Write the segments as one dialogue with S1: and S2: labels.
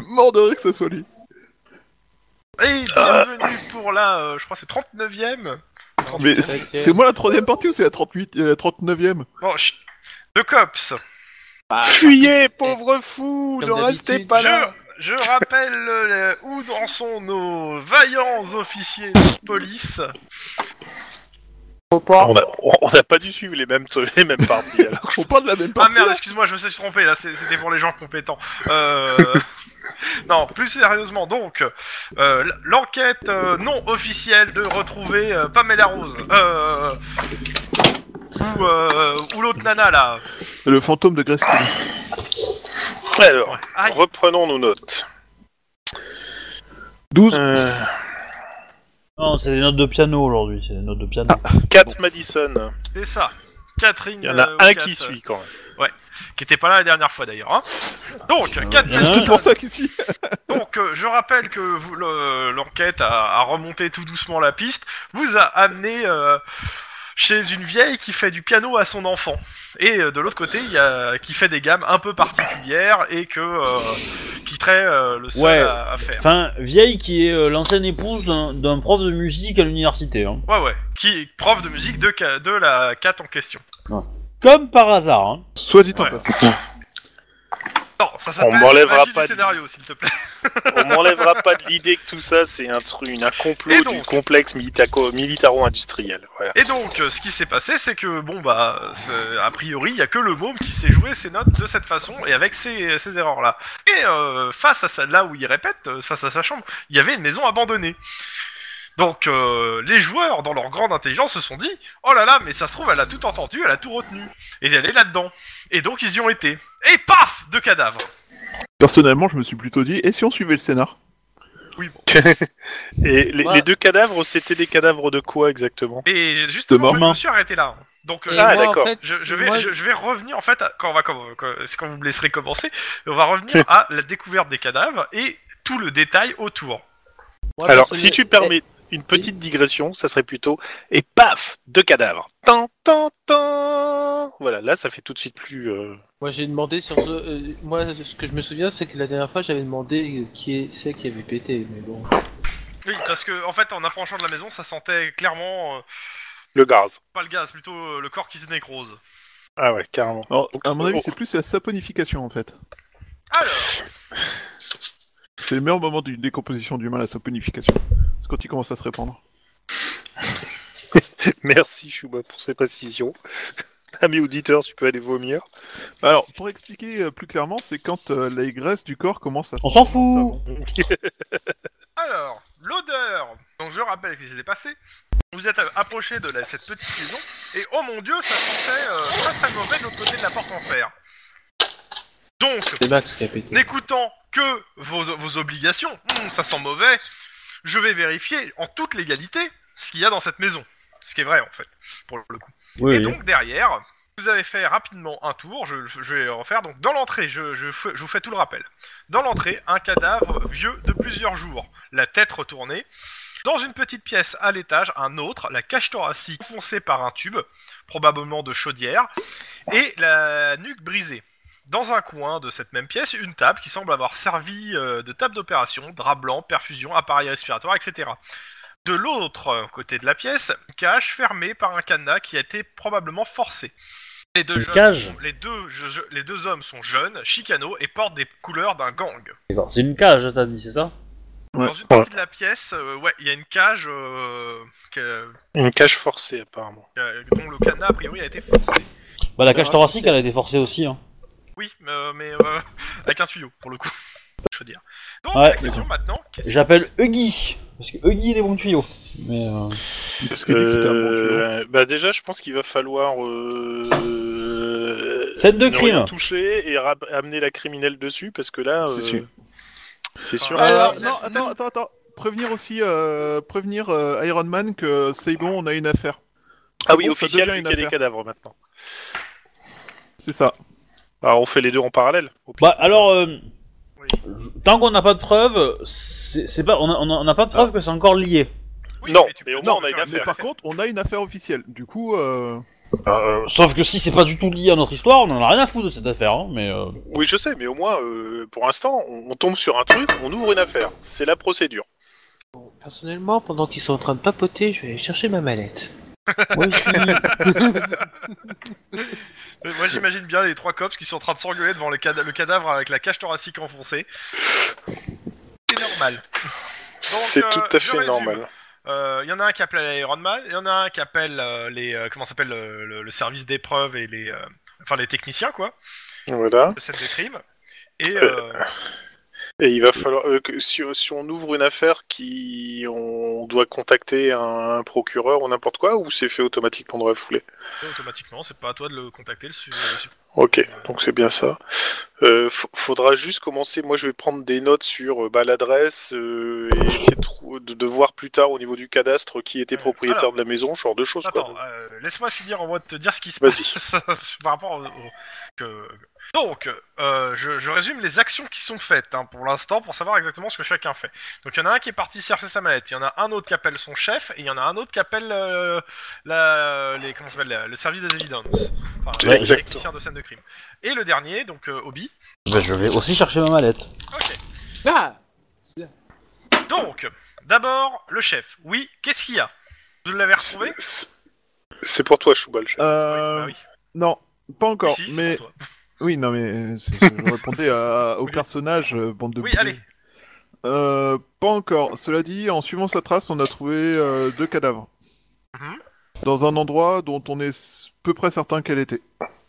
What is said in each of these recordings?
S1: mort de rire que ça soit lui.
S2: Et
S3: Ah.
S2: bienvenue pour la, euh, je crois que c'est 39ème.
S1: Mais c'est moi la troisième partie ou c'est la 38, euh, la 39ème
S2: Bon, chut. The Cops.
S4: Bah,
S3: Fuyez, pauvre fou,
S4: Comme
S3: ne restez
S4: d'habitude.
S3: pas
S2: je,
S3: là.
S2: je rappelle euh, les- où en sont nos vaillants officiers de police. Ah,
S5: Faut pas.
S3: On n'a pas dû suivre les mêmes, les mêmes parties. alors.
S1: On parle de la même
S2: Ah
S1: partie.
S2: merde,
S1: là
S2: excuse-moi, je me suis trompé, là, c'est- c'était pour les gens compétents. Euh... non, plus sérieusement, donc, euh, l- l'enquête euh, non officielle de retrouver euh, Pamela Rose. Euh... Ou, euh, ou l'autre nana, là.
S1: Le fantôme de Grace Kelly.
S3: Alors,
S2: Aïe.
S3: reprenons nos notes.
S1: 12,
S3: Euh,
S6: Non, c'est des notes de piano aujourd'hui, c'est des notes de piano.
S3: Kat Madison.
S2: C'est ça. Catherine.
S3: Il y en a
S2: euh,
S3: un
S2: Kat,
S3: qui
S2: euh,
S3: suit quand même.
S2: Qui était pas là la dernière fois d'ailleurs. Hein. Donc, Catherine.
S6: il y en a un.
S1: c'est pour ça qu'il suit.
S2: Donc, euh, je rappelle que vous- le- l'enquête a, a remonté tout doucement la piste, vous a amené euh, chez une vieille qui fait du piano à son enfant. Et euh, de l'autre côté, il y a qui fait des gammes un peu particulières et que euh, qui serait euh, le seul
S6: Ouais.
S2: à, à faire.
S6: Enfin, vieille qui est euh, l'ancienne épouse d'un d'un prof de musique à l'université. Hein.
S2: Ouais, ouais. Qui est prof de musique de, ca- de la cat en question.
S6: Comme par hasard. Hein.
S1: Soit dit en
S2: Ouais.
S1: passant.
S2: Non, ça s'appelle
S3: m'enlèvera
S2: Magie du
S3: pas de-
S2: scénario, s'il te plaît.
S3: On m'enlèvera pas de l'idée que tout ça, c'est un truc, une- un complot
S2: Et donc
S3: du complexe militaco- militaro-industriel. Voilà.
S2: Et donc, euh, ce qui s'est passé, c'est que, bon, bah, c'est- a priori, il y a que le môme qui sait jouer ses notes de cette façon et avec ces, ces erreurs-là. Et euh, face à ça, là où il répète, euh, face à sa chambre, il y avait une maison abandonnée. Donc, euh, les joueurs, dans leur grande intelligence, se sont dit Oh là là, mais ça se trouve, elle a tout entendu, elle a tout retenu. Et elle est là-dedans. Et donc, ils y ont été. Et paf Deux cadavres
S1: Personnellement, je me suis plutôt dit, et si on suivait le scénar
S2: Oui, bon.
S3: Et les,
S2: Bah.
S4: Moi-
S3: les deux cadavres, c'était des cadavres de quoi exactement
S2: Et justement,
S1: mort.
S2: je me suis arrêté là. hein. Donc, euh,
S3: Ah,
S4: moi, en
S3: d'accord.
S4: fait,
S2: Je, je vais,
S4: Moi,
S2: je, je vais revenir en fait à- quand on va quand, quand- c'est quand vous me laisserez commencer, on va revenir à la découverte des cadavres et tout le détail autour. Ah,
S4: moi,
S3: Alors,
S4: personnel-
S3: si tu permets une petite digression, ça serait plutôt et paf, deux cadavres. Tan tan tan. Voilà, là ça fait tout de suite plus. euh,
S4: Moi, j'ai demandé sur ce. euh, moi, ce que je me souviens, c'est que la dernière fois, j'avais demandé euh, qui est- c'est qui avait pété, mais bon.
S2: Oui, parce que en fait en approchant de la maison, ça sentait clairement euh,
S3: le gaz.
S2: pas le gaz, plutôt euh, le corps qui se nécrose.
S3: Ah ouais, carrément.
S1: Alors, à mon avis,
S3: oh.
S1: c'est plus la saponification en fait.
S2: Alors,
S1: C'est le meilleur moment d'une décomposition d'humain, la saponification. C'est quand il commence à se répandre.
S3: Merci Chouba pour ces précisions. Ami auditeur, tu peux aller vomir.
S1: Alors, pour expliquer euh, plus clairement, c'est quand euh, les graisses du corps commencent à.
S6: On s'en fout.
S2: alors l'odeur. Donc je rappelle ce qui s'était passé. Vous êtes euh, approché de la- cette petite maison et oh mon dieu, ça sentait euh, très très mauvais de l'autre côté de la porte en fer. Donc
S4: C'est Max qui a pété.
S2: n'écoutant que vos, vos obligations, Hum, ça sent mauvais, je vais vérifier en toute légalité ce qu'il y a dans cette maison. Ce qui est vrai en fait, pour le coup.
S6: Oui,
S2: Et
S6: oui.
S2: donc derrière, vous avez fait rapidement un tour, je, je vais refaire. Donc dans l'entrée, je, je fais- je vous fais tout le rappel. Dans l'entrée, un cadavre vieux de plusieurs jours, la tête retournée. Dans une petite pièce à l'étage, un autre, la cage thoracique foncée par un tube, probablement de chaudière, et la nuque brisée. Dans un coin de cette même pièce, une table qui semble avoir servi euh, de table d'opération, drap blanc, perfusion, appareil respiratoire, etc. De l'autre euh, côté de la pièce, une cage fermée par un cadenas qui a été probablement forcé. Les deux,
S6: Une
S2: jeunes
S6: cage
S2: sont- les, deux, je- je- les deux hommes sont jeunes, chicanos et portent des couleurs d'un gang.
S6: D'accord, C'est une cage, t'as dit, c'est ça
S1: Ouais.
S2: Dans une partie de la pièce, euh, ouais, il y a une cage euh, que-
S3: Une cache forcée apparemment.
S2: que- dont le cadenas a priori a été forcé.
S6: Bah, la
S2: Ah,
S6: cage thoracique, elle a été forcée aussi. Hein.
S2: Oui, euh, mais euh, avec un tuyau pour le coup. Je veux dire. Donc
S6: Ouais.
S2: la question maintenant, qu'est-ce-
S6: J'appelle Huggy, parce que Huggy, il est bon tuyau. Mais euh,
S1: Parce qu'il dit que c'était un bon tuyau.
S3: Euh, bah déjà, je pense qu'il va falloir euh...
S6: Scène de
S3: ne rien
S6: crime.
S3: toucher et ra- amener la criminelle dessus parce que là,
S1: C'est
S3: euh,
S1: sûr.
S3: c'est sûr.
S2: Ah,
S1: Alors,
S2: euh,
S1: non,
S2: la-
S1: attends, attends, attends. Prévenir aussi, euh, prévenir euh, Iron Man que c'est bon, on a une affaire.
S3: Ah oui,
S1: bon, ça
S3: officiel,
S1: devient
S3: vu
S1: une
S3: qu'il y a des
S1: affaire.
S3: cadavres maintenant.
S1: C'est ça.
S3: Alors on fait les deux en parallèle. au pire.
S6: Bah, alors, euh, je- tant qu'on n'a pas de preuves, c'est c'est pas, on a- on a- on n'a pas de preuves que c'est encore lié.
S2: Oui,
S3: non,
S2: tu
S3: mais
S2: peux-
S3: au moins,
S2: non,
S3: on a une
S2: faire
S3: affaire.
S1: Mais par contre, on a une affaire officielle. Du coup, euh,
S6: Euh, sauf que si c'est pas du tout lié à notre histoire, on en a rien à foutre de cette affaire, hein, mais... euh,
S3: Oui, je sais, mais au moins, euh, pour l'instant, on, on tombe sur un truc, on ouvre une affaire. C'est la procédure.
S4: Bon, personnellement, pendant qu'ils sont en train de papoter, je vais aller chercher ma mallette.
S5: Moi aussi.
S2: Euh, Moi j'imagine bien les trois cops qui sont en train de s'engueuler devant le, cada- le cadavre avec la cage thoracique enfoncée. C'est normal.
S3: C'est
S2: euh,
S3: tout à
S2: je
S3: fait
S2: résume.
S3: normal.
S2: Euh, Il y en a un qui appelle Iron Man, il y en a un qui appelle euh, les euh, comment ça s'appelle euh, le, le service d'épreuve et les euh, enfin les techniciens quoi
S3: Voilà.
S2: de scène de crime. Et
S3: Euh.
S2: euh,
S3: Et il va falloir euh, que si, si on ouvre une affaire qui on doit contacter un, procureur ou n'importe quoi, ou c'est fait automatiquement dans la foulée.
S2: automatiquement c'est pas à toi de le contacter le, su- le su-
S3: Ok, donc c'est bien ça. Euh, f- faudra juste commencer. Moi, je vais prendre des notes sur euh, bah, l'adresse euh, et essayer de, trou- de- de voir plus tard au niveau du cadastre qui était
S2: Ouais.
S3: propriétaire
S2: Alors-
S3: de la maison, ce genre de choses. quoi.
S2: Attends, euh, laisse-moi finir en mode te dire ce qui se
S3: Vas-y.
S2: passe par rapport au. au- que- Donc, euh, je, je résume les actions qui sont faites hein, pour l'instant pour savoir exactement ce que chacun fait. Donc, il y en a un qui est parti chercher sa mallette, il y en a un autre qui appelle son chef, et il y en a un autre qui appelle euh, la, les, comment ça s'appelle, la- le service des évidences. Enfin,
S3: Ouais,
S2: les
S3: exactement.
S2: techniciens de scène de crime. Et le dernier, donc euh, Obi.
S6: bah, je vais aussi chercher ma mallette.
S2: Ok.
S4: Ah
S2: Donc, d'abord, le chef. Oui, qu'est-ce qu'il y a Vous l'avez retrouvé
S3: C'est- c'est- C'est pour toi, Choubal.
S2: Oui, bah
S1: Euh,
S2: oui.
S1: Non, pas encore,
S2: Si, c'est
S1: mais...
S2: pour toi.
S1: Oui, non, mais euh, c'est- je répondais à- au
S2: Oui.
S1: personnage, euh, bande de
S2: Oui,
S1: boulets.
S2: allez.
S1: Euh, pas encore. Cela dit, en suivant sa trace, on a trouvé euh, deux cadavres.
S2: Mhm.
S1: Dans un endroit dont on est s- peu près certain qu'elle était.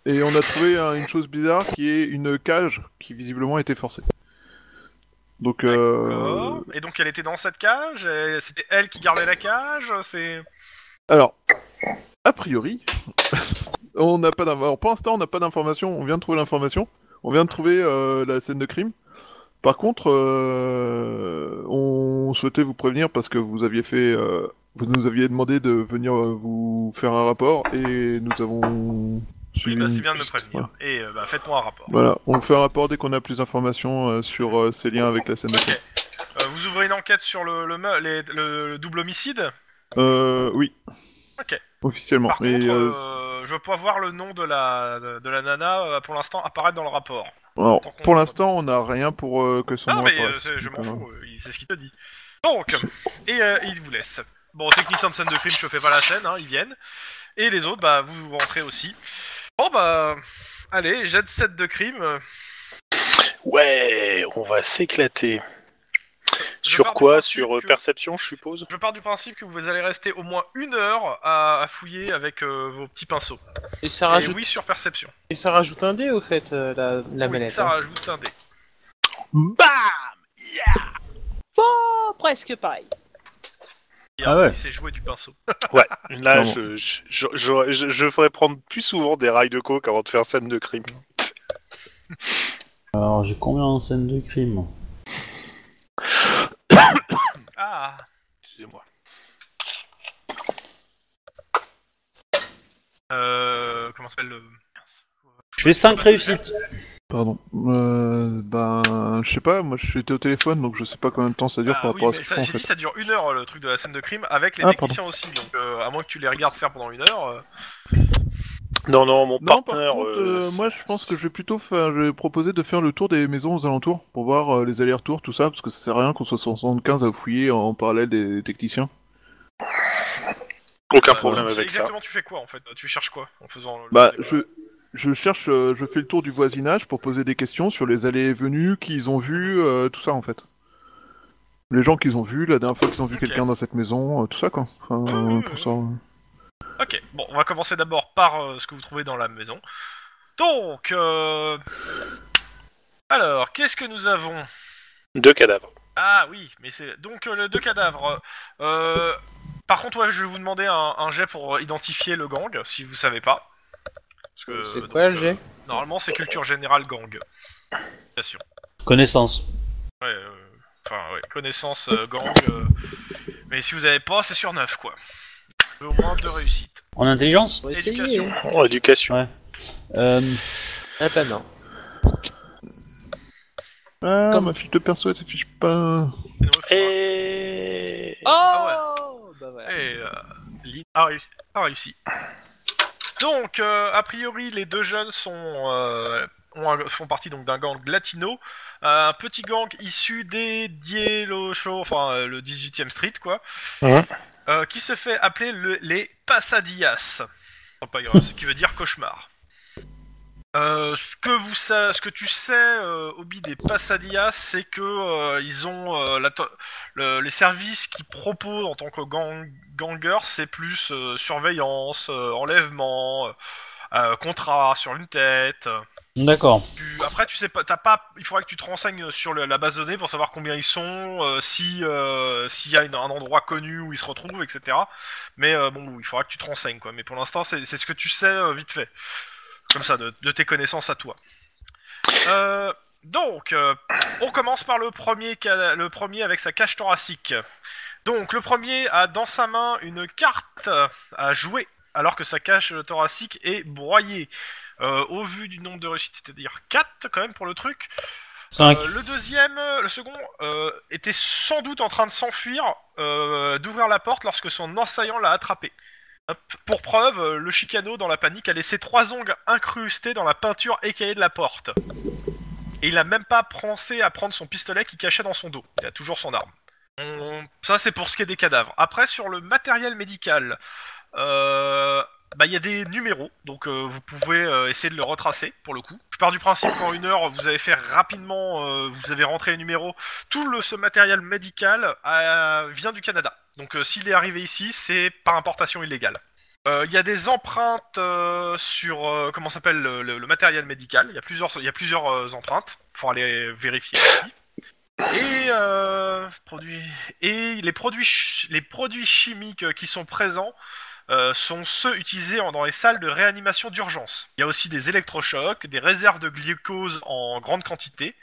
S1: Et on a trouvé euh, une chose bizarre qui est une cage qui visiblement était forcée. Donc, euh...
S2: D'accord. Oh, Et donc elle était dans cette cage et C'était elle qui gardait la cage C'est
S1: alors, a priori, on n'a pas d'informations. Pour l'instant, on n'a pas d'informations. On vient de trouver l'information. On vient de trouver euh, la scène de crime. Par contre, euh, on souhaitait vous prévenir parce que vous aviez fait, euh, vous nous aviez demandé de venir euh, vous faire un rapport et nous avons
S2: oui,
S1: suivi.
S2: bah, c'est
S1: une
S2: bien de me
S1: piste.
S2: prévenir. Et euh, bah, faites-moi un rapport.
S1: Voilà, on vous fait un rapport dès qu'on a plus d'informations euh, sur euh, ces liens avec la scène de crime.
S2: Ok. Euh, vous ouvrez une enquête sur le, le, me- les- le- le double homicide.
S1: Euh, oui.
S2: Ok.
S1: Officiellement.
S2: Par
S1: Et,
S2: contre,
S1: euh,
S2: euh, je veux pas voir le nom de la, de, de la nana euh, pour l'instant apparaître dans le rapport.
S1: Alors,
S2: Tant qu'on-
S1: pour l'instant, on n'a rien pour euh, que son
S2: Non,
S1: nom
S2: mais euh,
S1: apparaisse.
S2: c'est- je m'en
S1: Voilà.
S2: fous, euh, il- c'est ce qu'il te dit. Donc, et euh, il vous laisse. Bon, technicien de scène de crime, je fais pas la scène, hein, ils viennent. Et les autres, bah, vous rentrez aussi. Bon, bah, allez, jet de set de crime. euh,
S3: Ouais, on va s'éclater.
S2: Je
S3: Sur
S2: pars du
S3: quoi
S2: principe
S3: Sur euh,
S2: que-
S3: perception, je suppose
S2: Je pars du principe que vous allez rester au moins une heure à, à fouiller avec euh, vos petits pinceaux.
S4: Et ça
S2: Et
S4: rajoute,
S2: Eh oui, sur perception.
S4: et ça rajoute un dé au fait, euh, la, la
S2: oui,
S4: mallette.
S2: ça
S4: hein.
S2: rajoute un dé.
S3: Bah
S5: Oh, presque pareil.
S2: Et
S6: Ah ouais.
S2: Il s'est joué du pinceau.
S3: Là,
S1: Non.
S3: je, je, je, j'aurais- je- je ferais prendre plus souvent des rails de coke avant de faire scène de crime.
S6: Alors, j'ai combien en scène de crime
S2: Ah
S3: Excusez-moi.
S2: euh, Comment s'appelle le.
S6: Je fais 5 réussites.
S1: Pardon. Euh, ben, je sais pas, moi j'étais au téléphone, donc je sais pas combien de temps ça dure
S2: Ah
S1: par
S2: oui,
S1: rapport à
S2: mais
S1: ce que je
S2: ça-
S1: fais en
S2: J'ai dit,
S1: fait.
S2: ça dure une heure le truc de la scène de crime avec les
S1: Ah,
S2: techniciens aussi. Donc, euh, à moins que tu les regardes faire pendant une heure. euh,
S3: Non, non, mon
S1: Non, par
S3: partenaire.
S1: contre,
S3: euh,
S1: euh, moi je pense que je vais plutôt faire, je vais proposer de faire le tour des maisons aux alentours pour voir euh, les allers-retours, tout ça, parce que ça sert à rien qu'on soit 75 à fouiller en, parallèle des techniciens.
S3: Aucun
S2: euh,
S3: problème
S2: tu sais
S3: avec ça.
S2: Exactement, tu fais quoi en fait Tu cherches quoi en faisant le.
S1: Bah,
S2: le-
S1: je, je cherche, euh, je fais le tour du voisinage pour poser des questions sur les allées et venues qu'ils ont vues, euh, tout ça en fait. Les gens qu'ils ont vus, la dernière fois qu'ils ont vu
S2: Ok.
S1: quelqu'un dans cette maison, euh, tout ça quoi. Enfin,
S2: Ah, oui,
S1: euh,
S2: oui,
S1: pour
S2: oui.
S1: ça. euh.
S2: Ok, bon, on va commencer d'abord par euh, ce que vous trouvez dans la maison. Donc, euh... alors, qu'est-ce que nous avons
S3: Deux cadavres.
S2: Ah oui, mais c'est donc euh, le deux cadavres. Euh... Par contre, ouais, je vais vous demander un, un jet pour identifier le gang, si vous savez pas. Parce que,
S4: C'est
S2: donc,
S4: quoi le
S2: euh,
S4: jet
S2: Normalement, c'est culture générale gang. Bien sûr.
S6: Connaissance.
S2: Ouais, euh, enfin, ouais, connaissance euh, gang. euh, Mais si vous avez pas, c'est sur 9, quoi. Au moins deux réussites.
S6: En intelligence
S4: Faut
S2: éducation.
S4: essayer. hein.
S3: Oh, éducation.
S6: euh,
S4: Ah bah non.
S1: Ah,
S4: Comme-
S1: ma fiche de perso elle s'affiche pas.
S2: Et... donc, il faudra-
S3: Et.
S5: Oh
S2: Ah
S5: Bah voilà.
S2: Et euh, Lynn a réussi. a réussi. Donc, euh, a priori, les deux jeunes sont, euh, ont un- font partie donc d'un gang latino, euh, un petit gang issu des Dielo Show, enfin euh, le 18e Street, quoi,
S3: Ouais.
S2: euh, qui se fait appeler le- les Pasadillas, Oh, pas grave, ce qui veut dire cauchemar. Euh, ce que vous sa- ce que tu sais, euh, Obi des Pasadillas, c'est que euh, ils ont euh, la to- le- les services qu'ils proposent en tant que gang ganger, c'est plus euh, surveillance, euh, enlèvement, euh, euh, contrat sur une tête. euh,
S6: D'accord.
S2: Tu- après, tu sais pas, t'as pas, il faudrait que tu te renseignes sur le- la base de données pour savoir combien ils sont, euh, si euh, s'il y a une- un endroit connu où ils se retrouvent, etc. Mais euh, bon, il faudra que tu te renseignes, quoi. Mais pour l'instant, c'est c'est ce que tu sais euh, vite fait, comme ça, de, de tes connaissances à toi. Euh, donc, euh, on commence par le premier, ca- le premier avec sa cage thoracique. Donc, le premier a dans sa main une carte à jouer, alors que sa cage thoracique est broyée. Euh, au vu du nombre de réussites, c'est-à-dire 4 quand même pour le truc.
S6: 5.
S2: Euh, le deuxième, euh, le second, euh, était sans doute en train de s'enfuir, euh, d'ouvrir la porte lorsque son assaillant l'a attrapé. Hop. Pour preuve, euh, le chicano dans la panique a laissé trois ongles incrustés dans la peinture écaillée de la porte. Et il a même pas pensé à prendre son pistolet qu'il cachait dans son dos. Il a toujours son arme. On- Ça, c'est pour ce qui est des cadavres. Après, sur le matériel médical, euh, bah, il y a des numéros, donc euh, vous pouvez euh, essayer de le retracer pour le coup. Je pars du principe qu'en une heure, vous avez fait rapidement, euh, vous avez rentré les numéros. Tout le, ce matériel médical euh, vient du Canada. Donc euh, s'il est arrivé ici, c'est par importation illégale. Euh, Il y a des empreintes euh, sur euh, comment s'appelle le, le- le matériel médical. Il y a plusieurs, il y a plusieurs euh, empreintes. Faut aller vérifier. Ici. Et euh, produits et les produits ch- les produits chimiques euh, qui sont présents euh, sont ceux utilisés en- dans les salles de réanimation d'urgence. Il y a aussi des électrochocs, des réserves de glucose en grande quantité,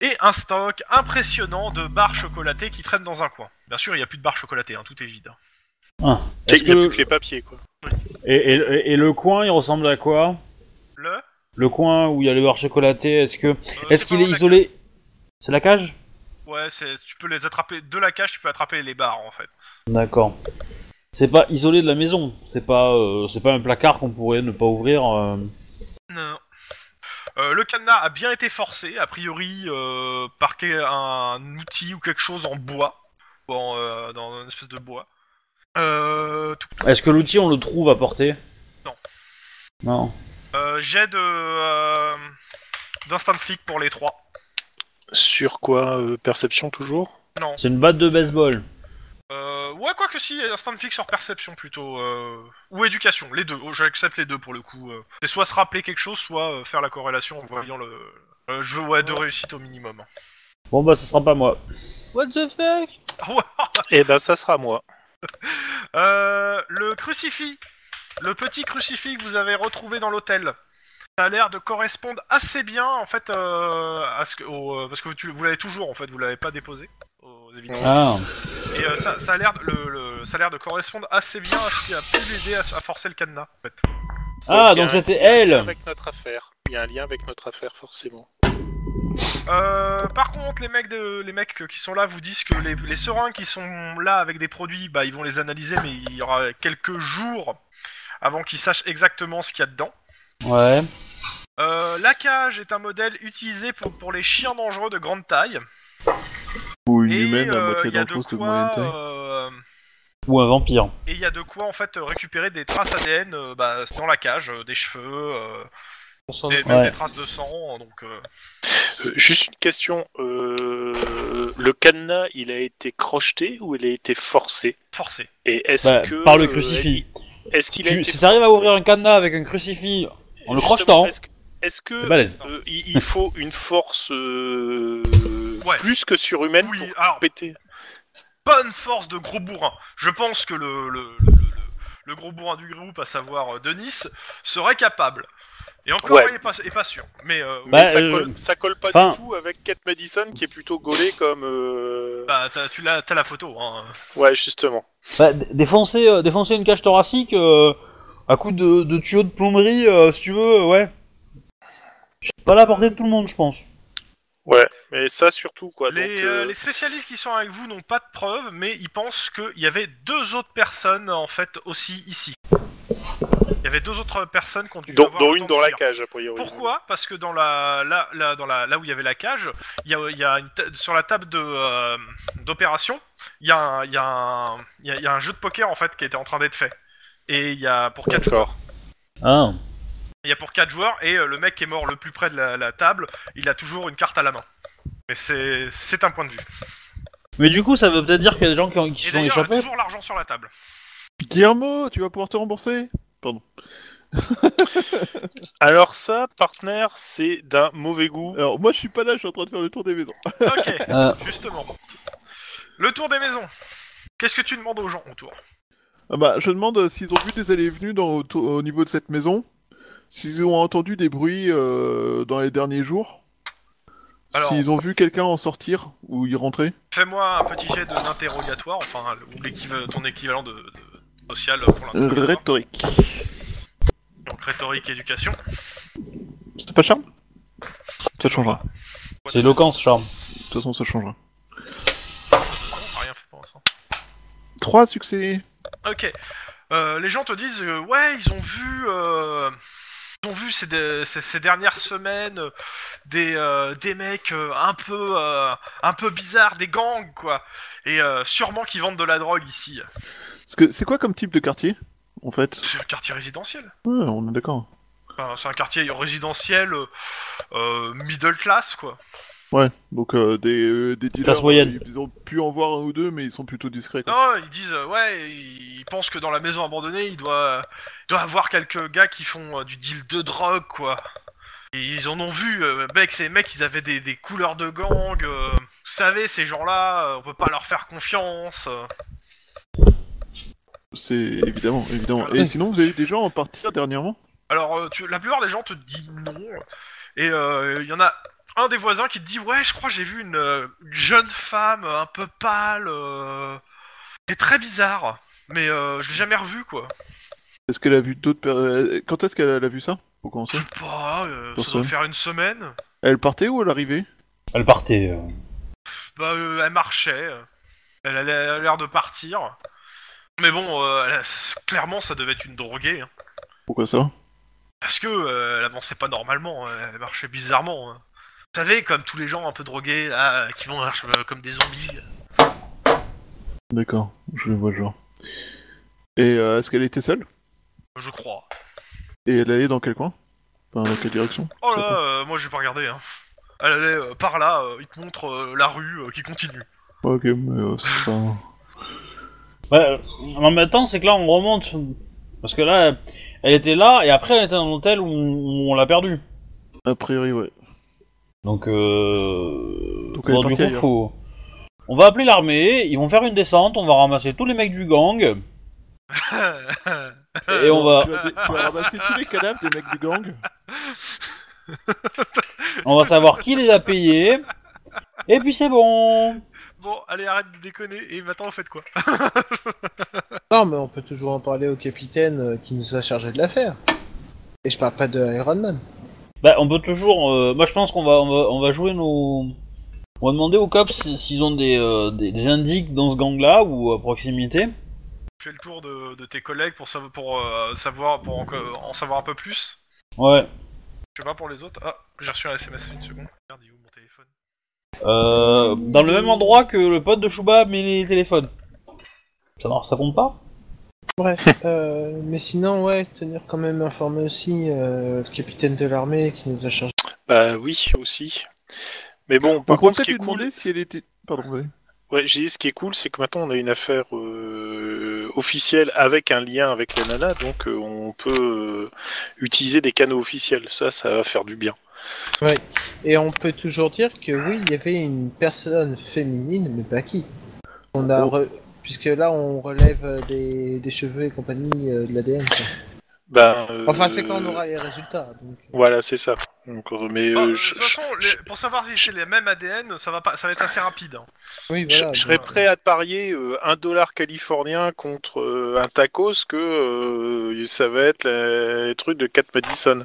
S2: et un stock impressionnant de barres chocolatées qui traînent dans un coin. Bien sûr, il n'y a plus de barres chocolatées, hein, tout est vide.
S3: Il
S6: Est-ce
S3: n'y a plus
S6: que...
S3: que les papiers, quoi.
S6: et, et- et le coin, il ressemble à quoi
S2: Le
S6: Le coin où il y a les barres chocolatées, est-ce que...
S2: euh,
S6: Est-ce
S2: c'est
S6: qu'il
S2: pas
S6: est
S2: dans la
S6: isolé C'est la cage
S2: cage. Ouais, c'est- tu peux les attraper de la cage, tu peux attraper les barres en fait.
S6: D'accord. C'est pas isolé de la maison. C'est pas, euh, c'est pas un placard qu'on pourrait ne pas ouvrir. euh.
S2: Non. Euh, le cadenas a bien été forcé, a priori euh, par quel- un outil ou quelque chose en bois, ou en, euh, dans une espèce de bois. Euh,
S6: Est-ce que l'outil on le trouve à portée
S2: Non.
S6: Non.
S2: Euh, j'ai de euh, d'instinct de flic pour les trois.
S3: Sur quoi euh, Perception toujours
S6: C'est une batte de baseball.
S2: Euh, ouais, quoi que si, instinct de flic sur perception plutôt euh, ou éducation, les deux. Oh, J'accepte les deux pour le coup. euh. C'est soit se rappeler quelque chose, soit euh, faire la corrélation en voyant le. Euh, je ouais deux réussites au minimum.
S6: Bon bah ce sera pas moi.
S5: What the fuck
S3: Eh ben, ça sera moi.
S2: Euh, le crucifix, le petit crucifix que vous avez retrouvé dans l'hôtel. Ça a l'air de correspondre assez bien en fait euh, à ce que, au, euh, parce que tu- vous l'avez toujours en fait, vous l'avez pas déposé aux évidences.
S6: Ah.
S2: Et euh, ça, ça a l'air de, le- le- ça a l'air de correspondre assez bien à ce qui a pu l'aider à, à forcer le cadenas. En fait.
S6: Ah
S2: hein.
S3: Ok,
S6: donc
S3: un-
S6: c'était
S3: Il y a un lien
S6: elle.
S3: Avec notre affaire. Il y a un lien avec notre affaire, forcément.
S2: Euh, par contre, les mecs, de, les mecs qui sont là vous disent que les, les seringues qui sont là avec des produits, bah, ils vont les analyser, mais il y aura quelques jours avant qu'ils sachent exactement ce qu'il y a dedans.
S6: Ouais.
S2: Euh, la cage est un modèle utilisé pour, pour les chiens dangereux de grande taille.
S1: Ou une
S2: et
S1: humaine à
S2: euh,
S1: moitié
S2: il y a de
S1: dangereuse de moyenne
S2: quoi,
S1: taille.
S2: euh,
S6: Ou un vampire.
S2: et il y a de quoi en fait récupérer des traces ADN euh, bah, dans la cage, euh, des cheveux, euh,
S4: On s'en
S2: Des, même
S6: Ouais.
S2: des traces de sang, donc. euh,
S3: Euh, juste une question. euh, le cadenas, il a été crocheté ou il a été forcé
S2: forcé.
S3: Et est-ce
S6: Bah,
S3: que.
S6: par le
S3: euh,
S6: crucifix.
S3: est-ce qu'il a
S6: Tu-
S3: été Euh,
S6: si t'arrives à
S3: forcé
S6: ouvrir un cadenas avec un crucifix en le
S3: Justement,
S6: crochetant,
S3: Est-ce que, est-ce que,
S6: c'est balèze.
S3: euh, il, il faut une force euh,
S2: Ouais.
S3: plus que surhumaine
S2: Oui,
S3: pour
S2: alors,
S3: péter
S2: bonne force de gros bourrin. Je pense que le, le, le, le- le gros bourrin du groupe, à savoir euh, Denis, serait capable. Et encore,
S3: Ouais.
S2: il est pas, est pas sûr. Mais euh,
S6: Bah,
S3: Mais ça,
S6: euh,
S3: colle, ça colle pas
S6: enfin-
S3: du tout avec Kate Madison qui est plutôt gaulée comme. euh,
S2: bah, t'as, tu l'as, t'as la photo. Hein.
S3: Ouais, justement.
S6: Bah, d- défoncer, euh, défoncer une cage thoracique euh, à coup de, de tuyau de plomberie, euh, si tu veux, euh, ouais. C'est pas la portée de tout le monde, je pense.
S3: Ouais, mais ça surtout quoi. donc,
S2: les,
S3: euh,
S2: euh, les spécialistes qui sont avec vous n'ont pas de preuves, mais ils pensent qu'il y avait deux autres personnes en fait aussi ici. Il y avait avait deux autres personnes qui ont dû
S3: Dont,
S2: avoir
S3: dont
S2: le
S3: une
S2: temps de
S3: dans la
S2: fuir.
S3: cage, a priori.
S2: Pourquoi Parce que dans la, là, là, dans la, là où il y avait la cage, il y a, il y a une ta- sur la table de euh, d'opération, il y, a un- il y, a un- il y a- il y a un jeu de poker en fait qui était en train d'être fait. Et il y a pour quatre joueurs.
S3: D'accord.
S6: Ah.
S2: Il y a pour quatre joueurs et euh, le mec qui est mort le plus près de la, la table, il a toujours une carte à la main. Mais c'est c'est un point de vue.
S6: Mais du coup, ça veut peut-être dire qu'il y a des gens qui, ont- qui
S2: Et
S6: se sont
S2: d'ailleurs, il a
S6: échappés.
S2: toujours l'argent sur la table.
S1: Guillermo, tu vas pouvoir te rembourser
S3: Alors ça, partenaire, c'est d'un mauvais goût.
S1: Alors, moi, je suis pas là, je suis en train de faire le tour des maisons.
S2: Ok,
S6: Euh.
S2: justement. Le tour des maisons. Qu'est-ce que tu demandes aux gens autour
S1: Ah bah, je demande euh, s'ils ont vu des allées et venues dans, au, au niveau de cette maison, s'ils ont entendu des bruits euh, dans les derniers jours,
S2: Alors-
S1: s'ils ont vu quelqu'un en sortir ou y rentrer.
S2: Fais-moi un petit jet de- d'interrogatoire, enfin, ou l'équiva- ton équivalent de, de- social pour
S1: Euh,
S2: l'interrogatoire.
S1: Rhétorique.
S2: Donc rhétorique, éducation.
S1: C'était pas charme Ça changera.
S6: C'est éloquence, charme.
S1: De toute façon, ça changera.
S2: On a rien fait pour l'instant.
S1: Trois succès.
S2: Ok. Euh, les gens te disent, euh, ouais, ils ont vu, euh, ils ont vu ces, de- ces- ces dernières semaines euh, des, euh, des mecs euh, un peu, euh, un peu bizarres, des gangs quoi, et euh, sûrement qu'ils vendent de la drogue ici.
S1: Parce que c'est quoi comme type de quartier, en fait
S2: C'est un quartier résidentiel.
S1: Ouais, on est d'accord.
S2: Enfin, c'est un quartier résidentiel euh, euh, middle class quoi.
S1: Ouais, donc euh, des, euh, des dealers,
S6: Classe moyenne.
S1: euh, ils ont pu en voir un ou deux, mais ils sont plutôt discrets. Quoi.
S2: Non, ils disent euh, ouais, ils pensent que dans la maison abandonnée, il doit, il doit avoir quelques gars qui font euh, du deal de drogue quoi. Et ils en ont vu, euh, mec, ces mecs, ils avaient des, des couleurs de gang. euh, vous savez, ces gens-là, euh, on peut pas leur faire confiance. euh.
S1: C'est évidemment, évidemment.
S2: Ah,
S1: Et sinon, vous avez eu des gens en partir dernièrement
S2: Alors, euh, tu- la plupart des gens te disent non. Et euh, il y en a un des voisins qui te dit ouais, je crois que j'ai vu une, euh, une jeune femme un peu pâle. euh, C'est très bizarre, mais euh, je l'ai jamais revue quoi.
S1: Est-ce qu'elle a vu d'autres per- euh, Quand est-ce qu'elle a elle a vu ça Pour commencer
S2: Je sais pas, euh, ça doit
S1: Personne.
S2: faire une semaine.
S1: Elle partait ou elle arrivait
S6: Elle partait. euh.
S2: Bah, euh, elle marchait. Elle allait- elle a l'air de partir. Mais bon, euh, elle a- clairement, ça devait être une droguée. hein.
S1: Pourquoi ça
S2: Parce que euh, elle avançait pas normalement. euh, Elle marchait bizarrement. hein. Vous savez, comme tous les gens un peu drogués, ah, qui vont euh, comme des zombies.
S1: D'accord, je vois le genre. Et euh, est-ce qu'elle était seule
S2: Je crois.
S1: Et elle allait dans quel coin Enfin, dans quelle direction
S2: Oh
S1: Ça
S2: là,
S1: peut.
S2: euh, moi j'ai pas regardé. Hein. Elle allait euh, par là. euh, il te montre euh, la rue euh, qui continue.
S1: Ouais, Ok, mais euh, c'est pas.
S6: Ouais, euh, non, mais attends, c'est que là, on remonte. Parce que là, elle était là, et après, elle était dans l'hôtel où, où on l'a perdue.
S1: A priori, ouais.
S6: Donc, euh...
S1: Donc, elle est
S6: bon, du
S1: partie
S6: coup,
S1: ailleurs.
S6: faut... On va appeler l'armée, ils vont faire une descente, on va ramasser tous les mecs du gang, et on va,
S1: Tu vas, dé- tu vas ramasser tous les cadavres des mecs du gang.
S6: on va savoir qui les a payés, et puis c'est bon
S2: bon, allez, arrête de déconner. Et maintenant, vous faites quoi
S4: Non, mais on peut toujours en parler au capitaine euh, qui nous a chargé de l'affaire. Et je parle pas de Iron Man.
S6: Bah, on peut toujours. euh, moi, je pense qu'on va, on va, on va jouer nos. On va demander aux cops si- s'ils ont des, euh, des, des indices dans ce gang-là ou à proximité.
S2: Tu fais le tour de, de tes collègues pour, sav- pour, euh, savoir, pour en, en savoir un peu plus
S6: Ouais.
S2: Je sais pas pour les autres. Ah, j'ai reçu un SMS une seconde. Merde, il est où mon téléphone
S6: Euh, dans le même endroit que le pote de Chouba met les téléphones. Ça marche, ça compte pas
S4: Bref, euh, mais sinon, ouais, tenir quand même informé aussi euh, le capitaine de l'armée qui nous a chargé.
S3: Bah oui, aussi. Mais
S1: On
S3: bon, par
S1: pourrait
S3: contre, ce
S1: peut-être
S3: qui est
S1: lui
S3: cool,
S1: demander si elle était. Pardon, vas-y.
S3: Ouais, j'ai dit, ce qui est cool, c'est que maintenant on a une affaire euh, officielle avec un lien avec la nana, donc euh, on peut euh, utiliser des canaux officiels. Ça, ça va faire du bien.
S4: Et on peut toujours dire que oui, il y avait une personne féminine, mais pas qui. On a
S1: Oh.
S4: re- Puisque là, on relève euh, des, des cheveux et compagnie euh, de l'ADN.
S3: Ben, euh,
S4: Enfin, c'est quand on aura les résultats. Donc...
S3: Voilà, c'est ça. Donc, euh, mais
S2: Ah,
S3: euh,
S2: De
S3: je,
S2: toute façon,
S3: je-
S2: les- pour savoir si c'est les mêmes ADN, ça va, pas, ça va être assez rapide. hein.
S4: Oui,
S3: je-
S4: voilà.
S3: je
S4: donc-
S3: serais prêt à te parier euh, un dollar californien contre euh, un tacos que euh, ça va être la- les trucs de Cat Madison.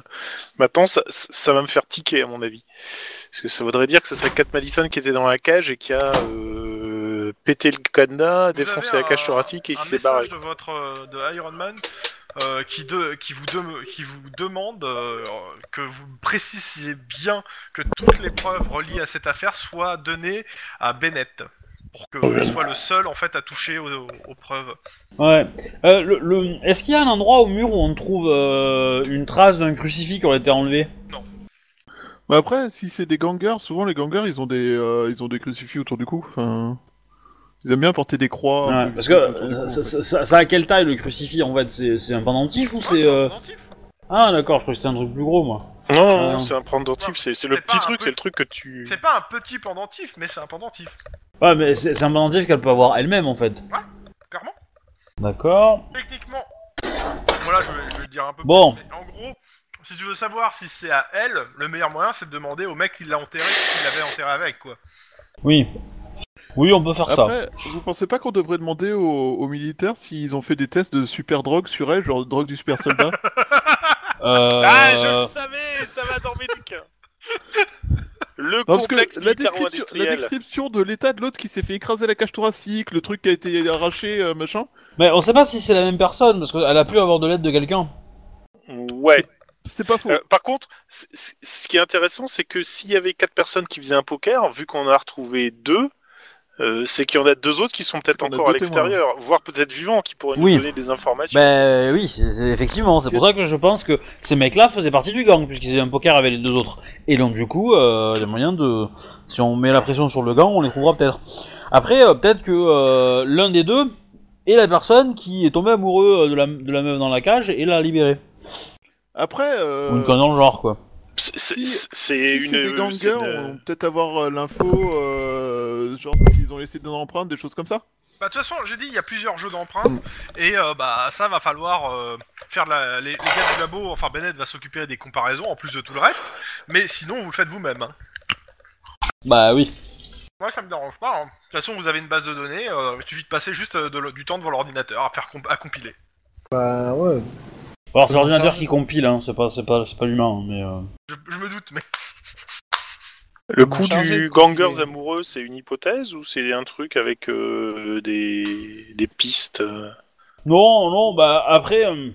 S3: Maintenant, ça, ça va me faire tiquer, à mon avis. Parce que ça voudrait dire que ce serait Cat Madison qui était dans la cage et qui a euh, pété le cadenas,
S2: Vous avez
S3: défoncé la
S2: un-
S3: cage thoracique et
S2: un
S3: qui s'est barré.
S2: message de votre euh, de Iron Man euh, qui, de- qui, vous dem- qui vous demande euh, que vous précisiez bien que toutes les preuves reliées à cette affaire soient données à Bennett pour qu'il soit le seul en fait à toucher aux, aux preuves.
S6: Ouais. Euh, le, le- Est-ce qu'il y a un endroit au mur où on trouve euh, une trace d'un crucifix qui aurait été enlevé
S1: Mais après, si c'est des gangers, souvent les gangers ils ont des, euh, ils ont des crucifix autour du cou. Enfin, ils aiment bien porter des croix.
S6: Ouais,
S1: euh,
S6: Parce que
S1: autour du cou,
S6: euh,
S1: en
S6: ça,
S1: fait.
S6: ça- ça- ça a quelle taille le crucifix en fait C'est c'est un pendentif ou c'est... euh, Ah d'accord, je crois que c'était un truc plus gros moi.
S3: Non, non,
S6: Ah,
S3: non,
S6: non.
S3: c'est un pendentif, c'est c'est
S2: C'est
S3: le
S2: pas
S3: petit
S2: un
S3: truc,
S2: peu-
S3: c'est le truc que tu.
S2: C'est pas un petit pendentif, mais c'est un pendentif,
S6: Ouais mais c'est c'est un pendentif qu'elle peut avoir elle-même en fait.
S2: clairement.
S6: D'accord.
S2: Techniquement, voilà, je vais, je vais le dire un peu
S6: Bon.
S2: plus, mais En gros, si tu veux savoir si c'est à elle, le meilleur moyen c'est de demander au mec qui l'a enterré, qui l'avait enterré avec quoi.
S6: Oui. Oui on peut faire ça.
S1: Après, vous pensez pas qu'on devrait demander aux, aux militaires s'ils ont fait des tests de super drogue sur elle, genre drogue du super soldat
S6: Euh...
S3: Ah, je le savais, ça va dans mes bouquins. Le
S1: Non, parce que
S3: complexe
S1: la description, la
S3: militaro-industriel.
S1: description de l'état de l'autre qui s'est fait écraser la cage thoracique, le truc qui a été arraché, euh, machin,
S6: Mais on sait pas si c'est la même personne parce qu'elle a pu avoir de l'aide de quelqu'un.
S3: Ouais.
S1: c'est pas faux.
S3: Euh, par contre, c- c- ce qui est intéressant, c'est que s'il y avait quatre personnes qui faisaient un poker, vu qu'on en a retrouvé deux, euh, c'est qu'il y en a deux autres qui sont peut-être
S1: C'est qu'on a
S3: encore à
S1: deux témoins.
S3: l'extérieur, voire peut-être vivants, qui pourraient nous
S6: Oui.
S3: donner des informations.
S6: Ben oui, c'est- c'est- effectivement, c'est pour ça que je pense que ces mecs-là faisaient partie du gang, puisqu'ils avaient un poker avec les deux autres. Et donc du coup, euh, il y a moyen de... Si on met la pression sur le gang, on les trouvera peut-être. Après, euh, peut-être que euh, l'un des deux est la personne qui est tombée amoureux euh, de la, de la meuf dans la cage et l'a libérée.
S1: Après, euh,
S6: Ou une conne dans le genre, quoi.
S3: C'est- C'est
S1: si-
S3: c'est
S1: si
S3: une.
S1: c'est des
S3: euh, c'est
S1: gangers,
S3: une, euh,
S1: on va peut-être avoir euh, l'info, euh, genre s'ils ont laissé des empreintes, des choses comme ça.
S2: Bah de toute façon, j'ai dit, il y a plusieurs jeux d'empreintes, et euh, bah ça va falloir euh, faire de la, les, les gars du labo, enfin Bennett va s'occuper des comparaisons en plus de tout le reste, mais sinon vous le faites vous-même. hein.
S6: Bah oui.
S2: Moi ça me dérange pas, hein. de toute façon vous avez une base de données, euh, il suffit de passer juste euh, de l'o- du temps devant l'ordinateur à faire comp- à compiler.
S4: Bah ouais.
S6: Alors c'est l'ordinateur qui compile, hein, c'est pas, c'est pas, c'est pas l'humain, hein, mais... euh,
S2: Je, je me doute, mais
S3: Le coup
S4: chargé de
S3: du gangers
S4: couper.
S3: amoureux, c'est une hypothèse ou c'est un truc avec euh, des, des pistes euh
S6: Non, non, bah après, euh,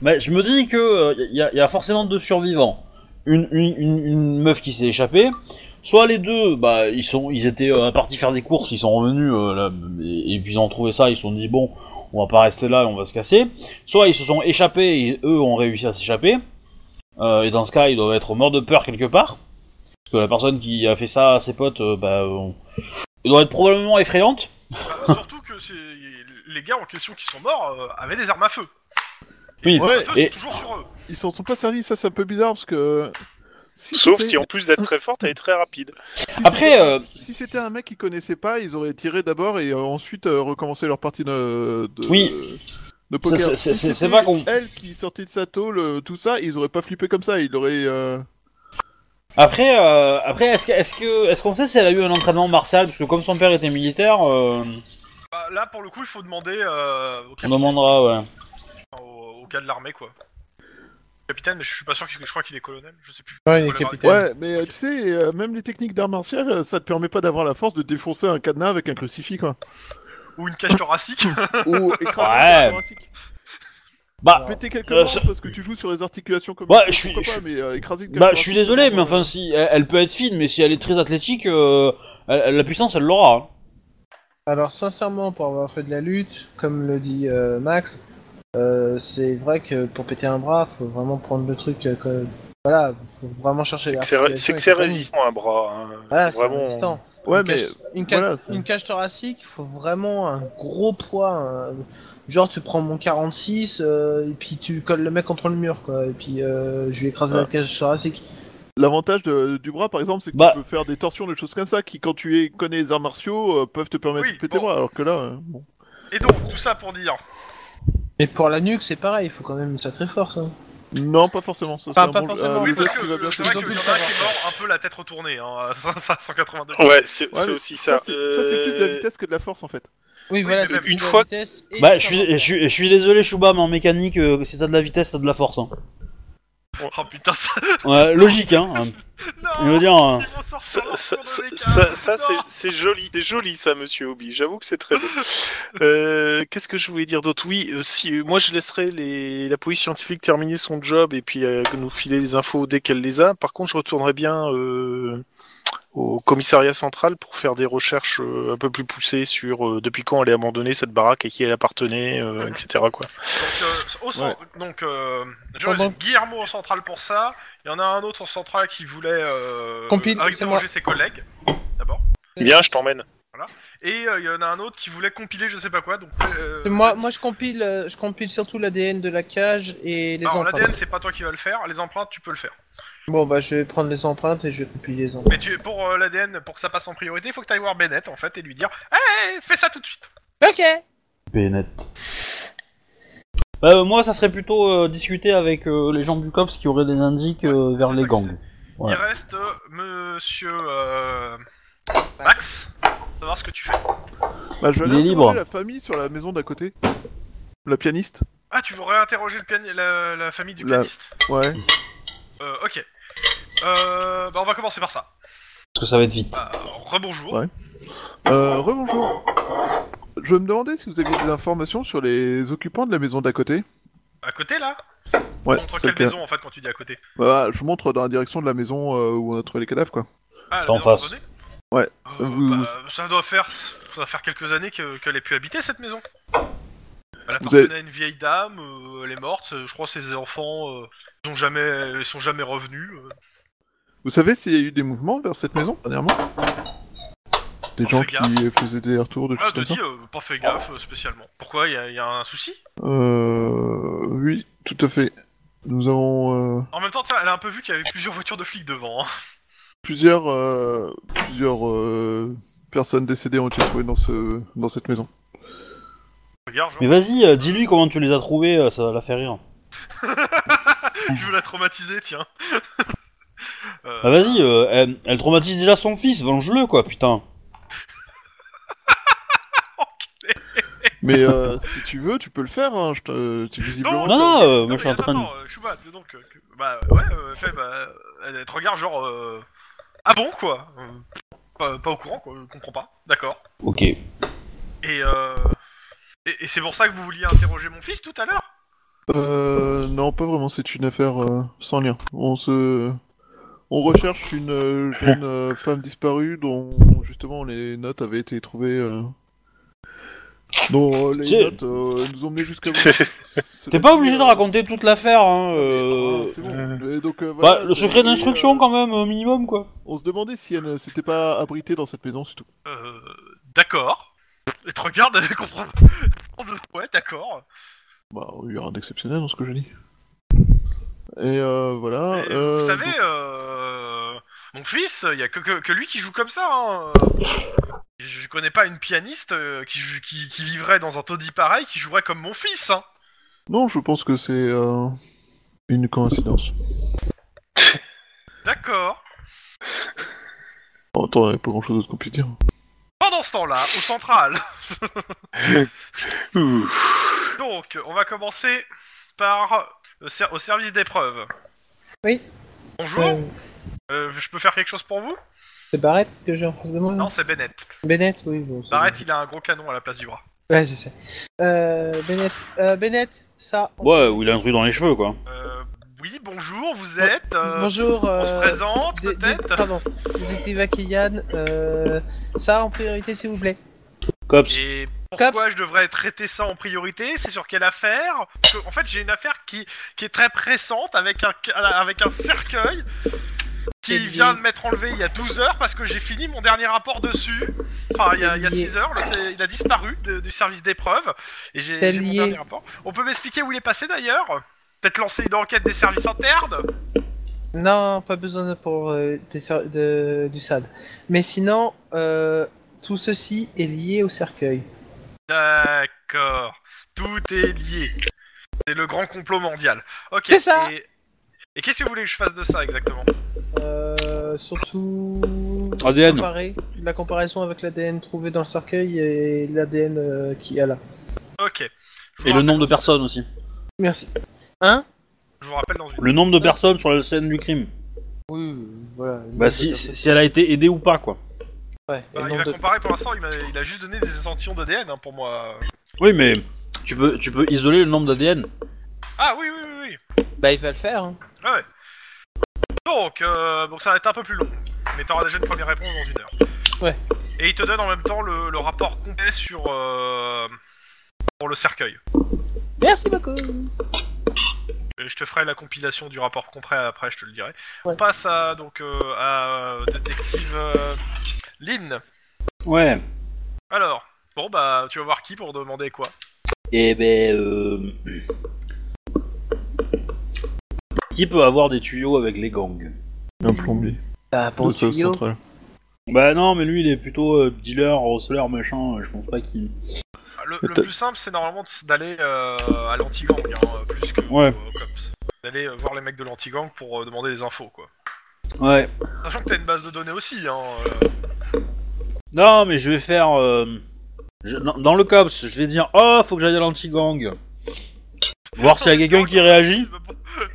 S6: bah, je me dis que il y, a forcément deux survivants. Une, une, une- une meuf qui s'est échappée. Soit les deux, bah ils sont, ils étaient euh, partis faire des courses, ils sont revenus euh, là, et, et puis ils ont trouvé ça, ils se sont dit bon, on va pas rester là, on va se casser. Soit ils se sont échappés et eux ont réussi à s'échapper. Euh, et dans ce cas, ils doivent être morts de peur quelque part, parce que la personne qui a fait ça à ses potes, euh, bah, euh, elle doit être probablement effrayante.
S2: bah, surtout que c'est- les gars en question qui sont morts euh, avaient des armes à feu.
S6: Oui.
S2: Les armes à feu
S6: et-
S2: sont toujours sur eux.
S1: Ils s'en sont pas servis, ça c'est un peu bizarre parce que. euh, Si
S3: Sauf
S1: c'était-
S3: si en plus d'être très forte, elle est très rapide.
S1: si
S6: Après,
S1: c'était-
S6: euh,
S1: si c'était un mec qu'ils connaissaient pas, ils auraient tiré d'abord et euh, ensuite euh, recommencé leur partie de. de-
S6: Oui.
S1: De poker.
S6: Ça, c'est-
S1: Si
S6: c'est- c'est
S1: c'était
S6: pas con.
S1: Elle qui sortait de sa tôle, euh, tout ça, ils auraient pas flippé comme ça, ils auraient. euh,
S6: Après, euh, après, est-ce que, est-ce que, est-ce qu'on sait si elle a eu un entraînement martial Parce que comme son père était militaire, euh,
S2: Bah, là pour le coup il faut demander euh, au,
S6: on
S2: capitaine,
S6: demandera, ouais.
S2: au- au gars de l'armée quoi. Capitaine, mais je suis pas sûr, qu'il- je crois qu'il est colonel, je sais plus.
S4: Ouais, il est
S2: Colonel-
S4: capitaine.
S1: Ouais, mais euh, tu sais, euh, même les techniques d'art martial, euh, ça te permet pas d'avoir la force de défoncer un cadenas avec un crucifix, quoi.
S2: Ou une cage thoracique.
S1: Ou écraser un
S6: Ouais.
S1: cadenas thoracique.
S6: Bah,
S1: Péter quelques
S6: Euh,
S1: membres
S6: ça-
S1: parce que tu joues sur les articulations comme
S6: Bah,
S1: ça,
S6: je suis-
S1: pourquoi
S6: je-
S1: pas, mais euh, écraser une cage
S6: bah, je suis
S1: thoracique,
S6: désolé,
S1: c'est
S6: mais enfin, si elle, elle peut être fine, mais si elle est très athlétique, euh, elle- elle- la puissance, elle l'aura. hein.
S4: Alors sincèrement, pour avoir fait de la lutte, comme le dit euh, Max, euh, c'est vrai que pour péter un bras, faut vraiment prendre le truc. euh, que- Voilà, faut vraiment
S3: C'est
S4: chercher.
S3: que
S4: l'articulation
S3: c'est- c'est
S4: et
S3: que c'est
S4: compagnie.
S3: résistant un bras. hein.
S4: Voilà, c'est
S3: Vraiment.
S4: résistant.
S1: Ouais,
S4: Une
S1: mais
S4: cage- une cage,
S1: voilà, c'est-
S4: une cage thoracique, il faut vraiment un gros poids. un- Genre, tu prends mon 46 euh, et puis tu colles le mec contre le mur, quoi. Et puis euh, je lui écrase la cage thoracique.
S1: L'avantage de- du bras, par exemple, c'est que
S6: Bah.
S1: tu peux faire des torsions, des choses comme ça, qui, quand tu es, connais les arts martiaux, euh, peuvent te permettre
S2: Oui,
S1: de péter le
S2: bon.
S1: bras, alors que là, euh, bon.
S2: Et donc, tout ça pour dire,
S4: Mais pour la nuque, c'est pareil, il faut quand même une sacrée force. hein.
S1: Non, pas forcément, ça c'est
S4: Pas-
S1: un
S4: pas
S1: bon- Ah,
S4: forcément,
S3: Ah,
S1: un
S2: Oui,
S4: oui,
S1: geste
S2: parce que
S1: qui va bien,
S2: euh, c'est
S1: c'est
S2: vrai qu'il y en a un qui est mort un peu la tête retournée, hein, à 582.
S3: Ouais, c'est
S1: Ouais,
S3: c'est
S1: mais
S3: aussi ça.
S1: Ça, c'est ça, c'est plus de la
S3: Euh,
S1: vitesse que de la force, en fait.
S4: Oui, voilà,
S2: mais
S4: c'est
S2: même
S3: une
S4: de la
S3: fois-
S4: vitesse et
S6: Bah,
S4: du
S6: je suis,
S4: savoir-faire.
S6: je suis, je suis désolé, Chouba, mais en mécanique, euh, si t'as de la vitesse, t'as de la force. hein.
S2: Oh putain, ça...
S6: Ouais, logique, hein. Je veux
S2: Non
S6: dire, euh,
S2: Ils vont
S3: Ça,
S2: sortir
S3: ça,
S2: leur
S3: ça,
S2: tour de
S3: ça,
S2: décalage.
S3: ça, c'est-
S2: Non.
S3: c'est joli, c'est joli ça, monsieur Hobby. J'avoue que c'est très beau. Euh, Qu'est-ce que je voulais dire d'autre Oui, euh, si euh, moi je laisserai les, la police scientifique terminer son job et puis euh, nous filer les infos dès qu'elle les a. Par contre, je retournerai bien euh, au commissariat central pour faire des recherches euh, un peu plus poussées sur euh, depuis quand elle est abandonnée cette baraque, à qui elle appartenait, euh,
S2: Mhm.
S3: etc. Quoi.
S2: Donc, euh, au cent- donc euh, je
S4: Pardon.
S2: résume. Guillermo en centrale pour ça. Il y en a un autre en centrale qui voulait euh,
S4: Compile,
S2: euh,
S4: c'est moi.
S2: interroger ses collègues. D'abord.
S3: Bien, je t'emmène.
S2: Et euh, il y en a un autre qui voulait compiler je sais pas quoi. Donc, euh,
S4: C'est Moi, moi je compile, euh, je compile surtout l'ADN de la cage et les
S2: Alors,
S4: empreintes.
S2: l'ADN, c'est pas toi qui vas le faire. Les empreintes, tu peux le faire.
S4: Bon bah je vais prendre les empreintes et je vais compiler les empreintes.
S2: Mais tu, pour euh, l'ADN, pour que ça passe en priorité, il faut que t'ailles voir Bennett en fait et lui dire Hey, fais ça tout de suite
S4: Ok.
S6: Bennett. Bah, euh, moi, ça serait plutôt euh, discuter avec euh, les gens du COPS qui auraient des indices euh, vers
S2: c'est
S6: les
S2: ça que
S6: gangs. Ouais.
S2: Il reste euh, monsieur euh, Max. Savoir ce que tu fais.
S1: Bah, je vais
S6: Il
S1: aller
S6: est
S1: interroger
S6: libre.
S1: la famille sur la maison d'à côté. La pianiste.
S2: Ah, tu veux réinterroger le piani- la, la famille du
S1: La-
S2: pianiste
S1: Ouais.
S2: Euh, ok. Euh, bah on va commencer par ça.
S6: Parce que ça va être vite.
S2: Bah, rebonjour.
S1: Ouais. Euh, rebonjour. Je me demandais si vous aviez des informations sur les occupants de la maison d'à côté.
S2: À côté là
S1: Ouais,
S2: Entre
S1: c'est
S2: quelle
S1: le cas.
S2: maison en fait quand tu dis à côté
S1: Voilà, je montre dans la direction de la maison euh, où on a trouvé les cadavres, quoi.
S2: Ah,
S6: C'est en
S2: maison
S6: face.
S2: abandonnée
S1: Ouais.
S2: Euh,
S1: Vous-
S2: bah, ça doit faire ça doit faire quelques années que- qu'elle ait pu habiter cette maison. Elle
S1: Vous avez-
S2: appartenait à une vieille dame, euh, elle est morte, euh, je crois que ses enfants euh, ils sont jamais ils sont jamais revenus. euh.
S1: Vous savez s'il y a eu des mouvements vers cette maison dernièrement Des
S2: On
S1: gens
S2: fait
S1: qui euh, faisaient des retours de
S2: Ah,
S1: choses
S2: de
S1: comme ça
S2: dit, euh, pas fait gaffe euh, spécialement. Pourquoi Il y, a- y a un souci
S1: Euh. Oui, tout à fait. Nous avons euh,
S2: En même temps, tiens, elle a un peu vu qu'il y avait plusieurs voitures de flics devant. hein.
S1: plusieurs. euh, plusieurs. euh, personnes décédées ont été trouvées dans, ce, dans cette maison.
S2: Regarde, genre,
S6: Mais vas-y, euh, dis-lui comment tu les as trouvés, euh, ça va la faire rire.
S2: je veux la traumatiser, tiens. Euh,
S1: Ah,
S6: Bah, vas-y, euh, elle, elle traumatise déjà son fils, venge-le, quoi, putain.
S1: Mais euh, si tu veux, tu peux le faire, hein, je te... tu- visiblement.
S6: Non, non, euh, moi, je suis
S2: mais
S6: en train de-
S2: attends, euh, je suis pas, dis donc, euh, que- bah ouais, euh, fait, bah, elle te regarde genre, euh, ah bon quoi, Euh, pas, pas au courant quoi, je comprends pas, d'accord.
S6: Ok.
S2: Et euh, et, et c'est pour ça que vous vouliez interroger mon fils tout à l'heure
S1: Euh, non, pas vraiment, c'est une affaire euh, sans lien. On se. On recherche une euh, jeune euh, femme disparue dont justement les notes avaient été trouvées. euh, dont euh, les
S6: C'est-
S1: notes euh, nous ont mené jusqu'à vous.
S6: T'es
S1: Cela
S6: pas
S1: dit,
S6: obligé de
S1: euh,
S6: raconter toute l'affaire,
S1: non,
S6: hein.
S1: mais,
S6: euh,
S1: ah, c'est bon. Et donc, euh,
S6: Bah,
S1: voilà,
S6: le
S1: c'est-
S6: secret
S1: et,
S6: d'instruction,
S1: euh,
S6: quand même, au minimum, quoi.
S1: On se demandait si elle ne s'était pas abritée dans cette maison, c'est tout.
S2: Euh, d'accord. Elle te regarde, elle comprend. pas. ouais, d'accord.
S1: Bah, il y aura un exceptionnel dans ce que je dis. Et euh, voilà.
S2: Et
S1: euh,
S2: vous
S1: donc-
S2: savez, euh, mon fils, il y a que, que, que lui qui joue comme ça. hein. Je connais pas une pianiste euh, qui, joue- qui, qui vivrait dans un taudis pareil, qui jouerait comme mon fils. Hein.
S1: Non, je pense que c'est euh, une coïncidence.
S2: D'accord.
S1: Oh, Attends, il n'y a pas grand chose d'autre qu'on puisse dire.
S2: Pendant ce temps-là, au central.
S3: Ouh.
S2: Donc, on va commencer par le ser- au service d'épreuve.
S4: Oui.
S2: Bonjour.
S4: Euh,
S2: euh, je peux faire quelque chose pour vous
S4: c'est Barrett que j'ai en face de moi.
S2: Non, c'est Bennett.
S4: Bennett, oui. Bon, c'est-
S2: Barrett, il a un gros canon à la place du bras.
S4: Ouais, je sais. Euh, Bennett, euh, Bennett, ça. on-
S6: Ouais, ou il a un truc dans les cheveux, quoi.
S2: Euh, oui, bonjour. Vous êtes. euh,
S4: Bonjour.
S2: on se
S4: euh,
S2: présente
S4: dé- dé-
S2: peut-être.
S4: Pardon. Détective Akiyan, euh, ça en priorité s'il vous plaît.
S6: Cops.
S2: Et pourquoi je devrais traiter ça en priorité C'est sur quelle affaire Parce que, En fait, j'ai une affaire qui, qui est très pressante avec un, avec un cercueil qui
S4: C'est
S2: vient
S4: lié.
S2: de m'être enlevé il y a 12 heures parce que j'ai fini mon dernier rapport dessus. Enfin, il y a, il y a
S4: C'est lié.
S2: 6 heures, le- c'est- il a disparu de- du service d'épreuve et j'ai
S4: C'est
S2: j'ai mon
S4: lié.
S2: dernier rapport. On peut m'expliquer où il est passé d'ailleurs Peut-être lancer une enquête des services internes
S4: Non, pas besoin de- pour euh, des ser- de- du SAD. Mais sinon, euh, tout ceci est lié au cercueil.
S2: D'accord. Tout est lié. C'est le grand complot mondial. Ok.
S4: C'est ça.
S2: Et, et qu'est-ce que vous voulez que je fasse de ça exactement
S4: Euh, surtout.
S6: ADN.
S4: comparer- la comparaison avec l'ADN trouvé dans le cercueil et l'ADN euh, qui qu'il y a là.
S2: Ok. Je vous
S6: Et le
S2: rappelle-
S6: nombre de personnes aussi.
S4: Merci. Hein
S2: je Je vous rappelle dans une.
S6: Le nombre de personnes sur la scène du crime.
S4: Oui, oui, voilà.
S6: Bah si, si si elle a été aidée ou pas quoi.
S4: Ouais,
S2: Bah,
S4: et euh,
S2: il
S4: nombre
S2: va
S4: de-
S2: comparer pour l'instant, il, m'a- il a juste donné des échantillons d'ADN hein, pour moi.
S6: Oui mais tu peux tu peux isoler le nombre d'ADN.
S2: Ah oui, oui, oui, oui.
S4: Bah, il va le faire. Hein.
S2: Donc, euh, donc ça va être un peu plus long, mais t'auras déjà une première réponse dans une heure.
S4: Ouais.
S2: Et il te donne en même temps le, le rapport complet sur euh, pour le cercueil.
S4: Merci beaucoup.
S2: Et je te ferai la compilation du rapport complet après, je te le dirai. On
S4: Ouais.
S2: passe à donc euh, à euh, détective euh, Lynn.
S6: Ouais.
S2: Alors, bon bah tu vas voir qui pour demander quoi.
S6: Et ben euh... qui peut avoir des tuyaux avec les gangs
S1: Un plombier.
S4: Bah, bon
S1: Ça, c'est
S4: tuyau.
S1: central.
S6: Bah non mais lui il est plutôt euh, dealer, receleur, machin. euh, Je pense pas qu'il.
S2: Le,
S1: Mais
S2: le
S1: t'as-
S2: plus simple c'est normalement de- d'aller euh, à l'anti-gang, hein, plus que
S6: Ouais.
S2: au- au cops. D'aller euh, voir les mecs de l'anti-gang pour euh, demander des infos quoi.
S6: Ouais.
S2: Sachant que t'as une base de données aussi hein. euh,
S6: Non mais je vais faire euh, je- dans dans le cops. Je vais dire oh faut que j'aille à l'anti-gang. Voir s'il y a quelqu'un qui réagit.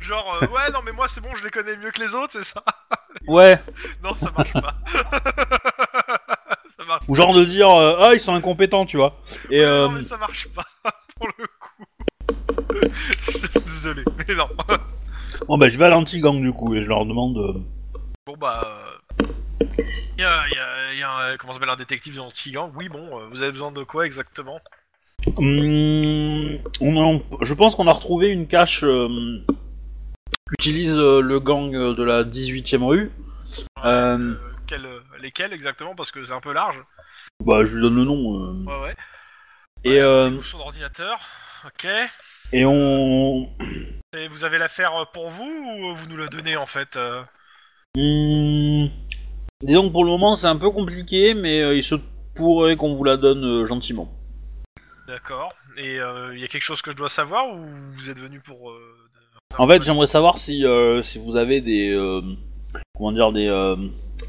S2: Genre, euh, ouais, non, mais moi c'est bon, je les connais mieux que les autres, c'est ça
S6: Ouais.
S2: Non, ça marche pas. ça marche
S6: Ou genre de dire euh, ah ils sont incompétents tu vois. Et euh,
S2: Non, mais ça marche pas, pour le coup. Désolé, mais non.
S6: bon bah je vais à l'anti-gang du coup et je leur demande. euh,
S2: Bon, bah. euh, Il y a, il y a- il y a un, comment ça s'appelle, un détective dans gang Oui, bon, euh, vous avez besoin de quoi exactement
S6: Hmm, on en- je pense qu'on a retrouvé une cache euh, qu'utilise euh, le gang euh, de la 18ème rue. Euh,
S2: Euh, quel- euh, Lesquels exactement Parce que c'est un peu large.
S6: bah, je lui donne le nom. euh.
S2: Ouais, ouais.
S6: Et, euh,
S2: Son ordinateur, ok.
S6: et on.
S2: Et vous avez l'affaire euh, pour vous ou vous nous la donnez en fait euh
S6: Hmm, disons que pour le moment c'est un peu compliqué, mais euh, il se pourrait qu'on vous la donne euh, gentiment.
S2: D'accord. Et il y a quelque chose que je dois savoir ou vous êtes venu pour. euh,
S6: En fait, j'aimerais savoir si, euh, si vous avez des. euh, comment dire Des. euh,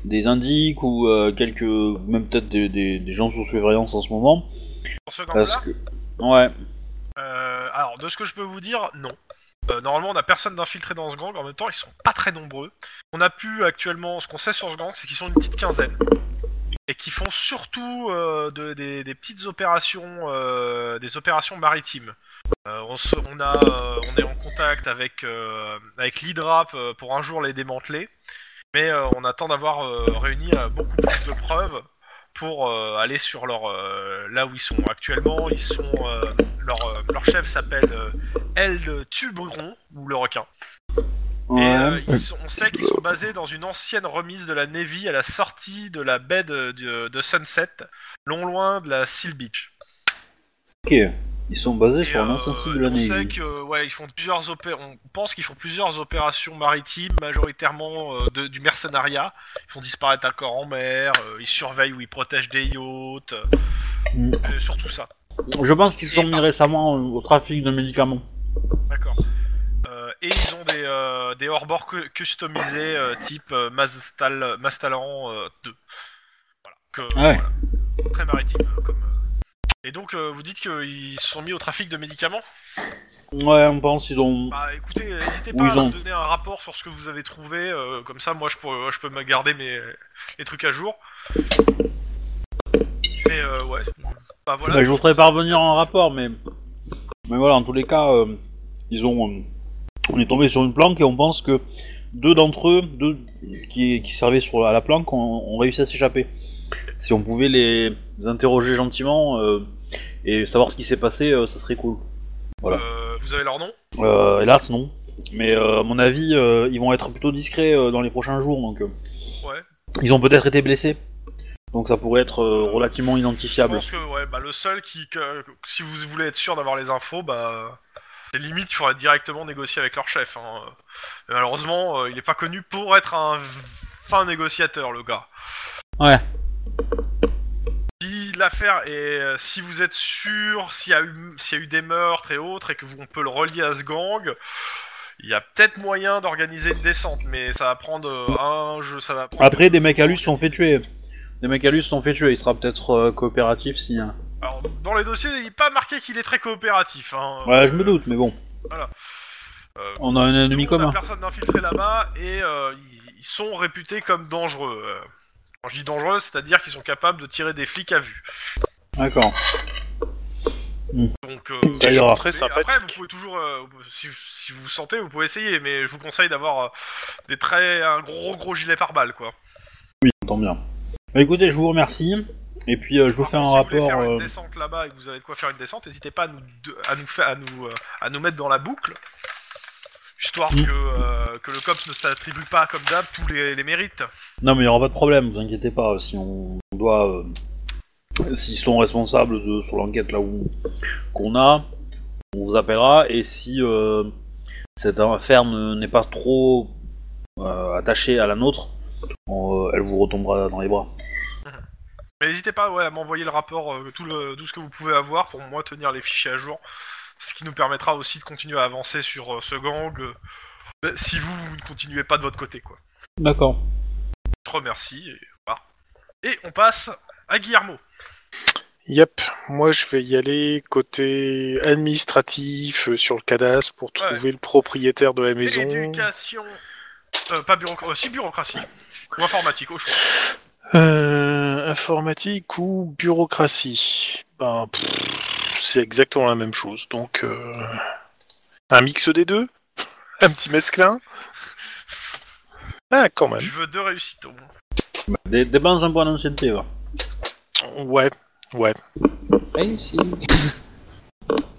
S6: des indices ou euh, quelques. Même peut-être des, des- des gens sous surveillance en ce moment.
S2: pour ce
S6: Parce
S2: gang-là
S6: que. Ouais.
S2: Euh, Alors, de ce que je peux vous dire, non. Euh, normalement, on a personne d'infiltré dans ce gang. En même temps, ils sont pas très nombreux. On a pu actuellement. Ce qu'on sait sur ce gang, c'est qu'ils sont une petite quinzaine. Et qui font surtout euh, de- des, des petites opérations, euh, des opérations maritimes. Euh, on, se- on a, euh, on est en contact avec euh, avec l'IDRAP euh, pour un jour les démanteler, mais euh, on attend d'avoir euh, réuni euh, beaucoup plus de preuves pour euh, aller sur leur euh, là où ils sont actuellement. Ils sont euh, leur, euh, leur chef s'appelle euh, El Tuberon ou le requin. Et euh, ils sont- on sait qu'ils sont basés dans une ancienne remise de la Navy à la sortie de la baie de, de- de Sunset, long loin de la Seal Beach.
S6: Ok, ils sont basés
S2: Et,
S6: sur
S2: euh,
S6: un sensible de la
S2: on sait
S6: Navy.
S2: que euh, ouais, ils font plusieurs opé- on pense qu'ils font plusieurs opérations maritimes, majoritairement euh, de- du mercenariat. Ils font disparaître un corps en mer, euh, ils surveillent ou ils protègent des yachts, euh,
S6: Mm.
S2: euh, surtout ça.
S6: Je pense qu'ils se sont
S2: Et-
S6: mis récemment euh, au trafic de médicaments.
S2: D'accord. Euh, et ils ont des, euh, des hors-bords cu- customisés euh, type euh, Mastal, Mastalan euh, 2. Voilà. Que-
S6: Ah ouais.
S2: voilà. Très maritime. euh, comme, euh. Et donc, euh, vous dites qu'ils se sont mis au trafic de médicaments
S6: Ouais, on pense qu'ils ont.
S2: Bah écoutez, n'hésitez
S6: Où
S2: pas à
S6: ils ont-
S2: me donner un rapport sur ce que vous avez trouvé. euh, comme ça, moi, je, pourrais- je peux me garder mes, les trucs à jour. Mais euh, ouais. Bah voilà.
S6: Bah, je vous ferai parvenir un rapport, mais. Mais voilà, en tous les cas, euh, ils ont. euh, On est tombé sur une planque et on pense que deux d'entre eux, deux qui, qui servaient sur, à la planque, ont, ont réussi à s'échapper. Si on pouvait les interroger gentiment euh, et savoir ce qui s'est passé, euh, ça serait cool. voilà.
S2: Euh, vous avez leur nom
S6: Euh, hélas, non. Mais euh, à mon avis, euh, ils vont être plutôt discrets euh, dans les prochains jours, donc. euh,
S2: Ouais.
S6: Ils ont peut-être été blessés, donc ça pourrait être euh, relativement identifiable.
S2: Je pense que ouais, bah, le seul qui, que- si vous voulez être sûr d'avoir les infos, bah, c'est limite il faudrait directement négocier avec leur chef. hein. Mais malheureusement, euh, il n'est pas connu pour être un v- fin négociateur, le gars.
S6: Ouais.
S2: Si l'affaire est, euh, si vous êtes sûr, s'il y a eu, s'il y a eu des meurtres et autres, et que vous, on peut le relier à ce gang. Il y a peut-être moyen d'organiser une descente, mais ça va prendre euh, un jeu, ça va. prendre-
S6: Après, des mecs à lui se sont fait tuer. Des mecs à lui se sont fait tuer. Il sera peut-être euh, coopératif si. hein.
S2: Alors, dans les dossiers, il n'est pas marqué qu'il est très coopératif. Hein.
S6: Ouais, je me doute, mais bon.
S2: Euh,
S6: On a un ennemi
S2: nous, on a
S6: commun.
S2: personne d'infiltré là-bas et euh, ils, ils sont réputés comme dangereux. euh. Quand je dis dangereux, c'est-à-dire qu'ils sont capables de tirer des flics à vue.
S6: D'accord.
S2: Donc, euh,
S6: D'ailleurs,
S2: mais
S3: très sympathique.
S2: Après, vous pouvez toujours, euh, si, si vous sentez, vous pouvez essayer, mais je vous conseille d'avoir euh, des très un gros gros gilet pare-balles quoi.
S6: Oui, j'entends bien. Bah, écoutez, je vous remercie. Et puis, euh, je vous fais un
S2: Par contre, si vous voulez
S6: rapport.
S2: faire une
S6: euh,
S2: descente là-bas et que vous avez de quoi faire une descente, n'hésitez pas à nous, de- à, nous fa- à, nous, euh, à nous mettre dans la boucle, histoire
S6: Mm.
S2: que, euh, que le COPS ne s'attribue pas comme d'hab tous les, les mérites.
S6: Non, mais il n'y aura pas de problème, vous inquiétez pas. Si on on doit. euh, S'ils sont responsables de, sur l'enquête là où qu'on a, on vous appellera. Et si euh, cette affaire ne- n'est pas trop euh, attachée à la nôtre, on, euh, elle vous retombera dans les bras.
S2: Mais n'hésitez pas ouais, à m'envoyer le rapport, euh, tout, le, tout ce que vous pouvez avoir pour moi tenir les fichiers à jour, ce qui nous permettra aussi de continuer à avancer sur euh, ce gang, euh, euh, si vous, vous ne continuez pas de votre côté quoi.
S6: D'accord.
S2: Je te remercie et voilà. Et on passe à Guillermo.
S3: Yep, moi je vais y aller côté administratif euh, sur le cadastre pour
S2: Ouais.
S3: trouver le propriétaire de la maison.
S2: Éducation, euh, pas bureaucratie, si bureaucratie ou informatique au choix.
S3: Euh, informatique ou bureaucratie Ben, pff, c'est exactement la même chose. Donc, euh, un mix des deux Un petit mesclin Ah, quand même.
S2: Je veux deux réussites au moins.
S6: Dé- Dépense un point d'ancienneté, va.
S3: Ouais,
S4: Oui, si.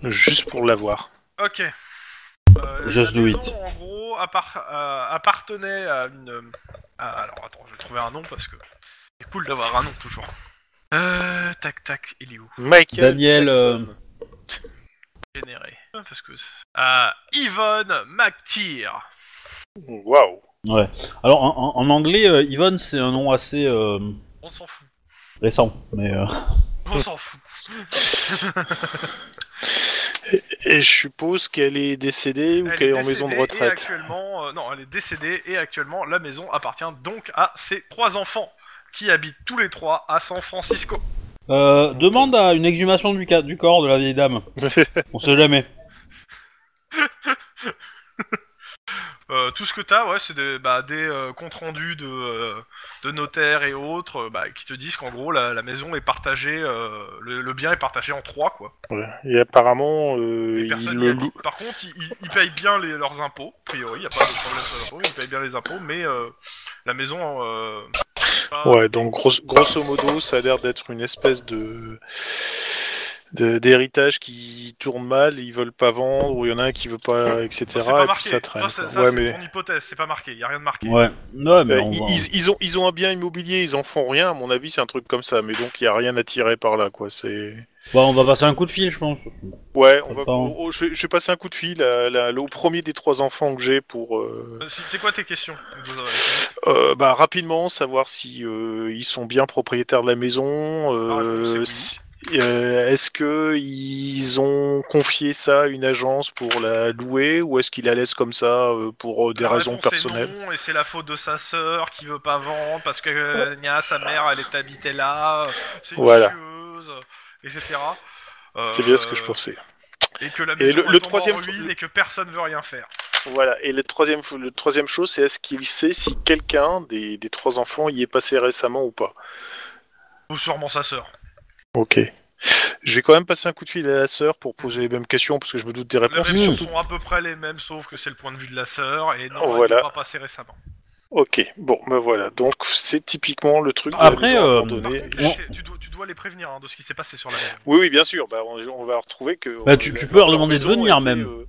S3: juste pour l'avoir.
S2: Ok. Euh,
S6: Just
S2: la
S6: do
S2: maison,
S6: it.
S2: En gros, appar- euh, appartenait à une. euh, à- alors attends, je vais trouver un nom parce que c'est cool d'avoir un nom toujours. Euh, tac tac, il est où
S3: Mike.
S6: Daniel, euh,
S2: Généré. Parce que. Ah, Yvonne McTeer.
S3: Waouh.
S6: Ouais. Alors, en, en- en anglais, euh, Yvonne, c'est un nom assez euh,
S2: On s'en fout.
S6: récent. Mais, euh,
S2: On s'en fout.
S3: Et je suppose qu'elle est décédée ou qu'elle est en maison de
S2: décédée et
S3: retraite.
S2: actuellement, euh, non, elle est décédée et actuellement la maison appartient donc à ses trois enfants qui habitent tous les trois à San Francisco.
S6: euh, demande à une exhumation du, ca- du corps de la vieille dame. On sait jamais.
S2: Euh, tout ce que t'as, ouais, c'est des, bah, des euh, comptes rendus de, euh, de notaires et autres euh, bah, qui te disent qu'en gros la, la maison est partagée, euh, le, le bien est partagé en trois quoi.
S3: Ouais. Et apparemment, euh,
S2: Les
S3: il
S2: personnes
S3: le
S2: y habitent. Par contre, ils, ils- ils payent bien les- leurs impôts. A priori, y a pas de problème sur les impôts. Ils payent bien les impôts, mais euh, la maison. euh, c'est pas-
S3: Ouais, donc gros-
S2: Bah.
S3: grosso modo, ça a l'air d'être une espèce de de- d'héritage qui tourne mal, ils veulent pas vendre, ou il y en a un qui veut pas, etc.
S2: c'est
S3: et
S2: pas
S3: puis
S2: marqué.
S3: ça traîne.
S2: Toi, c'est-
S3: quoi.
S2: ça,
S3: ouais,
S2: c'est
S3: mais
S2: ton hypothèse. C'est pas marqué. Y a rien de marqué.
S6: Ouais. Ouais, mais
S3: euh,
S6: on va-
S3: ils, ils- ils ont ils ont un bien immobilier, ils en font rien. À mon avis, c'est un truc comme ça. Mais donc il y a rien à tirer par là, quoi. C'est
S6: Bah, on va passer un coup de fil, je pense.
S3: ouais, on va.
S6: Attends.
S3: oh, je, vais, je vais passer un coup de fil à- à- à- au premier des trois enfants que j'ai pour. euh,
S2: Euh, C'est c'est quoi tes questions
S3: Euh, bah, rapidement, savoir si euh, ils sont bien propriétaires de la maison.
S2: La réponse est
S3: euh,
S2: oui.
S3: si- euh, est-ce que ils ont confié ça à une agence pour la louer ou est-ce qu'ils la laissent comme ça euh, pour euh, des
S2: La
S3: raisons
S2: réponse est
S3: personnelles
S2: non, et c'est la faute de sa sœur qui veut pas vendre parce que euh, gna, sa mère elle est habitée là, euh, c'est une
S3: Voilà.
S2: chieuse, etc. Euh,
S3: C'est bien ce que je pensais.
S2: Et que la
S3: Et
S2: maison
S3: le-
S2: elle
S3: le
S2: tombe
S3: troisième-
S2: en ruine et que personne veut rien faire.
S3: Voilà. Et le troisième, le troisième chose, c'est est-ce qu'il sait si quelqu'un des, des trois enfants y est passé récemment ou pas
S2: Ou sûrement sa sœur.
S3: Ok. Je vais quand même passer un coup de fil à la sœur pour poser les mêmes questions parce que je me doute des
S2: Les
S3: réponses.
S2: réponses
S3: surtout-
S2: sont à peu près les mêmes sauf que c'est le point de vue de la sœur et non
S3: Voilà.
S2: elle n'est pas passé récemment.
S3: Ok. Bon, me voilà. Donc c'est typiquement le truc. de la
S6: Après, euh,
S3: maison
S2: Par
S3: abandonnée.
S2: contre,
S6: on-
S2: les- tu, dois, tu dois les prévenir hein, de ce qui s'est passé sur la maison.
S3: Oui, oui, bien sûr. Bah, on, on va retrouver que. euh,
S6: Bah, tu- tu peux leur demander de
S3: maison
S6: venir,
S3: était,
S6: même.
S3: euh,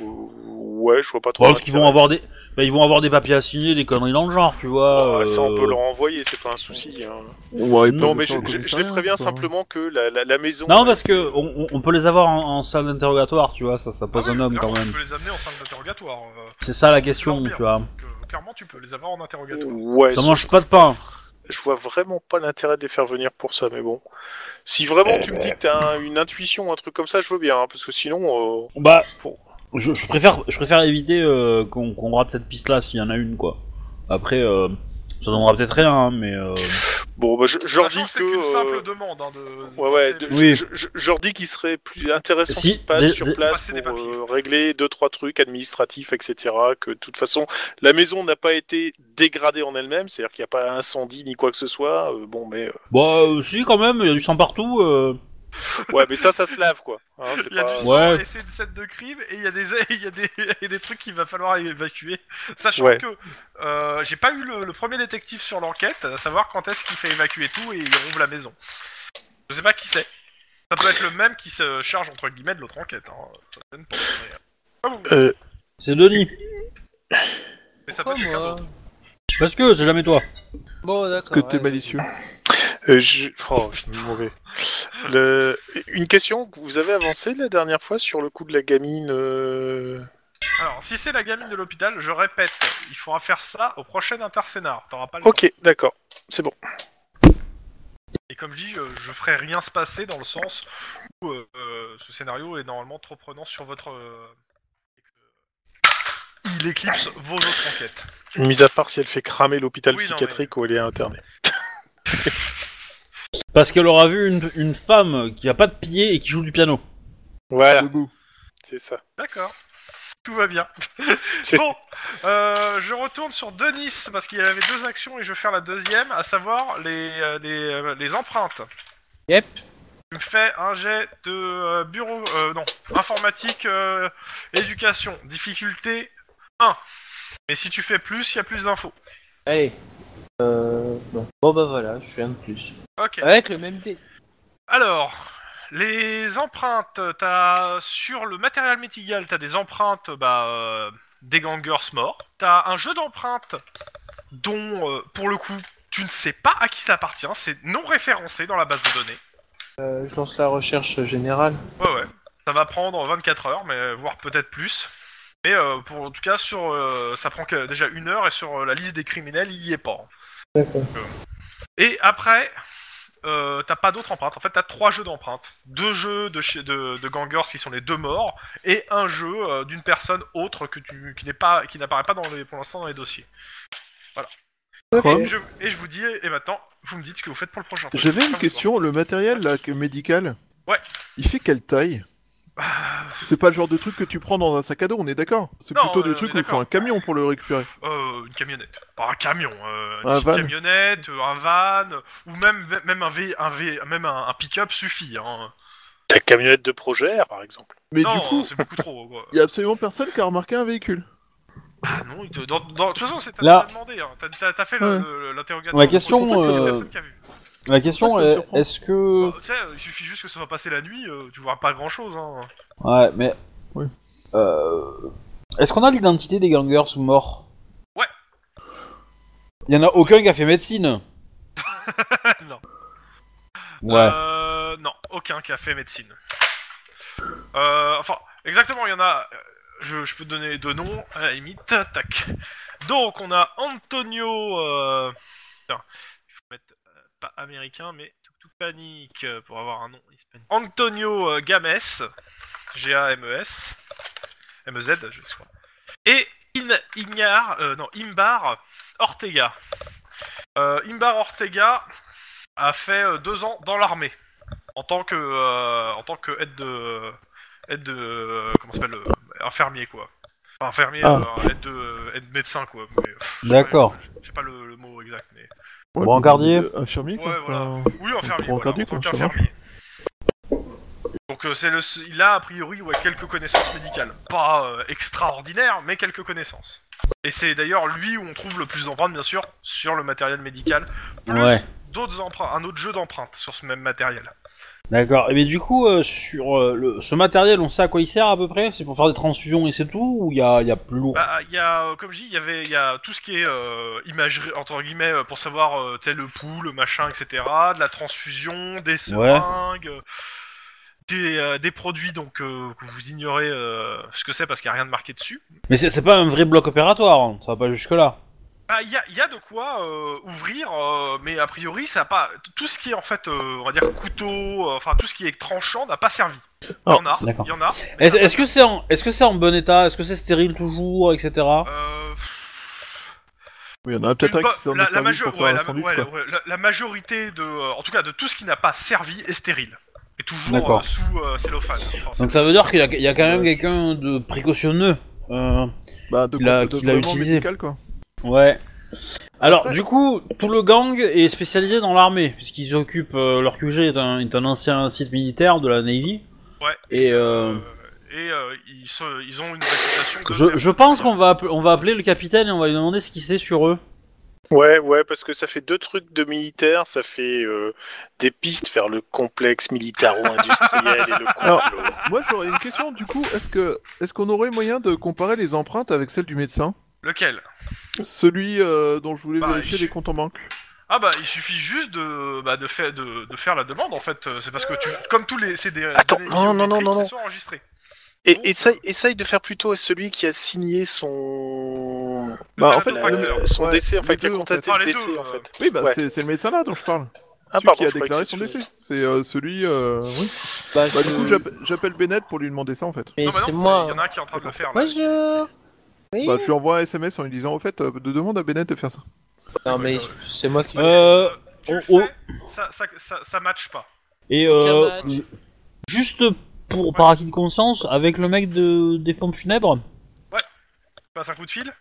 S3: euh, Ouais, je vois pas trop.
S6: Parce qu'ils vont
S3: l'intérêt.
S6: avoir des. Bah, ils vont avoir des papiers à signer, des conneries dans le genre, tu vois.
S3: Ah, Ça, on
S6: euh,
S3: peut leur envoyer, c'est pas un souci. hein.
S1: Ouais,
S3: Non, mais je, je- je les préviens
S1: hein.
S3: simplement que la, la, la maison.
S6: Non, parce que on, on- on peut les avoir en, en salle d'interrogatoire, tu vois, ça, ça pose
S2: Ah oui,
S6: un homme
S2: clairement,
S6: quand
S2: Tu
S6: même.
S2: peux les amener en salle d'interrogatoire. euh,
S6: C'est ça la question,
S2: L'empire.
S6: tu vois.
S2: donc, euh, clairement, tu peux les avoir en interrogatoire.
S3: Ouais,
S6: Ça
S3: sauf
S6: mange pas de pain.
S3: je vois vraiment pas l'intérêt de les faire venir pour ça, mais bon. Si
S6: Eh
S3: vraiment
S6: ben.
S3: tu me dis que t'as un- une intuition, un truc comme ça, je veux bien, hein, parce que sinon. euh,
S6: Bah,
S3: Bon.
S6: je, je préfère, je préfère éviter euh, qu'on qu'on rate cette piste-là s'il y en a une, quoi. Après, euh, ça donnera peut-être rien, hein, mais euh,
S3: Bon, bah, je, je leur dis
S2: Sachant
S3: que.
S2: c'est qu'une
S3: euh,
S2: simple demande hein, de.
S3: Ouais, ouais,
S2: de-
S3: de-
S6: Oui.
S3: je, je- je leur dis qu'il serait plus intéressant
S6: Si,
S3: qu'ils passent
S6: des-
S3: sur
S6: des-
S3: place
S2: Passer des
S3: pour
S2: papiers.
S3: euh, régler deux trois trucs administratifs, etc. Que de toute façon, la maison n'a pas été dégradée en elle-même, c'est-à-dire qu'il n'y a pas incendie ni quoi que ce soit. euh, bon, mais euh,
S6: Bah, euh, si, quand même, il y a du sang partout. euh.
S3: ouais, mais ça, ça se lave quoi. Hein, c'est
S2: Il y a
S3: pas-
S2: du sang,
S6: Ouais.
S2: et c'est une scène de crime, et il y a des, il y a des, et des trucs qu'il va falloir évacuer. Sachant
S3: Ouais.
S2: que euh, j'ai pas eu le, le premier détective sur l'enquête, à savoir quand est-ce qu'il fait évacuer tout et il rouvre la maison. Je sais pas qui c'est. Ça peut être le même qui se charge entre guillemets de l'autre enquête. Hein. Ça donne pas, mais, euh, pas vous,
S3: Euh,
S6: C'est Denis.
S2: mais ça peut
S4: Pourquoi
S2: être quelqu'un
S4: moi
S2: d'autre.
S6: Parce que c'est jamais toi.
S4: Bon, d'accord.
S1: Parce que t'es
S4: ouais.
S1: malicieux.
S3: euh, je... Oh, je suis mauvais. Le- Une question que vous avez avancée la dernière fois sur le coup de la gamine. euh,
S2: Alors si c'est la gamine de l'hôpital, je répète, il faudra faire ça au prochain intercénar. T'auras pas le temps.
S3: Ok, d'accord, c'est bon.
S2: Et comme je dis, euh, je ferai rien se passer dans le sens où euh, euh, ce scénario est normalement trop prenant sur votre. euh, Il éclipse vos autres enquêtes.
S3: Mis à part si elle fait cramer l'hôpital
S2: Oui, non,
S3: psychiatrique où elle est internée.
S6: Parce qu'elle aura vu une, une femme qui a pas de pied et qui joue du piano.
S3: Voilà,
S1: Debout.
S3: c'est ça.
S2: D'accord. Tout va bien. bon, euh, je retourne sur Denis parce qu'il y avait deux actions et je vais faire la deuxième, à savoir les, euh, les, euh, les empreintes.
S4: Yep.
S2: Tu me fais un jet de euh, bureau, euh, non, informatique, euh, éducation, difficulté 1. Mais si tu fais plus, il y a plus d'infos.
S4: Allez. Euh, bon. Bon, bah voilà, je fais un de plus.
S2: Ok.
S4: Avec le même dé.
S2: Alors, les empreintes, t'as sur le matériel médical, t'as des empreintes bah, euh, des gangers morts. T'as un jeu d'empreintes dont, euh, pour le coup, tu ne sais pas à qui ça appartient. C'est non référencé dans la base de données.
S4: Euh, je lance la recherche générale.
S2: Ouais, ouais. Ça va prendre 24 heures, mais euh, voire peut-être plus. Mais euh, pour, en tout cas, sur, euh, ça prend que- déjà une heure et sur euh, la liste des criminels, il y est pas. euh,
S4: D'accord.
S2: Et après, euh, t'as pas d'autres empreintes. En fait, t'as trois jeux d'empreintes. Deux jeux de, chez- de, de gangers qui sont les deux morts, et un jeu euh, d'une personne autre que tu, qui n'est pas, qui n'apparaît pas dans les, pour l'instant dans les dossiers. Voilà.
S1: Ok.
S2: Et, je, et je vous dis, et maintenant, vous me dites ce que vous faites pour le prochain. truc.
S1: J'avais
S2: Ça
S1: une
S2: vous
S1: question, le matériel là, que- médical,
S2: Ouais. Ah.
S1: il fait quelle taille C'est pas le genre de truc que tu prends dans un sac à dos, on est d'accord C'est
S2: Non,
S1: plutôt
S2: euh,
S1: des trucs
S2: on
S1: où
S2: est
S1: il faut un camion pour le récupérer.
S2: Euh, une camionnette. Pas un camion.
S1: Un
S2: euh, une petite
S1: van.
S2: camionnette, euh, un van, ou même, même un, v, un, v, même un, un pick-up suffit. Hein.
S3: La camionnette de projet, par exemple.
S1: Mais
S2: non,
S1: du coup,
S2: c'est beaucoup trop. quoi.
S1: il y a absolument personne qui a remarqué un véhicule.
S2: Ah non, il te- dans- dans- de toute façon, c'est t'as
S6: Là.
S2: t'as demandé. Hein. T'as- T'as t'as fait le-
S1: Ouais.
S2: le- l'interrogatoire.
S6: La question,
S2: pour le-
S1: euh,
S2: personne qui a vu.
S6: La
S1: Ça,
S6: question
S1: ça me
S6: est,
S1: surprend.
S6: est-ce que...
S2: Bah, tu sais, il suffit juste que ça va passer la nuit, euh, tu vois pas grand chose. Hein.
S6: Ouais, mais...
S1: Oui.
S6: Euh, Est-ce qu'on a l'identité des gangers morts
S2: Ouais.
S6: Il y en a aucun qui a fait médecine.
S2: non.
S6: Ouais.
S2: Euh, non, aucun qui a fait médecine. Euh, enfin, exactement, il y en a. euh, Je, je peux te donner les deux noms, à la limite. Tac. Donc, on a Antonio. Euh... Putain, il faut mettre euh, pas américain, mais tout, tout panique euh, pour avoir un nom hispanique. Antonio euh, Games, G-A-M-E-S, M-E-Z, E je crois. Et In Ignar, euh, non, Imbar Ortega. Euh, Imbar Ortega, a fait euh, deux ans dans l'armée en tant que euh, en tant que aide de aide de euh, comment ça s'appelle euh, infirmier quoi enfin, infirmier
S1: Ah.
S2: euh, aide de aide médecin quoi mais, euh, je sais
S6: D'accord.
S2: pas- je sais pas le, le mot exact mais
S6: Brancardier.
S1: euh, Infirmier quoi.
S2: Ouais, voilà.
S1: Enfin,
S2: oui infirmier
S1: prend en
S2: voilà, en
S1: cardio,
S2: tant
S1: quoi, ça va.
S2: qu'infirmier donc euh, c'est le s- il a a priori ouais, quelques connaissances médicales pas euh, extraordinaires mais quelques connaissances et c'est d'ailleurs lui où on trouve le plus d'empreintes bien sûr sur le matériel médical plus
S6: Ouais.
S2: d'autres empreintes un autre jeu d'empreintes sur ce même matériel
S6: D'accord. Et bien du coup, euh, sur euh, le, ce matériel, on sait à quoi il sert à peu près C'est pour faire des transfusions et c'est tout Ou il y a, il y a plus lourd
S2: Bah, il y a, euh, comme je dis, il y avait, il y a tout ce qui est euh, imagerie, entre guillemets, euh, pour savoir euh, tel le pouls, le machin, etc. De la transfusion, des seringues, euh, des, euh, des produits donc euh, que vous ignorez euh, ce que c'est parce qu'il n'y a rien de marqué dessus.
S6: Mais c'est c'est pas un vrai bloc opératoire, hein, ça va pas jusque-là.
S2: Bah, il y a, il y a de quoi euh, ouvrir, euh, mais a priori, ça a pas. Tout ce qui est en fait, euh, on va dire couteau, euh, enfin tout ce qui est tranchant n'a pas servi. Il y en a,
S6: d'accord.
S2: il y en a. mais
S6: Est-ce
S2: ça-
S6: est-ce que c'est en, est -ce c'est en bon état Est-ce que c'est stérile toujours, etc.
S2: Euh,
S1: Oui, il y en a peut-être
S2: Une
S1: un
S2: bo-
S1: qui sort de
S2: la, la
S1: sa vie
S2: major-
S1: pour
S2: ouais,
S1: faire un
S2: la-
S1: sandwich,
S2: ouais,
S1: quoi.
S2: ouais, la- la majorité de, euh, en tout cas, de tout ce qui n'a pas servi est stérile. Et toujours
S6: D'accord.
S2: euh, sous euh, cellophane. forcément.
S6: Donc ça veut dire qu'il y, a- il y a quand même quelqu'un de précautionneux. Euh,
S1: Bah, de,
S6: qu'il a-
S1: de- de
S6: qu'il a
S1: vraiment
S6: utilisé.
S1: médical, quoi.
S6: ouais. Alors,
S1: Après-
S6: du coup, tout le gang est spécialisé dans l'armée, puisqu'ils occupent euh, leur QG est un, est un ancien site militaire de la Navy.
S2: Ouais.
S6: Et euh,
S2: Euh, et euh, ils, se- ils ont une réputation de.
S6: je, je pense qu'on va, appe- on va appeler le capitaine et on va lui demander ce qu'il sait sur eux.
S3: Ouais, ouais, parce que ça fait deux trucs de militaire, ça fait euh, des pistes vers le complexe militaro-industriel et le
S1: Alors,
S3: complot.
S1: Moi, j'aurais une question, du coup, est-ce que est-ce qu'on aurait moyen de comparer les empreintes avec celles du médecin
S2: Lequel
S1: Celui euh, dont je voulais
S2: Bah,
S1: vérifier
S2: je-
S1: les comptes en banque.
S2: Ah bah il suffit juste de bah, de faire de, de faire la demande en fait. Euh, C'est parce que tu comme tous les c'est des
S3: Attends,
S2: données
S3: non, non, non,
S2: biométriques,
S3: non, non.
S2: elles sont enregistrées.
S3: Et essaye, essaye de faire plutôt à celui qui a signé son,
S1: Bah, en fait,
S2: Attends, pas que-
S1: le-
S3: son
S1: ouais,
S3: décès, en
S1: les
S3: fait, qui a
S1: deux, en
S3: contesté
S2: fait. Ah,
S3: le
S2: les
S3: décès,
S2: deux,
S3: en
S2: euh,
S3: fait.
S1: oui, bah,
S3: ouais.
S1: c'est c'est le médecin là dont je parle.
S3: Ah,
S1: celui
S3: pardon,
S1: qui a
S3: je croyais que
S1: déclaré son
S3: c'était
S1: décès.
S3: celui-
S1: C'est euh, celui. euh, oui.
S4: Bah,
S1: Bah,
S4: je-
S1: du coup, j'appelle- j'appelle Bennett pour lui demander ça en fait.
S4: mais
S2: Non, bah non,
S4: c'est
S2: c'est-
S4: moi.
S2: il y en a un qui est en train de le faire là.
S5: Bonjour. Oui.
S1: Bah, je lui envoie un SMS en lui disant au fait, euh, de demande à Bennett de faire ça.
S4: Non, mais c'est moi qui.
S6: Euh,
S2: Tu le
S6: oh,
S2: fais, ça, ça, ça, ça matche pas.
S6: Et euh,
S5: Aucun match.
S6: juste pour par acquis de conscience, avec le mec de, des pompes funèbres,
S2: Tu passes un coup de fil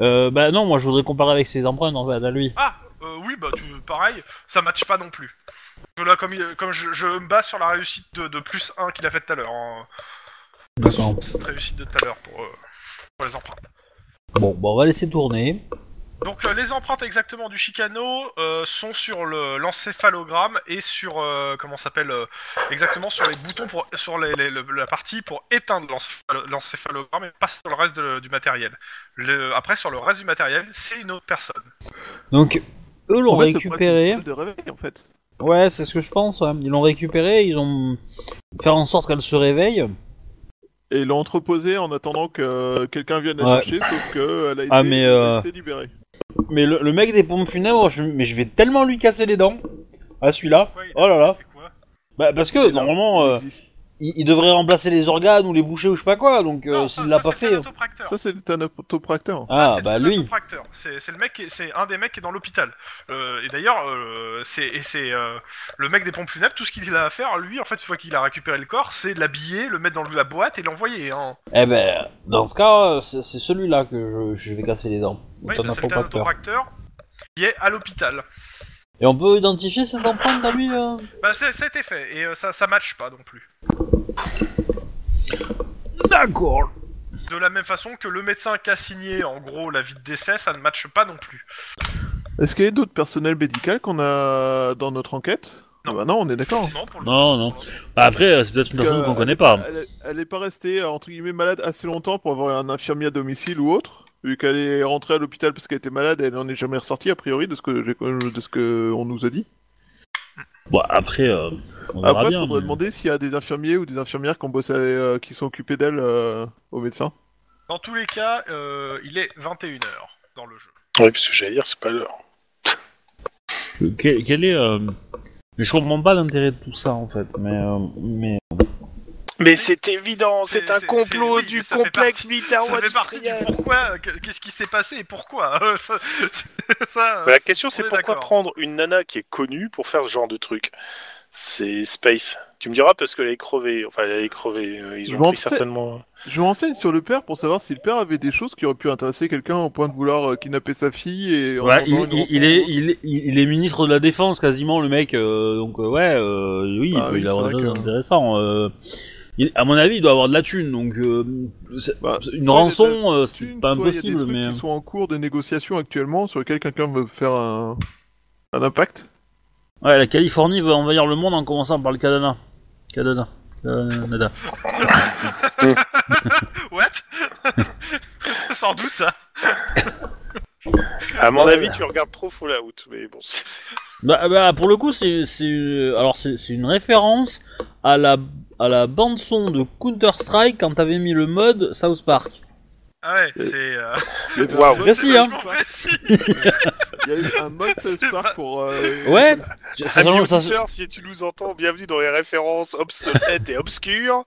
S6: euh, bah non, moi je voudrais comparer avec ses empreintes en fait à lui.
S2: Ah euh, oui bah tu pareil, ça matche pas non plus. Parce que Là comme il- comme je, je me base sur la réussite de, de plus 1 qu'il a fait tout à l'heure. hein.
S6: D'accord.
S2: Cette réussite de tout à l'heure pour, euh, pour les empreintes.
S6: Bon, bah on va laisser tourner.
S2: Donc euh, les empreintes exactement du Chicano euh, sont sur le- l'encéphalogramme et sur euh, comment ça s'appelle euh, exactement sur les boutons pour sur les- les- le- la partie pour éteindre l'encéphalo- l'encéphalogramme et pas sur le reste de- du matériel. Le- après sur le reste du matériel c'est une autre personne.
S6: Donc eux l'ont
S1: En fait, ça pourrait être une
S6: récupéré.
S1: salle de réveil en fait.
S6: Ouais, c'est ce que je pense. ouais. Ils l'ont récupéré, ils ont faire en sorte qu'elle se réveille.
S1: Et l'ont entreposé en attendant que euh, quelqu'un vienne la
S6: Ouais.
S1: chercher, sauf qu'elle a été
S6: Ah, mais, euh,
S1: elle s'est libérée.
S6: Mais le, le mec des pompes funèbres, je, mais je vais tellement lui casser les dents à celui-là. Oh là là.
S2: C'est quoi
S6: Bah parce que normalement, euh, il, il devrait remplacer les organes ou les bouchers ou je sais pas quoi. Donc euh,
S2: Non, ça-
S6: s'il l'a
S2: ça,
S6: pas
S2: c'est
S6: fait.
S2: un autopracteur.
S1: Ça, c'est un autopracteur.
S6: Ah
S2: c'est
S6: bah
S2: le
S6: lui.
S2: contracteur. C'est c'est le mec, qui est- c'est un des mecs qui est dans l'hôpital. Euh, et d'ailleurs, euh, c'est et c'est, euh, le mec des pompes funèbres. Tout ce qu'il a à faire, lui, en fait, une fois qu'il a récupéré le corps, c'est de l'habiller, le mettre dans la boîte et l'envoyer. Hein.
S6: Eh ben, dans ce cas, euh, c'est c'est celui-là que je, je vais casser les dents.
S2: Oui,
S6: Ton
S2: bah, c'est le
S6: approbateur.
S2: autopracteur qui est à l'hôpital.
S6: Et on peut identifier cette empreinte à lui euh
S2: Bah, c'est- c'était fait et euh, ça, ça matche pas non plus.
S6: D'accord.
S2: De la même façon que le médecin qui a signé, en gros, la vie de décès, ça ne matche pas non plus.
S1: Est-ce qu'il y a d'autres personnels médicaux qu'on a dans notre enquête
S2: Non.
S1: Ah bah non, on est d'accord.
S2: Non, pour le
S6: Non, non. Après, euh, c'est peut-être une
S1: Parce
S6: personne
S1: que
S6: qu'on
S1: elle
S6: connaît
S1: est-
S6: pas.
S1: Elle, elle est pas restée euh, entre guillemets malade assez longtemps pour avoir un infirmier à domicile ou autre. Vu qu'elle est rentrée à l'hôpital parce qu'elle était malade, elle n'en est jamais ressortie a priori de ce que j'ai- de ce que on nous a dit.
S6: Bon, après, euh, on verra
S1: Après,
S6: bien.
S1: faudrait
S6: mais-
S1: demander s'il y a des infirmiers ou des infirmières qui ont bossé, euh, qui sont occupés d'elle euh, au médecin.
S2: Dans tous les cas, euh, il est 21h dans le jeu.
S3: Oui, parce que j'allais dire, c'est pas l'heure.
S6: Que- Quel, est. euh, Mais je comprends pas l'intérêt de tout ça en fait. Mais. euh, mais...
S3: Mais c'est évident,
S2: C'est-
S3: c'est un
S2: c'est-
S3: complot
S2: c'est- oui,
S3: du
S2: mais ça fait
S3: complexe
S2: partie- ça fait partie du
S3: militaro-industriel.
S2: pourquoi, euh, que- qu'est-ce qui s'est passé et pourquoi. euh, ça, ça, euh,
S3: Bah, la question,
S2: on
S3: c'est
S2: est
S3: pourquoi
S2: d'accord.
S3: prendre une nana qui est connue pour faire ce genre de truc C'est Space. Tu me diras parce qu'elle est crevée. Enfin, elle est crevée. euh, Ils
S1: Je
S3: ont
S1: m'en
S3: pris
S1: sais-
S3: certainement.
S1: Je me renseigne sur le père pour savoir si le père avait des choses qui auraient pu intéresser quelqu'un au point de vouloir euh, kidnapper sa fille et. en
S6: Ouais,
S1: demandant
S6: il,
S1: une rançon
S6: il- il
S1: ou
S6: est,
S1: autre.
S6: il, est, il est ministre de la défense quasiment le mec. euh, donc euh, ouais, euh, oui,
S1: Ah
S6: il peut
S1: oui,
S6: y avoir
S1: c'est vrai
S6: des choses
S1: que-
S6: intéressantes. euh, il- à mon avis, il doit avoir de la thune. Donc euh, c'est-
S1: Bah,
S6: une
S1: soit il y a de la
S6: rançon, euh,
S1: Soit
S6: c'est pas
S1: il y a des
S6: impossible,
S1: trucs
S6: mais. euh,
S1: Qui sont en cours de négociation actuellement sur lesquels quelqu'un veut faire un, un impact.
S6: Ouais, la Californie veut envahir le monde en commençant par le Canada. Canada. Canada.
S2: What Sans doute ça.
S3: À mon
S6: Ouais.
S3: avis, tu regardes trop Fallout. Mais bon. c'est-
S6: Bah, bah, pour le coup, c'est c'est- alors c'est c'est une référence à la à la bande son de Counter Strike quand t'avais mis le mode South Park.
S2: Ah ouais, c'est. euh,
S1: Il y avait
S3: Waouh.
S1: un mode-
S6: Merci, hein.
S2: vachement précis.
S1: Il y a eu un mode South Park pour. euh,
S6: Ouais. Ça, ça-
S3: Amis
S6: Ah ça-
S3: auditeurs, si tu nous entends, bienvenue dans les références obsolètes et obscures.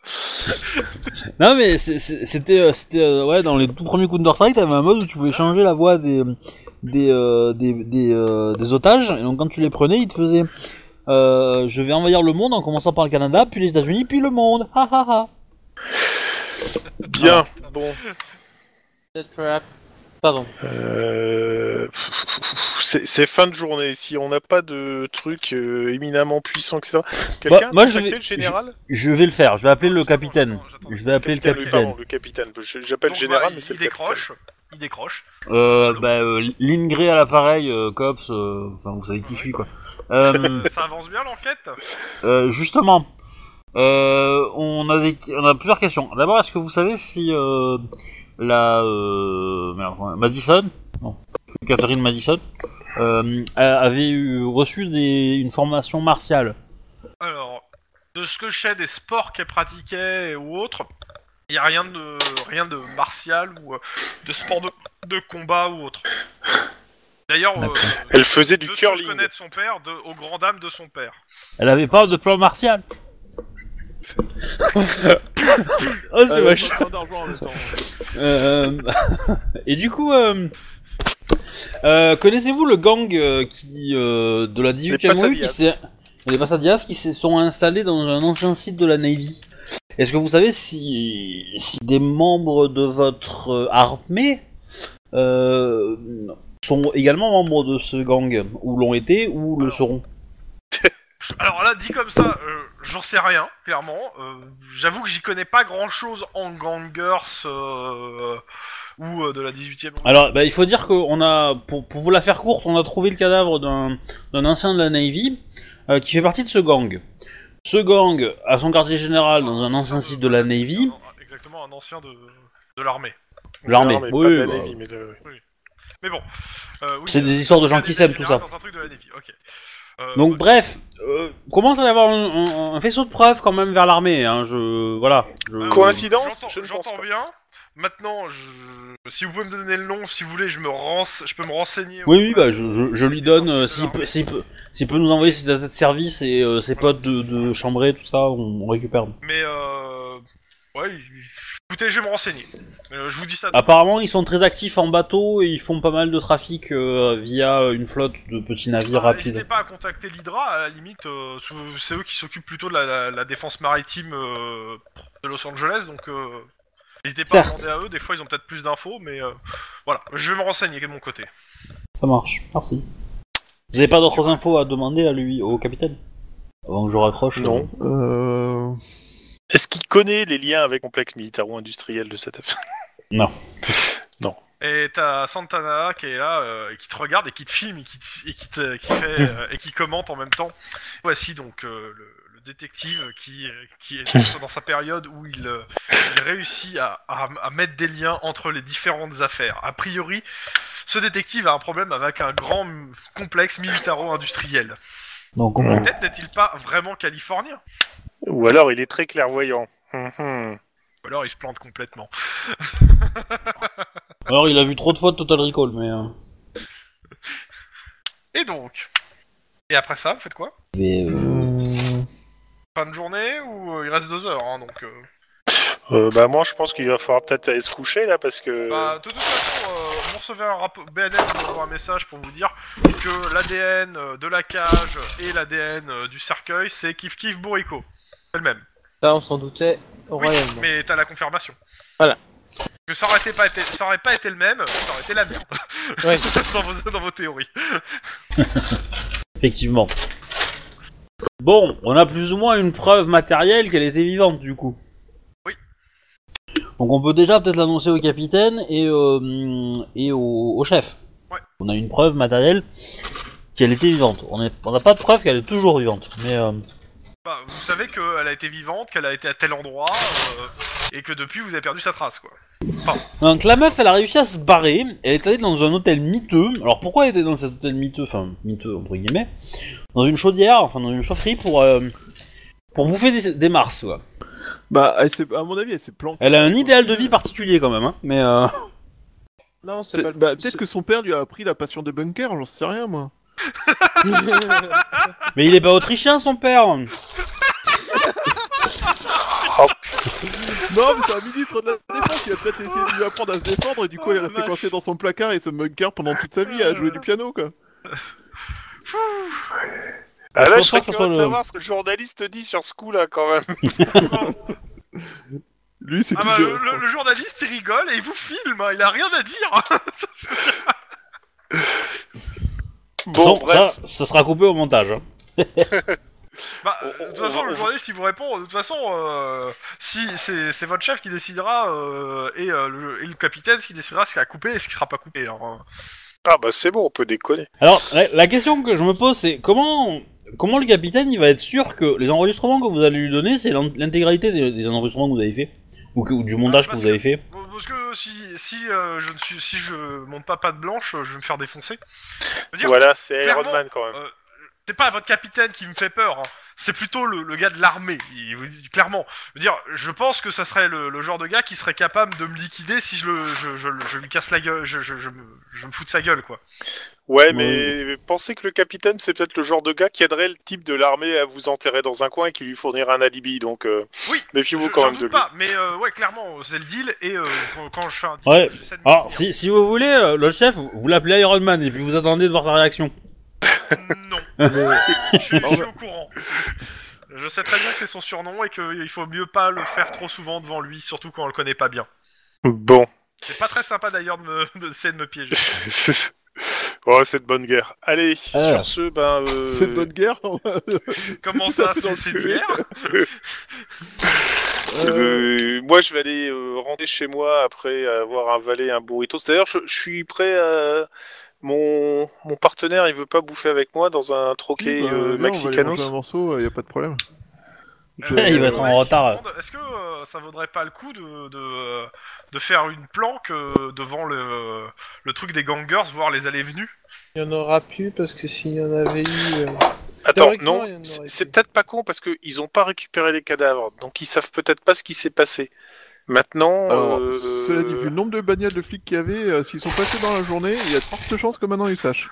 S6: non mais c'est- c'est- c'était euh, c'était euh, ouais dans les tout premiers Counter Strike, t'avais un mode où tu pouvais changer la voix des des, euh, des, des, euh, des otages, et donc quand tu les prenais, ils te faisaient euh, Je vais envahir le monde en commençant par le Canada, puis les États-Unis, puis le monde. Ha ha ha.
S3: Bien, Ah, bon.
S5: Dead Trap. Pardon.
S3: Euh, C'est c'est fin de journée. Si on n'a pas de truc euh, éminemment puissant, etc. Quelqu'un
S6: moi,
S3: a
S6: je
S3: contacté
S6: vais-
S3: le général
S6: Je vais le faire, je vais appeler le capitaine. Je vais appeler le
S3: oui,
S6: capitaine.
S3: pardon, le capitaine. Je- J'appelle
S2: Donc,
S3: général,
S2: bah,
S3: mais
S2: il,
S3: c'est
S2: il
S3: le capitaine.
S2: décroche, il décroche.
S6: Euh, bah, euh, Lingré à l'appareil, euh, Cops, euh, enfin vous savez qui je suis quoi. Euh,
S2: Ça avance bien l'enquête
S6: Euh, justement, euh, on, a des- on a plusieurs questions. D'abord, est-ce que vous savez si euh, la euh, merde, ouais, Madison, non, Catherine Madison, euh, a- avait eu, reçu des, une formation martiale
S2: Alors, de ce que je sais des sports qu'elle pratiquait ou autres, il n'y a rien de, rien de martial ou euh, de sport de, de combat ou autre. D'ailleurs, euh,
S3: Elle faisait du
S2: de ce que je
S3: curling.
S2: connais de son père, de, aux grand dames de son père.
S6: Elle avait pas de plan martial. oh, c'est
S1: Euh,
S6: moche.
S1: plein d'argent en même temps.
S6: Euh, et du coup, euh, euh, connaissez-vous le gang euh, qui euh, de la 18e rue qui
S3: Passadias.
S6: s'est les Passadias qui se sont installés dans un ancien site de la Navy Est-ce que vous savez si, si des membres de votre euh, armée euh, sont également membres de ce gang ou l'ont été ou le
S2: Alors.
S6: seront
S2: Alors là, dit comme ça, euh, j'en sais rien, clairement. Euh, J'avoue que j'y connais pas grand chose en gangers euh, ou euh, de la 18ème.
S6: Alors, bah, il faut dire qu'on a, pour, pour vous la faire courte, on a trouvé le cadavre d'un d'un ancien de la Navy euh, qui fait partie de ce gang. Ce gang a son quartier général Ah, dans un ancien site de la Navy.
S2: Euh, Exactement, un ancien de, de l'armée.
S6: L'armée,
S3: Non, mais
S6: oui,
S3: pas de la
S6: bah,
S3: Navy, mais de-
S2: Mais bon. euh, oui,
S6: c'est
S2: euh,
S6: des histoires de gens
S2: cadre
S6: qui s'aiment, tout ça.
S2: général dans un truc de la Navy, ok. Euh,
S6: Donc,
S2: ok.
S6: bref, euh, commence à y avoir un, un- un faisceau de preuves quand même vers l'armée. Hein, je, voilà. je-
S3: Coïncidence
S2: euh, J'entends-
S3: Je ne pense
S2: J'entends
S3: pas.
S2: bien. Maintenant, je- si vous pouvez me donner le nom, si vous voulez, je me rense... je peux me renseigner.
S6: Oui, oui, bah, je, je- je lui donne, euh, s'il peut, s'il peut, s'il peut nous envoyer ses datas de service et euh, ses potes de, de chambray, tout ça, on, on récupère.
S2: Mais euh... ouais, écoutez, je vais me renseigner. Euh, je vous dis ça.
S6: Apparemment, ils sont très actifs en bateau et ils font pas mal de trafic euh, via une flotte de petits navires
S2: Ah, N'hésitez
S6: rapides.
S2: pas à contacter l'Hydra, à la limite, euh, sous- c'est eux qui s'occupent plutôt de la, la- la défense maritime euh, de Los Angeles, donc euh, n'hésitez pas
S6: Certes.
S2: à demander à eux, des fois ils ont peut-être plus d'infos, mais euh, voilà, je vais me renseigner de mon côté.
S6: Ça marche, merci. Vous avez pas d'autres infos à demander à lui, au capitaine Avant que je raccroche
S3: Non.
S1: Euh...
S3: Est-ce qu'il connaît les liens avec le complexe militaro-industriel de cette affaire
S2: Et t'as Santana qui est là, euh, et qui te regarde et qui te filme et qui, te- et qui, te- qui fait, euh, et qui commente en même temps. Voici donc euh, le, le détective qui, euh, qui est dans sa- dans sa période où il, euh, il réussit à, à- à mettre des liens entre les différentes affaires. A priori, ce détective a un problème avec un grand m- complexe militaro-industriel.
S6: Non, comment
S2: Peut-être n'est-il pas vraiment californien
S3: Ou alors il est très clairvoyant. Hum, hum.
S2: Ou alors il se plante complètement.
S6: Alors, il a vu trop de fois de Total Recall, mais... euh,
S2: Et donc Et après ça, vous faites quoi
S6: mais, euh,
S2: Fin de journée ou euh, il reste deux heures hein, donc euh,
S3: Euh, bah moi je pense qu'il va falloir peut-être aller se coucher là parce que...
S2: Bah, de toute façon, euh, vous recevez un rapport BNN vous envoie un message pour vous dire que l'ADN euh, de la cage et l'ADN euh, du cercueil, c'est Kif Kif Bourrico. C'est le même.
S4: Ça, on s'en doutait
S2: Oui,
S4: royalement.
S2: mais t'as la confirmation.
S4: Voilà.
S2: Que ça aurait, été pas été, ça aurait pas été le même, ça aurait été la merde.
S4: Ouais.
S2: dans, vos, dans vos théories.
S6: effectivement. Bon, on a plus ou moins une preuve matérielle qu'elle était vivante, du coup.
S2: Oui.
S6: Donc on peut déjà peut-être l'annoncer au capitaine et, euh, et au, au chef.
S2: Ouais.
S6: On a une preuve matérielle qu'elle était vivante. On est- on n'a pas de preuve qu'elle est toujours vivante, mais... euh,
S2: Bah, vous savez qu'elle a été vivante, qu'elle a été à tel endroit, euh, et que depuis vous avez perdu sa trace, quoi.
S6: Donc la meuf, elle a réussi à se barrer. Elle est allée dans un hôtel miteux. Alors pourquoi elle était dans cet hôtel miteux, enfin miteux entre guillemets, dans une chaudière, enfin dans une chaufferie pour euh, pour bouffer des, des mars. Quoi.
S1: Bah, elle s'est- à mon avis, elle s'est planquée.
S6: Elle a un idéal de vie particulier quand même, hein. Mais euh,
S4: Non, c'est
S1: Peut-
S4: pas le
S1: bah, Peut-être que son père lui a appris la passion des bunkers, j'en sais rien, moi.
S6: mais il est pas autrichien son père.
S1: Non, mais c'est un ministre de la défense, il a peut-être essayé de lui apprendre à se défendre et du coup, elle est
S2: Oh,
S1: restée
S2: vache.
S1: coincée dans son placard et se bunker pendant toute sa vie à jouer du piano, quoi.
S3: Ah
S6: pense
S3: là, je
S6: pas
S3: serais
S6: que ce
S3: curieux
S6: soit
S3: de
S6: le-
S3: savoir ce que le journaliste dit sur ce coup-là, quand même.
S1: Lui, c'est
S2: Ah
S1: du
S2: bah,
S1: jeu.
S2: le, le- le journaliste il rigole et il vous filme, hein, il a rien à dire.
S3: Bon,
S6: Ça,
S3: bref.
S6: Ça, ça sera coupé au montage. hein.
S2: Bah,
S3: On-
S2: de toute
S3: on-
S2: façon,
S3: on-
S2: le journaliste il vous répond. De toute façon, euh, si c'est c'est votre chef qui décidera euh, et, euh, le, et le capitaine qui décidera ce qui a coupé et ce qui sera pas coupé. hein.
S3: Ah bah c'est bon, on peut déconner.
S6: Alors, la, la question que je me pose, c'est comment, comment le capitaine il va être sûr que les enregistrements que vous allez lui donner, c'est l'en- l'intégralité des, des enregistrements que vous avez fait ou, que- ou
S3: Ah,
S6: du montage que
S2: parce
S6: vous avez fait
S2: Bon, Parce que si si euh, je ne suis si je monte pas pas de blanche, euh, je vais me faire défoncer. Je veux dire,
S3: Voilà, c'est
S2: clairement,
S3: Iron Man quand même.
S2: c'est pas votre capitaine qui me fait peur, hein. c'est plutôt le, le gars de l'armée, il vous dit clairement. Je veux dire, je pense que ça serait le, le genre de gars qui serait capable de me liquider si je le, je, je, je lui casse la gueule, je, je, je, me- je me fous de sa gueule, quoi.
S3: Ouais, mais pensez que le capitaine, c'est peut-être le genre de gars qui aiderait le type de l'armée à vous enterrer dans un coin et qui lui fournirait un alibi, donc euh,
S2: Oui,
S3: méfiez-vous
S2: je,
S3: quand
S2: j'en
S3: même de
S2: doute
S3: lui.
S2: pas, mais euh, ouais, clairement, c'est le deal, et euh, quand, quand je fais un deal,
S6: Ouais. Ah.
S2: j'essaie de...
S6: Alors, si, si vous voulez, euh, le chef, vous, vous l'appelez Iron Man et puis vous attendez de voir sa réaction.
S2: Non, je, suis-
S6: Ah
S2: je suis au courant. Je sais très bien que c'est son surnom et qu'il faut mieux pas le faire trop souvent devant lui, surtout quand on le connaît pas bien.
S3: Bon.
S2: C'est pas très sympa d'ailleurs de me- d'essayer de me piéger.
S3: oh, c'est de bonne guerre. Allez,
S6: Alors.
S3: sur ce, ben... euh,
S1: C'est de Ah. bonne guerre. on va-
S2: Comment
S1: tout à
S2: ça,
S1: fait dans
S2: c'est
S1: le cul.
S2: c'est une guerre
S3: Euh, moi, je vais aller euh, rentrer chez moi après avoir avalé un burrito. D'ailleurs, je, je suis prêt à... Mon, mon partenaire, il veut pas bouffer avec moi dans un troquet
S1: Si, bah, viens, on
S3: euh,
S1: va aller manger
S3: mexicanos.
S1: un morceau, euh, y a pas de problème. Je-
S6: Il va être en
S2: Euh, Ouais, je
S6: retard.
S2: me demande, Est-ce que euh, ça vaudrait pas le coup de, de, de faire une planque euh, devant le, le truc des gangers, voir les allées venues
S4: Il n'y en aura plus parce que s'il y en avait eu. euh,
S3: Attends,
S4: Théoriquement, il y en
S3: non,
S4: aurait
S3: c'est
S4: été.
S3: c'est peut-être pas con parce qu'ils ont pas récupéré les cadavres, donc ils savent peut-être pas ce qui s'est passé. Maintenant,
S1: Alors,
S3: euh,
S1: cela dit, vu le nombre de bagnoles de flics qu'il y avait, euh, s'ils sont passés dans la journée, il y a de fortes chances que maintenant ils sachent.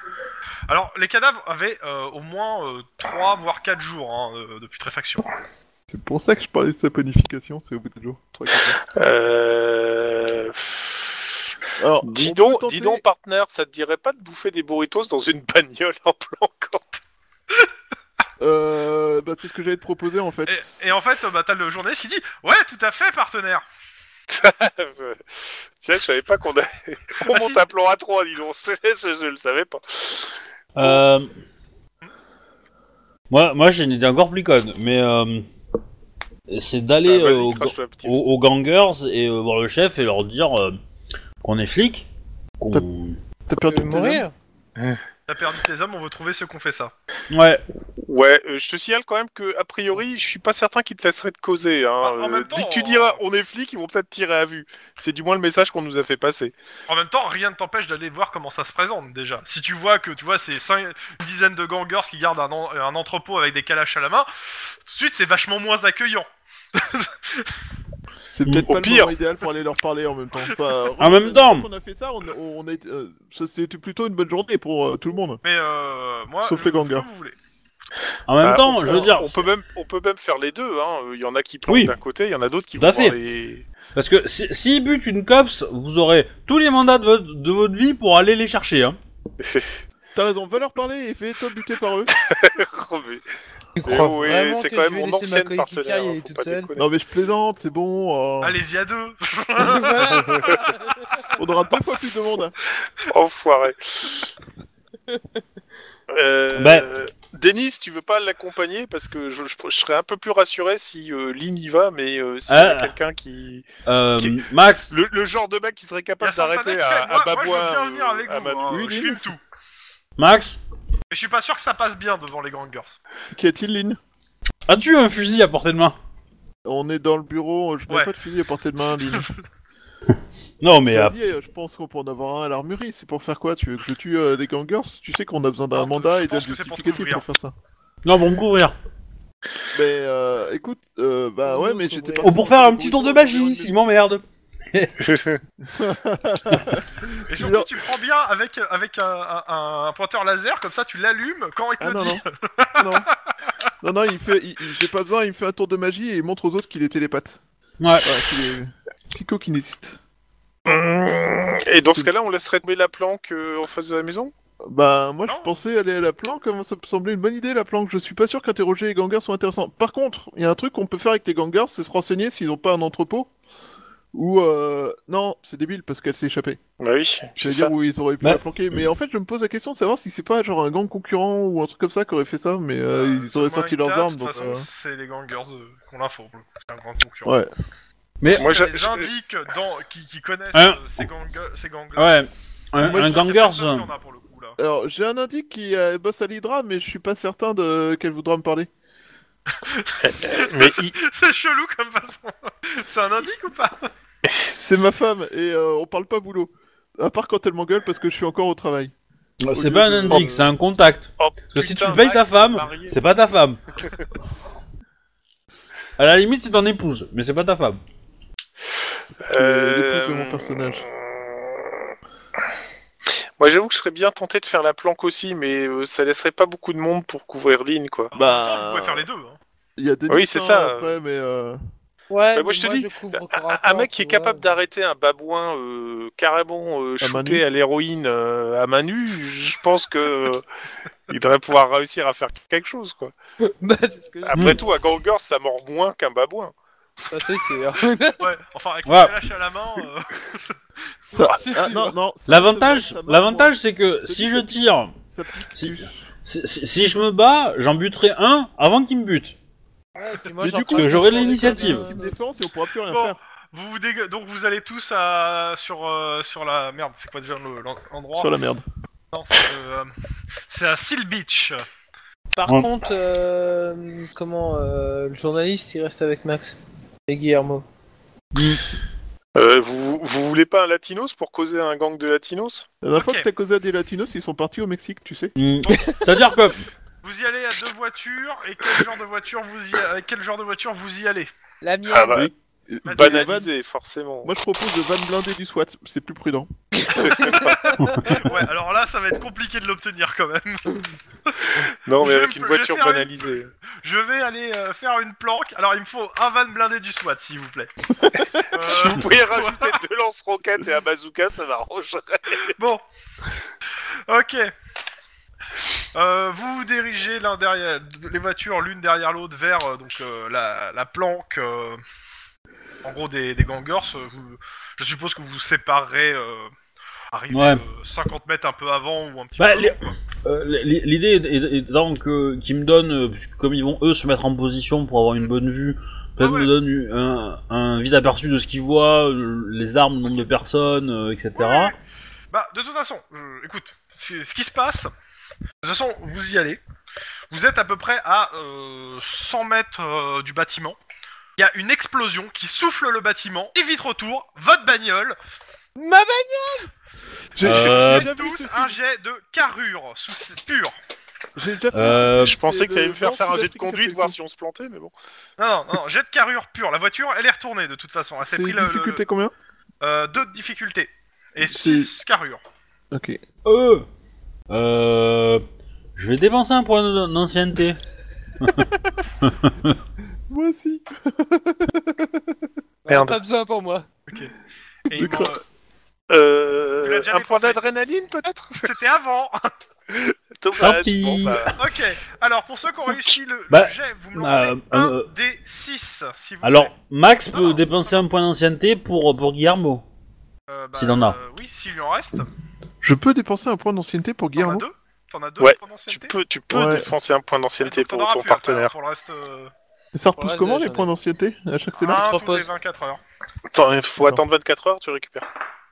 S2: Alors, les cadavres avaient euh, au moins 3 voire 4 jours hein, de, de putréfaction.
S1: C'est pour ça que je parlais de saponification, c'est au bout de jour. Trois, quatre jours.
S3: euh,
S1: Alors,
S3: dis
S1: on peut
S3: donc,
S1: tenter-
S3: dis donc, partenaire, ça te dirait pas de bouffer des burritos dans une bagnole en planquant
S1: Euh, bah, c'est ce que j'allais te proposer en fait.
S2: Et, et en fait, euh, bah, t'as le journaliste qui dit Ouais, tout à fait, partenaire
S3: Tiens, je savais pas qu'on a... qu'on
S2: Ah, si.
S3: monte un plan à 3 dis donc. je, je le savais pas.
S6: Euh... Moi, moi j'ai une idée encore plus conne, mais euh, c'est
S3: Ah,
S6: d'aller euh,
S3: Vas-y,
S6: au-
S3: crache-toi, petit.
S6: aux, aux gangers et euh, voir le chef et leur dire euh, qu'on est flic, qu'on...
S1: T'as perdu tes
S4: euh,
S1: amis
S4: mourir
S2: T'as perdu tes hommes, on veut trouver ceux qui ont fait ça.
S6: Ouais,
S3: Ouais, euh, je te signale quand même que a priori, je suis pas certain qu'ils te laisseraient te causer. Hein.
S2: Ah, en
S3: Euh,
S2: même temps,
S3: dès que tu
S2: on-
S3: diras on est flic, ils vont peut-être tirer à vue. C'est du moins le message qu'on nous a fait passer.
S2: En même temps, rien ne t'empêche d'aller voir comment ça se présente déjà. Si tu vois que tu vois c'est cinq- une dizaine de gangers qui gardent un, en- un entrepôt avec des calaches à la main, tout de suite c'est vachement moins accueillant.
S1: C'est peut-être
S3: Au
S1: pas le
S3: pire.
S1: moment idéal pour aller leur parler en même temps. Enfin,
S6: En même
S1: une
S6: temps.
S1: fois qu'on a fait ça, on, on a été- euh, ça, c'était plutôt une bonne journée pour euh, tout le monde.
S2: Mais euh, moi,
S1: Sauf
S2: je-
S1: les gangers.
S2: comme vous voulez.
S6: en même
S3: Bah,
S6: temps,
S3: on-
S6: je veux
S3: on-
S6: dire,
S3: on peut même, on peut même faire les deux. hein. Euh, Il y en a qui plantent
S6: Oui.
S3: d'un côté, il y en a d'autres qui
S6: Tout à
S3: vont
S6: fait.
S3: voir les-
S6: parce que si- s'ils butent une copse, vous aurez tous les mandats de votre, de votre vie pour aller les chercher, hein.
S1: T'as raison, va leur parler et fais-toi buter par eux.
S3: Oh, mais- Eh
S4: Tu crois
S3: oui,
S4: vraiment
S3: c'est
S4: que
S3: quand
S4: je
S3: même
S4: vais
S3: mon
S4: laisser ma
S3: ancienne
S4: coéquipière
S3: partenaire.
S4: y aller
S3: hein, Faut
S4: toute
S3: pas
S4: seule
S3: déconner.
S1: non mais je plaisante, c'est bon. euh,
S2: Allez-y à deux
S1: on aura deux fois plus de monde. hein.
S3: Enfoiré. Euh,
S6: Bah.
S3: Denis, tu veux pas l'accompagner parce que je, je- je serais un peu plus rassuré si euh, Lynn y va, mais euh, s'il y a
S6: Ah.
S3: quelqu'un qui.
S6: Euh,
S3: Qui-
S6: Max,
S3: Le, le genre de mec qui serait
S2: Il y a
S3: capable
S2: Santana qui
S3: d'arrêter
S2: fait,
S3: à,
S2: moi,
S3: à Babois.
S2: moi, je veux bien
S3: euh,
S2: venir avec
S3: à
S2: vous,
S3: Manu.
S2: hein,
S1: Oui,
S2: je
S1: Lynn.
S2: filme tout.
S6: Max,
S2: Mais je suis pas sûr que ça passe bien devant les gangers.
S1: Qu'y a-t-il, Lynn
S6: as-tu un fusil à portée de main
S1: On est dans le bureau, je n'ai
S2: Ouais.
S1: pas de fusil à portée de main, Lynn.
S6: Non, mais...
S1: Ça
S6: euh,
S1: dit, euh, je pense qu'on peut en avoir un à l'armurerie. C'est pour faire quoi Tu veux que je tue euh, des gangers Tu sais qu'on a besoin d'un
S2: Non,
S1: mandat
S2: je
S1: et d'un
S2: pense que c'est pour te
S1: justificatif
S2: couvrir.
S1: pour faire ça.
S6: Non, bon, me couvrir.
S1: Mais euh, écoute, euh, bah ouais, mais j'étais
S6: Ou Oh, pour faire un petit tour de magie, s'il m'emmerde.
S2: hein. Et
S1: Non.
S2: surtout, tu prends bien avec, avec un, un- un pointeur laser, comme ça tu l'allumes quand il te
S1: Ah
S2: le
S1: non,
S2: dit.
S1: non. non. Non, non, il fait. il- il- J'ai pas besoin, il me fait un tour de magie et il montre aux autres qu'il est télépathe.
S6: Ouais.
S1: Psychokinésiste.
S3: Et dans ce cas-là, on laisserait tomber la planque euh, en face de la maison
S1: Ben, moi,
S2: Non.
S1: je pensais aller à la planque, comment ça me semblait une bonne idée, la planque. Je suis pas sûr qu'interroger les gangers soit intéressant. Par contre, il y a un truc qu'on peut faire avec les gangers, c'est se renseigner s'ils ont pas un entrepôt. Ou, euh... non, c'est débile parce qu'elle s'est échappée.
S3: Bah oui.
S1: Je
S3: c'est
S1: veux
S3: ça.
S1: dire où ils auraient pu
S6: Bah-
S1: la planquer, mais en fait je me pose la question de savoir si c'est pas genre un gang concurrent ou un truc comme ça qui aurait fait ça, mais euh, ils auraient sorti leurs armes.
S2: De
S1: Donc,
S2: toute façon,
S1: euh,
S2: c'est les gangers euh, qu'on l'info. pour le coup. C'est un grand concurrent.
S1: Ouais.
S3: Moi,
S2: Moi,
S3: j'a-
S2: les
S3: j'a-
S2: indiques dans, qui, qui connaissent
S6: Hein
S2: euh, ces gangs, ces gangs
S6: Ouais. Un, un gangers. euh,
S2: pour le coup, là.
S1: Alors j'ai un indique qui euh, bosse à l'Hydra, mais je suis pas certain de qu'elle voudra me parler.
S3: Mais
S2: C'est- C'est chelou comme façon. C'est un indique ou pas
S1: C'est ma femme et euh, on parle pas boulot. À part quand elle m'engueule parce que je suis encore au travail.
S6: euh, C'est pas un indique, c'est un contact.
S3: Oh,
S6: Parce que si tu
S3: putain,
S6: payes ta
S3: Max,
S6: femme,
S3: marié.
S6: c'est pas ta femme. À la limite, c'est ton épouse, mais c'est pas ta femme.
S1: C'est
S3: Euh,
S1: l'épouse de mon personnage.
S3: Moi, j'avoue que je serais bien tenté de faire la planque aussi, mais euh, ça laisserait pas beaucoup de monde pour couvrir l'île, quoi.
S1: Bah-
S2: Attends, vous pouvez faire les deux. Hein.
S1: Il y a des
S3: Oui, c'est
S1: dessins
S3: ça.
S1: après, mais euh,
S4: Ouais,
S3: Bah, moi, je te dis,
S4: couvre
S3: Un,
S4: corps à
S3: un
S4: corps,
S3: mec qui
S4: tu
S3: est capable
S4: vois.
S3: d'arrêter un babouin euh, carrément euh,
S1: À main
S3: shooté
S1: nue.
S3: à l'héroïne euh, à main nue, je pense que euh, il devrait pouvoir réussir à faire quelque chose, quoi.
S4: Bah, c'est ce que je
S3: Après
S6: Mm.
S3: tout, un ganger, ça mord moins qu'un babouin.
S4: ça, c'est
S3: Ah,
S4: sûr.
S2: Ouais, enfin, avec
S6: Ouais.
S2: le lâche à la main. euh,
S1: ça.
S4: C'est
S1: Ah,
S4: sûr.
S1: non, non. ça-
S6: L'avantage,
S1: ça marche,
S6: l'avantage, c'est que
S1: C'est
S6: si
S1: qui,
S6: je
S1: c'est-
S6: tire,
S1: ça pique
S6: si,
S1: plus.
S6: si, si- si je me bats, j'en buterai un avant qu'il me bute.
S4: Ouais, et puis moi,
S1: Mais
S4: j'en
S1: du coup,
S4: prends-
S6: j'aurai
S4: j'en ai
S6: l'initiative.
S4: comme,
S1: Team
S4: euh,
S1: défense et on pourra plus rien
S2: Bon.
S1: faire.
S2: vous vous dégue- Donc vous allez tous à... sur, euh, sur la... Merde, c'est quoi déjà le- l'en- l'endroit
S1: Sur la merde.
S2: Non, c'est, euh, c'est à Seal Beach.
S4: Par
S6: Ouais.
S4: contre, euh, comment euh, le journaliste il reste avec Max et Guillermo.
S3: Euh, vous, vous voulez pas un latinos pour causer à un gang de latinos
S1: La dernière fois
S2: Ok.
S1: que t'as causé à des latinos, ils sont partis au Mexique, tu sais.
S6: Mm. C'est-à-dire que
S2: Vous y allez à deux voitures et quel genre de voiture vous y... avec quel genre de voiture vous y allez
S4: La mienne.
S3: Ah bah,
S1: Oui.
S2: Bah,
S3: banalisé, forcément.
S1: Moi je propose le van blindé du SWAT, c'est plus prudent.
S2: Ouais, alors là ça va être compliqué de l'obtenir quand même.
S3: Non, mais
S2: je
S3: avec
S2: vais- je
S3: une
S2: vais
S3: voiture
S2: faire une-
S3: banalisée.
S2: Je vais aller euh, faire une planque. Alors il me faut un van blindé du SWAT s'il vous plaît.
S3: Si
S2: Euh,
S3: vous pouvez rajouter deux lance-roquettes et un bazooka, ça m'arrange.
S2: bon. Ok. Euh, vous vous dirigez l'un derrière les voitures l'une derrière l'autre vers euh, donc euh, la, la planque euh, en gros des, des gangers. euh, vous- je suppose que vous vous séparerez euh, arrivé
S6: Ouais.
S2: euh, 50 mètres un peu avant ou un petit
S6: Bah,
S2: peu.
S6: les-
S2: avant, quoi.
S6: euh, l- l'idée est, est- est donc euh, qu'ils me donnent, euh, puisque comme ils vont eux se mettre en position pour avoir une bonne vue,
S2: Ah
S6: peut-être
S2: ouais.
S6: me donnent une- un, un vide aperçu de ce qu'ils voient, euh, les armes, le nombre de personnes, euh, etc.
S2: Ouais. Bah, de toute façon, je- écoute, c'est- ce qui se passe, de toute façon, vous y allez. Vous êtes à peu près à euh, 100 mètres euh, du bâtiment. Il y a une explosion qui souffle le bâtiment, et vite retour, votre bagnole,
S4: Ma mère
S1: J'ai
S6: Euh,
S1: j'ai déjà vu ce
S2: tous un
S3: hein.
S1: film.
S2: jet de carrure, sous pur.
S1: J'ai déjà fait-
S6: Euh,
S3: Je pensais
S1: C'est
S3: que t'allais
S1: le
S3: me faire
S1: Nord
S3: faire un jet de
S1: Sud-Afrique qui a fait
S3: conduite,
S1: le
S3: voir
S1: coup.
S3: si on se plantait, mais bon.
S2: Non, non, non, jet de carrure pure. La voiture, elle est retournée de toute façon. Elle s'est
S1: C'est
S2: pris le, le-
S1: difficulté combien
S2: euh, deux de difficulté. Et
S1: C'est-
S2: 6 carrure.
S1: Ok.
S6: euh, euh, je vais dépenser un point d'an- d'ancienneté.
S1: Moi aussi.
S3: Merde.
S4: Pas besoin pour moi.
S1: Le
S2: Et ils m'ont,
S1: cra-
S2: euh,
S3: Euh,
S2: Tu l'as déjà
S3: un point
S2: dépensé.
S3: d'adrénaline, peut-être
S2: C'était avant.
S3: Dommage.
S6: Tant pis.
S3: Bon, bah,
S2: ok. Alors pour ceux qui ont réussi le, le
S6: Bah,
S2: jet, vous me
S6: bah,
S2: lancez
S6: euh,
S2: un
S6: euh,
S2: des 6 si vous
S6: Alors,
S2: voulez.
S6: Max peut
S2: Ah.
S6: dépenser un point d'ancienneté pour, pour Guillermo.
S2: Euh, bah,
S6: s'il en a.
S2: euh, oui, s'il lui en reste.
S1: Je peux dépenser un point d'ancienneté pour
S2: T'en as
S3: Oh,
S1: Guillermo
S3: bah,
S2: deux. T'en as deux
S3: Ouais,
S2: pour
S3: tu
S2: l'ancienneté
S3: peux, tu peux
S1: Ouais.
S3: dépenser un point d'ancienneté
S2: Donc, t'en
S3: pour
S2: auras
S3: ton
S2: plus après,
S3: partenaire.
S2: alors, Pour le reste, euh,
S1: Et ça repousse
S4: Ouais,
S1: comment
S4: j'en ai-
S1: les points d'ancienneté à chaque scénario
S2: un tous
S4: propose.
S2: les 24 heures.
S3: Attends, il faut
S1: Attends.
S3: attendre 24 heures, tu récupères.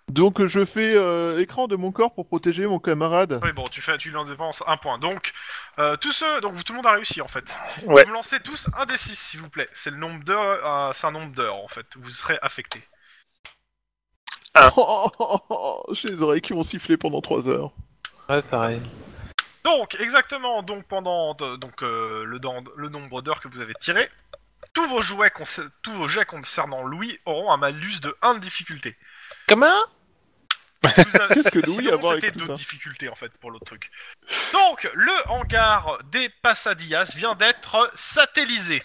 S1: Donc euh, je fais euh, écran de mon corps pour protéger mon camarade.
S2: Oui, bon, tu, fais, tu lui en dépenses un point. Donc, euh, tous ceux, donc tout le monde a réussi en fait.
S3: Ouais.
S2: Vous me lancez tous un des 6 s'il vous plaît. C'est le nombre d'heures, euh, c'est un nombre d'heures en fait. Vous serez affecté.
S3: Ah.
S1: Oh, oh, oh, oh, J'ai les oreilles qui vont siffler pendant 3 heures.
S4: Ouais, pareil.
S2: Donc, exactement, donc pendant de- donc, euh, le, dan- le nombre d'heures que vous avez tiré, tous vos, jouets concer- tous vos jets concernant Louis auront un malus de 1 de difficulté.
S4: Comment
S2: Vous avez-
S1: Qu'est-ce que Louis
S2: sinon,
S1: a à voir avec
S2: c'était
S1: tout
S2: deux
S1: ça
S2: difficultés en fait pour l'autre truc. Donc, le hangar des Passadillas vient d'être satellisé.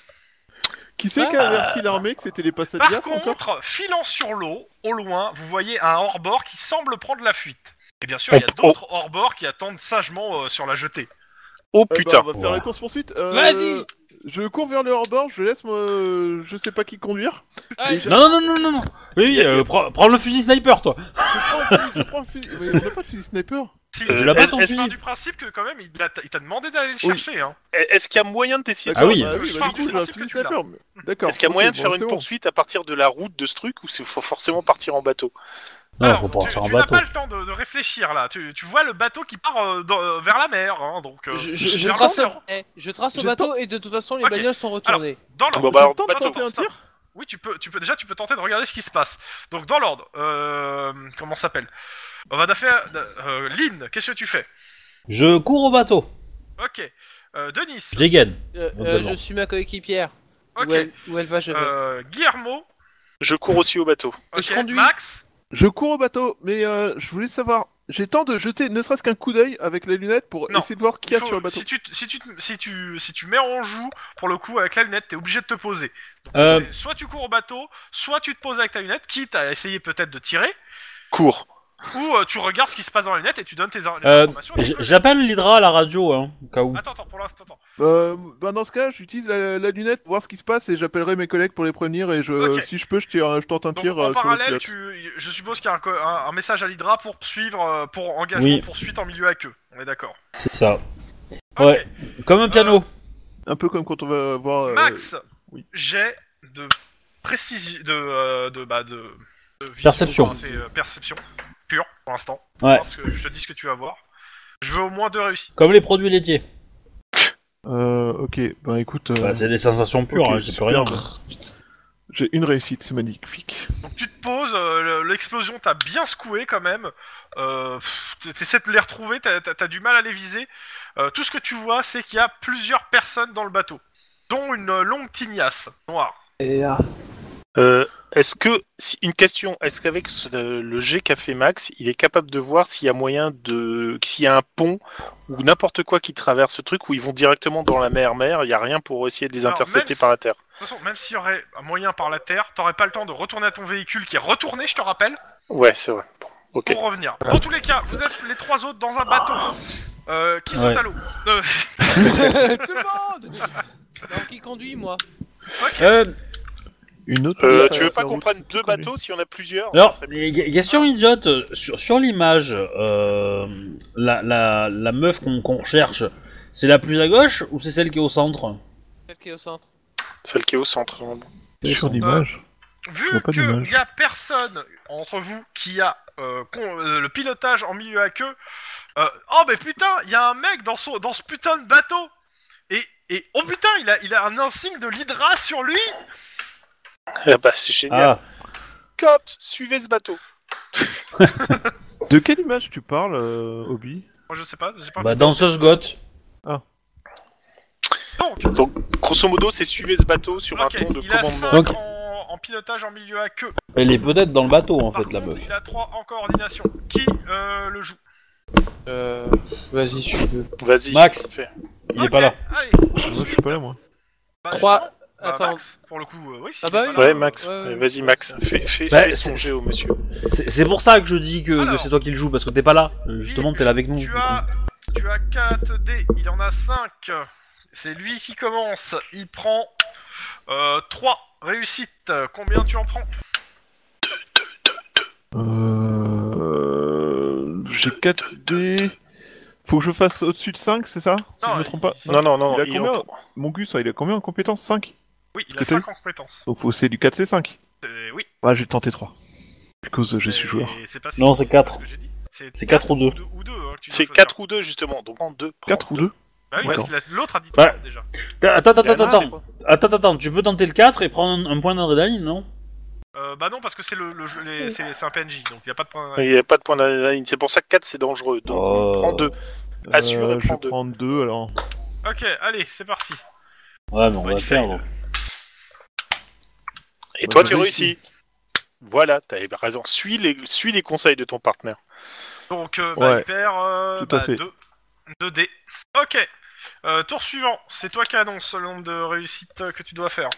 S1: Qui c'est qui a averti l'armée que c'était les
S2: Ah. Par
S1: passagers encore
S2: contre, filant sur l'eau, au loin, vous voyez un hors-bord qui semble prendre la fuite. Et bien sûr,
S3: On-
S2: il y a
S6: Oh,
S2: d'autres hors-bords qui attendent sagement euh, sur la jetée.
S3: Oh
S1: Euh, bah,
S3: putain
S1: on va faire la course poursuite. Euh,
S5: Vas-y.
S1: Je cours vers le hors-bord, je laisse moi, je sais pas qui conduire.
S4: Ah,
S5: Allez.
S1: Je
S6: Non, non, non, non, non, non. Oui, euh, prends, prends le fusil sniper, toi.
S1: prends le fusil, je prends le fusil. Mais on n'a pas de fusil sniper.
S2: Si,
S3: Euh,
S2: je
S3: là-bas,
S2: pars-
S6: ton
S2: je
S6: fusil.
S2: pars du principe que quand même, il l'a- il t'a demandé d'aller le
S1: Oui.
S2: chercher. Hein.
S3: Est-ce qu'il y a moyen de d'essayer
S6: Ah oui.
S1: bah
S2: Je
S1: bah,
S2: pars
S1: du
S2: du
S1: coup, j'ai un
S2: principe
S1: fusil
S2: que tu l'as.
S1: sniper. mais- D'accord.
S3: Est-ce qu'il y a moyen de
S1: ok,
S3: faire
S1: bon,
S3: une
S1: c'est bon.
S3: poursuite à partir de la route de ce truc ou il faut forcément partir en bateau
S6: Non,
S2: Alors,
S6: faut pas
S2: tu,
S6: faire un
S2: tu n'as
S6: bateau.
S2: pas le temps de, de réfléchir là. Tu, tu vois le bateau qui part euh, dans- euh, vers la mer, hein, donc euh,
S4: Je-
S2: vers
S4: je- je
S2: l'océan.
S4: pense
S5: Eh, je trace le
S1: Je
S5: bateau et de toute façon les
S2: Ok.
S5: bagnoles sont retournées.
S6: Ah
S2: dans l'ordre.
S3: Bon, bah,
S1: Je tente de
S3: bateau.
S1: tenter un tir.
S2: Oui, tu peux, tu peux déjà, tu peux tenter de regarder ce qui se passe. Donc dans l'ordre, euh, comment ça s'appelle On va faire euh, Lynn. Qu'est-ce que tu fais
S6: Je cours au bateau.
S2: Ok. Euh, Denis.
S6: Je dégaine.
S5: Euh,
S6: Bon,
S5: euh,
S6: bon.
S5: je suis ma coéquipière.
S2: Ok.
S5: Où, elle, où elle va, je vais.
S2: Euh, Guillermo.
S3: Je cours aussi au bateau.
S2: Ok.
S5: Je conduis.
S2: Max.
S1: Je cours au bateau, mais euh, je voulais savoir. J'ai temps de jeter ne serait-ce qu'un coup d'œil avec les lunettes pour
S2: Non.
S1: essayer de voir qui y a
S2: Faut-
S1: sur le bateau.
S2: Si tu, si tu, si tu, si tu mets en joue pour le coup avec la lunette, t'es obligé de te poser. Donc,
S6: Euh.
S2: c'est- Soit tu cours au bateau, soit tu te poses avec ta lunette, quitte à essayer peut-être de tirer,
S3: Cours.
S2: ou euh, tu regardes ce qui se passe dans la lunette et tu donnes tes, in- les
S6: Euh,
S2: informations.
S6: j- J'appelle l'Hydra à la radio, hein, au cas où.
S2: Attends, attends, pour l'instant, attends.
S1: Euh, bah, dans ce cas, j'utilise la, la lunette pour voir ce qui se passe et j'appellerai mes collègues pour les prévenir et je,
S2: Ok.
S1: si je peux, je, tire, je tente un
S2: Donc,
S1: tir
S2: en
S1: euh, sur le
S2: parallèle,
S1: pilote.
S2: tu, je suppose qu'il y a un, co- un- un message à l'Hydra pour suivre, euh, pour engagement,
S6: Oui.
S2: poursuite en milieu aqueux. On est d'accord.
S6: C'est ça.
S2: Ok.
S6: Ouais. Comme un piano.
S1: Un peu comme quand on va voir. euh,
S2: Max,
S1: oui.
S2: j'ai de précision, de, euh, de, bah, de, de vision,
S6: Perception.
S2: enfin, c'est, euh, perception pure pour l'instant.
S6: Ouais.
S2: Parce que je te dis ce que tu vas voir. Je veux au moins deux réussites.
S6: Comme les produits laitiers.
S1: Euh, ok, bah écoute, euh,
S6: Bah, c'est des sensations pures,
S1: ok,
S6: hein, j'y peux
S1: super.
S6: rien.
S1: j'ai une réussite, c'est magnifique.
S2: Donc tu te poses, euh, le- l'explosion t'a bien secoué quand même. Euh, pff, T'essaies de les retrouver, t'as t'as- t'as du mal à les viser. Euh, tout ce que tu vois, c'est qu'il y a plusieurs personnes dans le bateau, dont une euh, longue tignasse noire.
S4: Et là,
S3: Euh, est-ce que si, une question Est-ce qu'avec ce- le G qu'a fait Max, il est capable de voir s'il y a moyen de s'il y a un pont ou n'importe quoi qui traverse ce truc où ils vont directement dans la mer mer Il y a rien pour essayer de les
S2: Alors,
S3: intercepter
S2: même
S3: par la terre.
S2: De toute façon, même s'il y aurait un moyen par la terre, t'aurais pas le temps de retourner à ton véhicule qui est retourné, je te rappelle.
S3: Ouais, c'est vrai. Bon, ok.
S2: pour revenir. Dans tous les cas, vous êtes les trois autres dans un bateau euh, qui saute
S6: Ouais.
S2: à l'eau. Euh,
S5: Tout le monde Donc qui conduit moi
S6: Euh,
S1: Une autre.
S3: Euh,
S1: route
S3: tu
S1: à
S3: veux
S1: sa
S3: pas qu'on
S1: route.
S3: prenne deux
S1: Connu.
S3: bateaux si on a plusieurs
S6: Alors,
S3: Ça serait plus-
S6: y- question idiote, euh, sur, sur l'image, euh, la, la, la meuf qu'on qu'on recherche, c'est la plus à gauche ou c'est celle qui est au centre
S5: Celle qui est au centre.
S3: Celle qui est au centre.
S1: Sur l'image.
S2: vu
S1: vois pas
S2: qu'il
S1: d'image.
S2: y a personne entre vous qui a euh, con- euh, le pilotage en milieu à queue, euh, oh mais putain, il y a un mec dans, son, dans ce putain de bateau et, et oh putain, il a, il a un insigne de l'Hydra sur lui
S3: Ah bah c'est génial.
S6: Ah,
S3: Cops, suivez ce bateau.
S1: De quelle image tu parles, euh, Obi
S2: Moi, Je sais pas, j'ai pas
S6: bah danseuse goth.
S3: Donc grosso modo, c'est suivez ce bateau
S6: Bah,
S3: sur
S2: Ok,
S3: un ton de
S2: il a
S3: commandement.
S2: 5
S6: Donc-
S2: en, en pilotage en milieu à queue.
S6: Elle est peut-être dans le bateau en
S2: Par
S6: fait, la
S2: contre,
S6: meuf.
S2: il a 3 en coordination. Qui euh, le joue
S4: euh, vas-y, je peux.
S3: Vas-y.
S6: Max.
S3: fais.
S6: Il est pas là.
S2: Allez,
S1: Moi, je suis pas là, moi.
S2: bah,
S5: Trois-
S2: justement, Bah,
S5: Attends.
S2: Max, pour le coup, euh, oui. si
S5: Ah
S2: t'es
S5: bah oui.
S2: pas là,
S3: Ouais
S2: euh,
S3: Max,
S5: Ouais, ouais.
S3: vas-y Max, fais, fais,
S6: Bah,
S3: fais
S6: c'est-
S3: songer au monsieur.
S6: C'est c'est pour ça que je dis que, que
S2: Alors.
S6: c'est toi qui le joues, parce que t'es pas là. Euh, Justement,
S2: Oui,
S6: t'es là avec nous. du
S2: Tu
S6: coup.
S2: as, tu as 4 dés, il en a 5. C'est lui qui commence. Il prend 3 réussites. Combien tu en prends
S1: Euh... J'ai 4 dés. Faut que je fasse au-dessus de 5, c'est ça Si
S2: Non,
S1: je me trompe pas.
S3: Non non non,
S1: il a
S3: en
S1: combien
S3: prend.
S1: Mon Gus, hein, il a combien en compétence 5
S2: Oui, il
S1: Parce
S2: a
S1: que t'as
S2: 5 en compétence.
S1: Donc faut... c'est du 4C5.
S2: Euh, oui.
S1: Ah, j'ai tenté 3. Because je suis
S2: Et
S1: joueur.
S2: c'est pas
S6: Non, c'est quatre.
S2: ce que j'ai dit.
S6: C'est quatre ou deux.
S2: deux- Ou deux, hein, que tu dois
S3: C'est
S2: choisir.
S3: 4 ou 2 justement, donc prends 2.
S1: 4 ou 2
S2: Bah oui,
S1: Ouais.
S2: parce que la- l'autre a dit
S6: Ouais.
S2: trois, déjà.
S6: Attends, attends,
S3: Il y en
S6: attends,
S3: a,
S6: attends. Attends, attends, tu peux tenter le 4 et prendre un, un point d'adrénaline, non
S2: Euh, bah non, parce que c'est le, le jeu- les- c'est c'est un PNJ, donc il n'y a pas de point.
S3: Il n'y a pas de point d'adrénaline, c'est pour ça que 4 c'est dangereux. Donc
S6: Oh.
S3: prends 2. Assure et
S1: euh, Je
S3: prends
S1: vais
S3: deux.
S1: prendre 2 alors.
S2: Ok, allez, c'est parti.
S6: Ouais, mais on
S2: Ouais,
S6: va
S2: il fait
S6: perdre.
S3: Et
S1: Bah,
S3: toi
S1: j'ai
S3: tu réussis.
S1: réussi.
S3: Voilà, t'as raison. Suis les, suis les conseils de ton partenaire.
S2: Donc, euh, bah,
S1: Ouais.
S2: il perd euh,
S1: Tout à
S2: bah,
S1: fait.
S2: deux- deux dés. Ok. Euh, tour suivant, c'est toi qui annonce le nombre de réussites euh, que tu dois faire. Euh,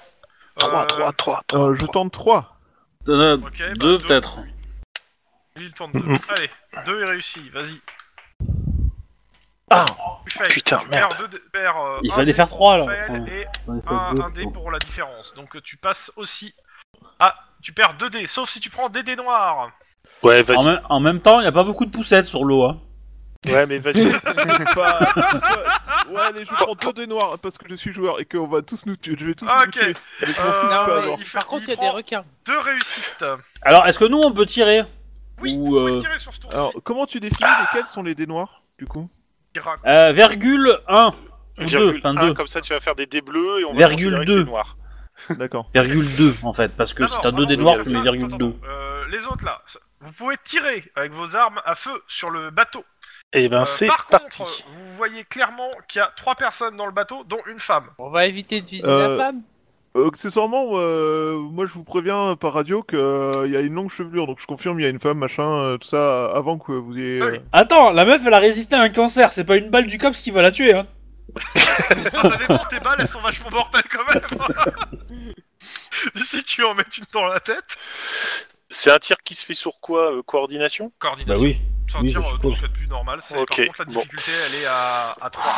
S3: 3, 3, 3, 3.
S1: Euh, je tente 3.
S6: T'en as
S2: Ok, bah,
S6: deux,
S2: deux.
S6: peut-être.
S2: Lui, il tourne deux.
S3: Mhm.
S2: Allez, deux est réussi, vas-y.
S3: Ah,
S2: Tu fails.
S3: Putain,
S2: Tu
S3: merde.
S2: perds deux dé- tu perds, euh,
S6: Il
S2: un
S6: fallait
S2: dé
S6: faire trois,
S2: pour
S6: alors,
S2: fail
S6: enfin.
S2: et
S6: Ouais, ça
S2: un,
S6: peut,
S2: un dé
S6: bon.
S2: pour la différence. Donc euh, tu passes aussi. Ah, tu perds deux dés, sauf si tu prends des dés noirs.
S3: Ouais,
S6: En,
S3: vas-y.
S6: même- en même temps, il n'y a pas beaucoup de poussettes sur l'eau. Hein.
S3: Ouais, mais vas-y.
S1: Bah, ouais, ouais, allez, je prends 2 dés noirs parce que je suis joueur et qu'on va tous nous tuer. Je vais tous
S2: Ah,
S1: nous
S2: ok.
S1: tuer. Mais je m'en
S2: Euh,
S1: fous
S2: non,
S1: pas,
S4: ah,
S2: mais-
S1: alors.
S2: il fait-
S5: Par contre,
S2: il
S5: il y a
S2: prend-
S5: des requins.
S2: Deux réussites.
S6: Alors, est-ce que nous, on peut tirer
S2: Oui,
S6: Ou,
S2: vous pouvez
S6: euh,
S2: tirer sur ce tour-ci.
S1: Alors, comment tu définis lesquels sont les dés noirs, du coup
S2: Il raconte.
S6: euh, Virgule 1. Ou 2,
S3: Virgule
S6: enfin
S3: un,
S6: 2.
S3: comme ça tu vas faire des dés bleus et on va
S6: Virgule
S3: considérer que
S6: deux.
S3: c'est noir.
S1: D'accord.
S6: Virgule 2, en fait. Parce que
S2: Ah
S6: si
S2: non,
S6: t'as deux
S2: non,
S6: dés
S2: non,
S6: noirs,
S2: non,
S6: tu
S2: non,
S6: mets virgule
S2: attends,
S6: 2.
S2: attends, euh, les autres là, vous pouvez tirer avec vos armes à feu sur le bateau.
S6: Eh
S3: Et
S6: Ah,
S3: ben
S2: Euh,
S3: c'est
S2: par
S3: parti.
S2: contre, vous voyez clairement qu'il y a trois personnes dans le bateau, dont une femme.
S5: On va éviter de viser
S1: Euh,
S5: la femme.
S1: Euh, accessoirement, euh, moi je vous préviens par radio qu'il y a une longue chevelure, donc je confirme, il y a une femme, machin, euh, tout ça, euh, avant que vous ayez. euh,
S2: Oui.
S6: Attends, la meuf, elle a résisté à un cancer. C'est pas une balle du COPS qui va la tuer. Hein.
S2: Bon, ça dépend, tes balles, elles sont vachement mortelles quand même. si tu en mets une dans la tête,
S3: C'est un tir qui se fait sur quoi euh, Coordination
S2: coordination.
S6: Bah oui.
S2: Sans
S6: oui,
S2: dire
S6: je
S2: euh, tout
S6: suppose.
S2: ce qu'il y a de plus normal, c'est
S3: Ok,
S2: par contre la
S3: bon.
S2: difficulté, elle est à, à 3.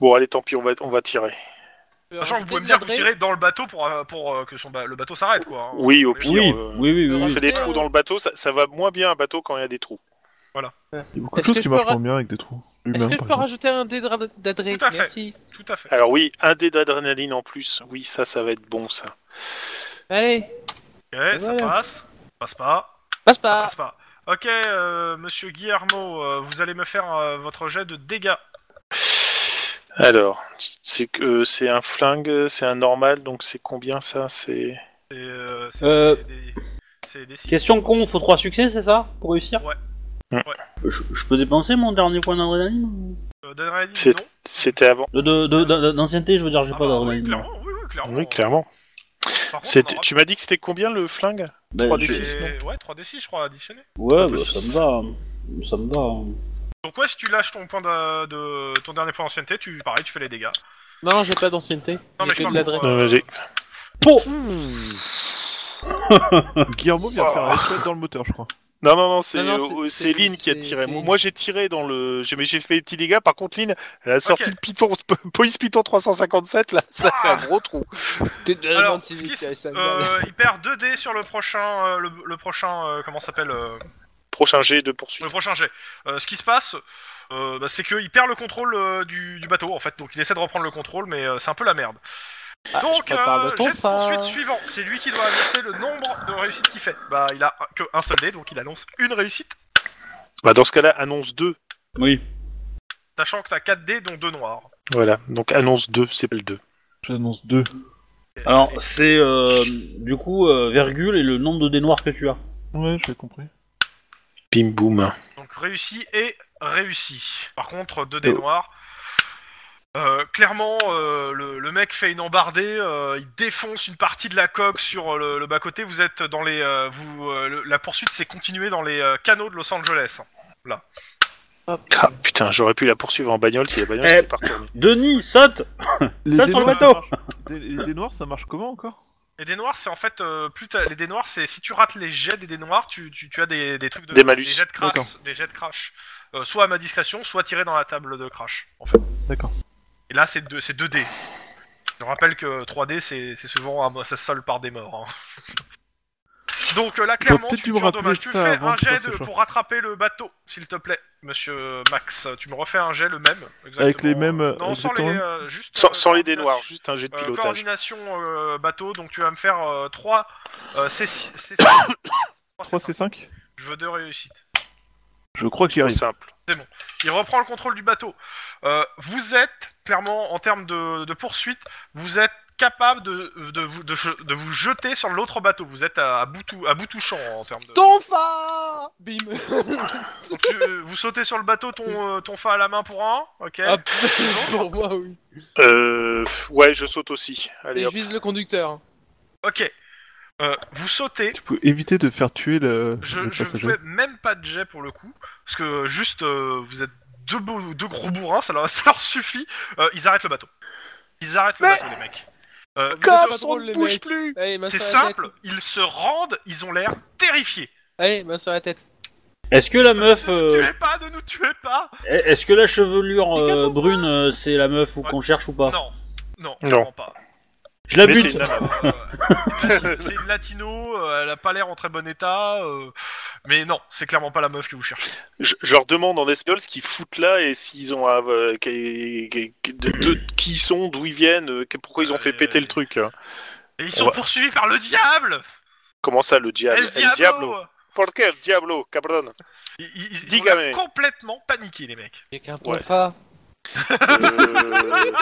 S3: Bon allez tant pis, on va, on va tirer.
S5: Tu peux
S2: Sachant que
S5: rajouter
S2: vous pouvez
S5: de la
S2: me dire que vous
S5: braise.
S2: tirez dans le bateau pour, euh, pour euh, que son ba- le bateau s'arrête quoi. hein.
S3: Oui, au
S2: Mais
S3: pire.
S6: Oui,
S3: euh,
S6: oui, oui,
S5: on
S3: On
S6: oui.
S3: fait des trous dans le bateau, ça, ça va moins bien un bateau quand il y a des trous.
S1: Il y a beaucoup de
S5: Est-ce
S1: choses
S5: que
S1: qui
S5: je peux
S1: marchent
S5: ra-
S1: moins bien avec des trous
S5: Est-ce
S1: humains,
S5: que je
S1: par
S5: peux
S1: exemple.
S5: rajouter un dé d'adr- d'adresse
S2: Tout à fait.
S5: Merci.
S2: Tout à fait.
S3: Alors oui, un dé d'adrénaline en plus, oui ça ça va être bon ça.
S5: Allez,
S6: Ah,
S2: Ok, ça
S5: Voilà.
S2: passe. Passe pas.
S5: passe
S2: Ça
S4: Ah.
S5: pas.
S2: passe pas. Ok, euh, monsieur Guillermo, euh, vous allez me faire euh, votre jet de dégâts.
S3: Alors, c'est que euh, c'est un flingue, c'est un normal, donc c'est combien ça C'est
S2: C'est euh, c'est
S6: Euh,
S2: des- c'est des six.
S6: Question con, faut trois succès, c'est ça Pour réussir
S2: Ouais.
S3: Ouais.
S6: Je, je peux dépenser mon dernier point d'adrénaline ou-
S2: Euh, d'adrénaline,
S3: C'est-
S2: non
S3: c'était avant.
S6: de, de, de- de- D'ancienneté, je veux dire, j'ai
S2: Ah
S6: pas
S2: bah, oui,
S6: d'adrénaline.
S2: clairement, oui, oui, clairement.
S3: Ah Oui, clairement.
S2: Par contre,
S3: C'est-
S2: on aura-
S3: Tu m'as dit que c'était combien le flingue
S6: Bah,
S3: 3D6.
S6: j'ai-
S2: c'est- Ouais, 3d6, je crois, additionné.
S6: Ouais, bah, ça
S3: 3D6.
S6: me va. Ça me va. hein.
S2: Donc, ouais, si tu lâches ton point de, de- ton dernier point d'ancienneté, tu, pareil, tu fais les dégâts.
S5: Non, j'ai pas d'ancienneté.
S2: Non, mais
S5: J'ai que de
S2: je parle
S5: l'adresse.
S2: pour, euh,
S3: Euh, j'ai-
S1: Guillermo vient de faire un headshot dans le moteur, je crois.
S3: Non, non, non, c'est
S5: Non, non,
S3: euh,
S5: c'est-
S3: c'est
S5: c'est-
S3: Lynn qui a
S5: c'est-
S3: tiré.
S5: c'est
S3: Moi,
S5: Lynn.
S3: moi, j'ai tiré dans le. j'ai- Mais j'ai fait des petits dégâts. Par contre, Lynn, elle a sorti le Python, Police Python 357, là, ça
S2: Ah
S3: fait un gros trou.
S5: Tu te
S2: Alors,
S5: demandes si
S2: ce qui
S5: j'étais
S2: se-
S5: à sa balle.
S2: Euh, il perd 2 dés sur le prochain, euh, le, le prochain, euh, comment ça s'appelle, euh,
S3: Prochain jet de
S2: le
S3: poursuite.
S2: prochain jet. Euh, ce qui se passe, euh, bah, c'est qu'il perd le contrôle euh, du, du bateau, en fait. Donc, il essaie de reprendre le contrôle, mais euh, c'est un peu la merde.
S5: Ah, je
S2: Donc,
S5: prépare
S2: euh,
S5: le
S2: jet de
S5: tonfa.
S2: poursuite suivant. C'est lui qui doit annoncer le nombre de réussites qu'il fait. Bah, il a que un seul dé, donc il annonce une réussite,
S3: Bah, dans ce cas-là, annonce 2.
S6: Oui.
S2: sachant que t'as 4 dés, dont 2 noirs.
S3: Voilà, donc annonce 2, c'est pas le 2.
S1: J'annonce 2.
S6: Alors, c'est euh, du coup, euh, virgule et le nombre de dés noirs que tu as.
S1: Ouais, j'ai compris.
S3: Bim boum.
S2: Donc, réussi et réussi. Par contre, 2 dés
S1: Oh.
S2: noirs. Euh, clairement, euh, le, le mec fait une embardée, euh, il défonce une partie de la coque sur euh, le, le bas-côté. Vous êtes dans les. euh, vous, euh, le- la poursuite s'est continuée dans les euh, canaux de Los Angeles.
S3: Ah putain, j'aurais pu la poursuivre en bagnole si la bagnole
S6: Eh.
S3: s'était pas retournée.
S6: Denis, saute
S1: Les
S6: Ça,
S1: dés
S6: sur le
S1: noirs, ça
S6: bateau.
S1: marche- Des- Les dés noirs, ça marche comment encore
S2: Les dés noirs, c'est en fait euh, plus t'as- les dés noirs, c'est si tu rates les jets des dés noirs, tu, tu, tu as des, des trucs de
S3: Des malus.
S2: des jets de
S1: D'accord.
S2: crash, des jets de crash, Euh, soit à ma discrétion, soit tirés dans la table de crash. En fait.
S1: D'accord.
S2: Et là, c'est deux, c'est 2 dés. Je rappelle que 3 d c'est c'est souvent un- ça se solde par des morts. hein. Donc euh, là, clairement,
S1: peut-être
S2: tu,
S1: lui
S2: tu
S1: rappeler
S2: endommages. Tu
S1: ça
S2: fais
S1: avant
S2: un
S1: qu'il
S2: jet
S1: fasse le
S2: de-
S1: choix.
S2: pour rattraper le bateau, s'il te plaît, Monsieur Max. Tu me refais un jet le même.
S1: Avec les
S2: exactement.
S1: mêmes, euh,
S2: Non, sans les,
S1: exactement.
S2: euh, juste,
S3: Sans,
S2: euh,
S3: sans les dés
S2: coordination.
S3: noirs, juste un jet de
S2: Euh,
S3: pilotage.
S2: coordination euh, bateau, donc tu vas me faire euh, 3 C6. C6. Oh,
S1: 3 C5
S2: Je veux deux réussites.
S1: Je crois que j'y
S3: Trop
S1: arrive.
S3: simple.
S2: Il reprend le contrôle du bateau. Euh, vous êtes, clairement, en termes de, de poursuite, vous êtes capable de, de, vous, de, je- de vous jeter sur l'autre bateau. Vous êtes à, à bout, tou- à bout touchant en termes de.
S5: Tonfa Bim
S2: Donc, tu- euh, vous sautez sur le bateau, ton, euh, ton fa à la main pour un, ok.
S5: Hop Pour moi, oui.
S3: Euh, ouais, je saute aussi. Allez,
S5: Et
S3: hop.
S5: juste le conducteur.
S2: Ok. Euh, vous sautez,
S1: Tu peux éviter de faire tuer le.
S2: Je,
S1: le
S2: je
S1: passager.
S2: fais même pas de jet pour le coup, parce que juste euh, vous êtes deux, beaux- deux gros bourrins, ça leur, ça leur suffit. Euh, ils arrêtent le bateau. Ils arrêtent le
S5: Mais-
S2: bateau, les mecs. Euh,
S5: Comme
S3: Cops, on ne bouge plus
S5: Allez, main
S2: c'est
S5: sur la tête.
S2: simple, ils se rendent, ils ont l'air terrifiés.
S5: Allez, main sur la tête.
S6: Est-ce que la meuf,
S2: Ne
S6: euh,
S2: nous tuez pas, ne nous tuez pas
S6: est-ce que la chevelure
S5: Mais
S6: euh,
S5: qu'attends,
S6: brune, euh, c'est la meuf ou
S2: Ouais.
S6: qu'on cherche ou pas
S2: Non, non,
S3: hein. Non.
S2: clairement pas.
S6: Je la
S3: Mais
S6: bute.
S3: c'est une nana.
S2: Euh, c'est une latino, euh, elle a pas l'air en très bon état, euh, mais non, c'est clairement pas la meuf que vous cherchez.
S3: Je, je leur demande en espagnol ce qu'ils foutent là et s'ils ont à- euh, qui- qui- qui- de- de- qui ils sont, d'où ils viennent, euh, que- pourquoi ils ont fait
S2: Euh,
S3: péter le truc. hein.
S2: Et ils
S3: On
S2: sont
S3: va-
S2: poursuivis par le diable
S3: Comment ça, le diable
S2: El Diablo,
S3: Por qué el diablo, cabron
S2: Ils, ils- ils
S3: Dígame.
S2: ont complètement paniqué, les mecs.
S5: Y'a qu'un
S3: Ouais.
S5: contrat.
S3: Euh,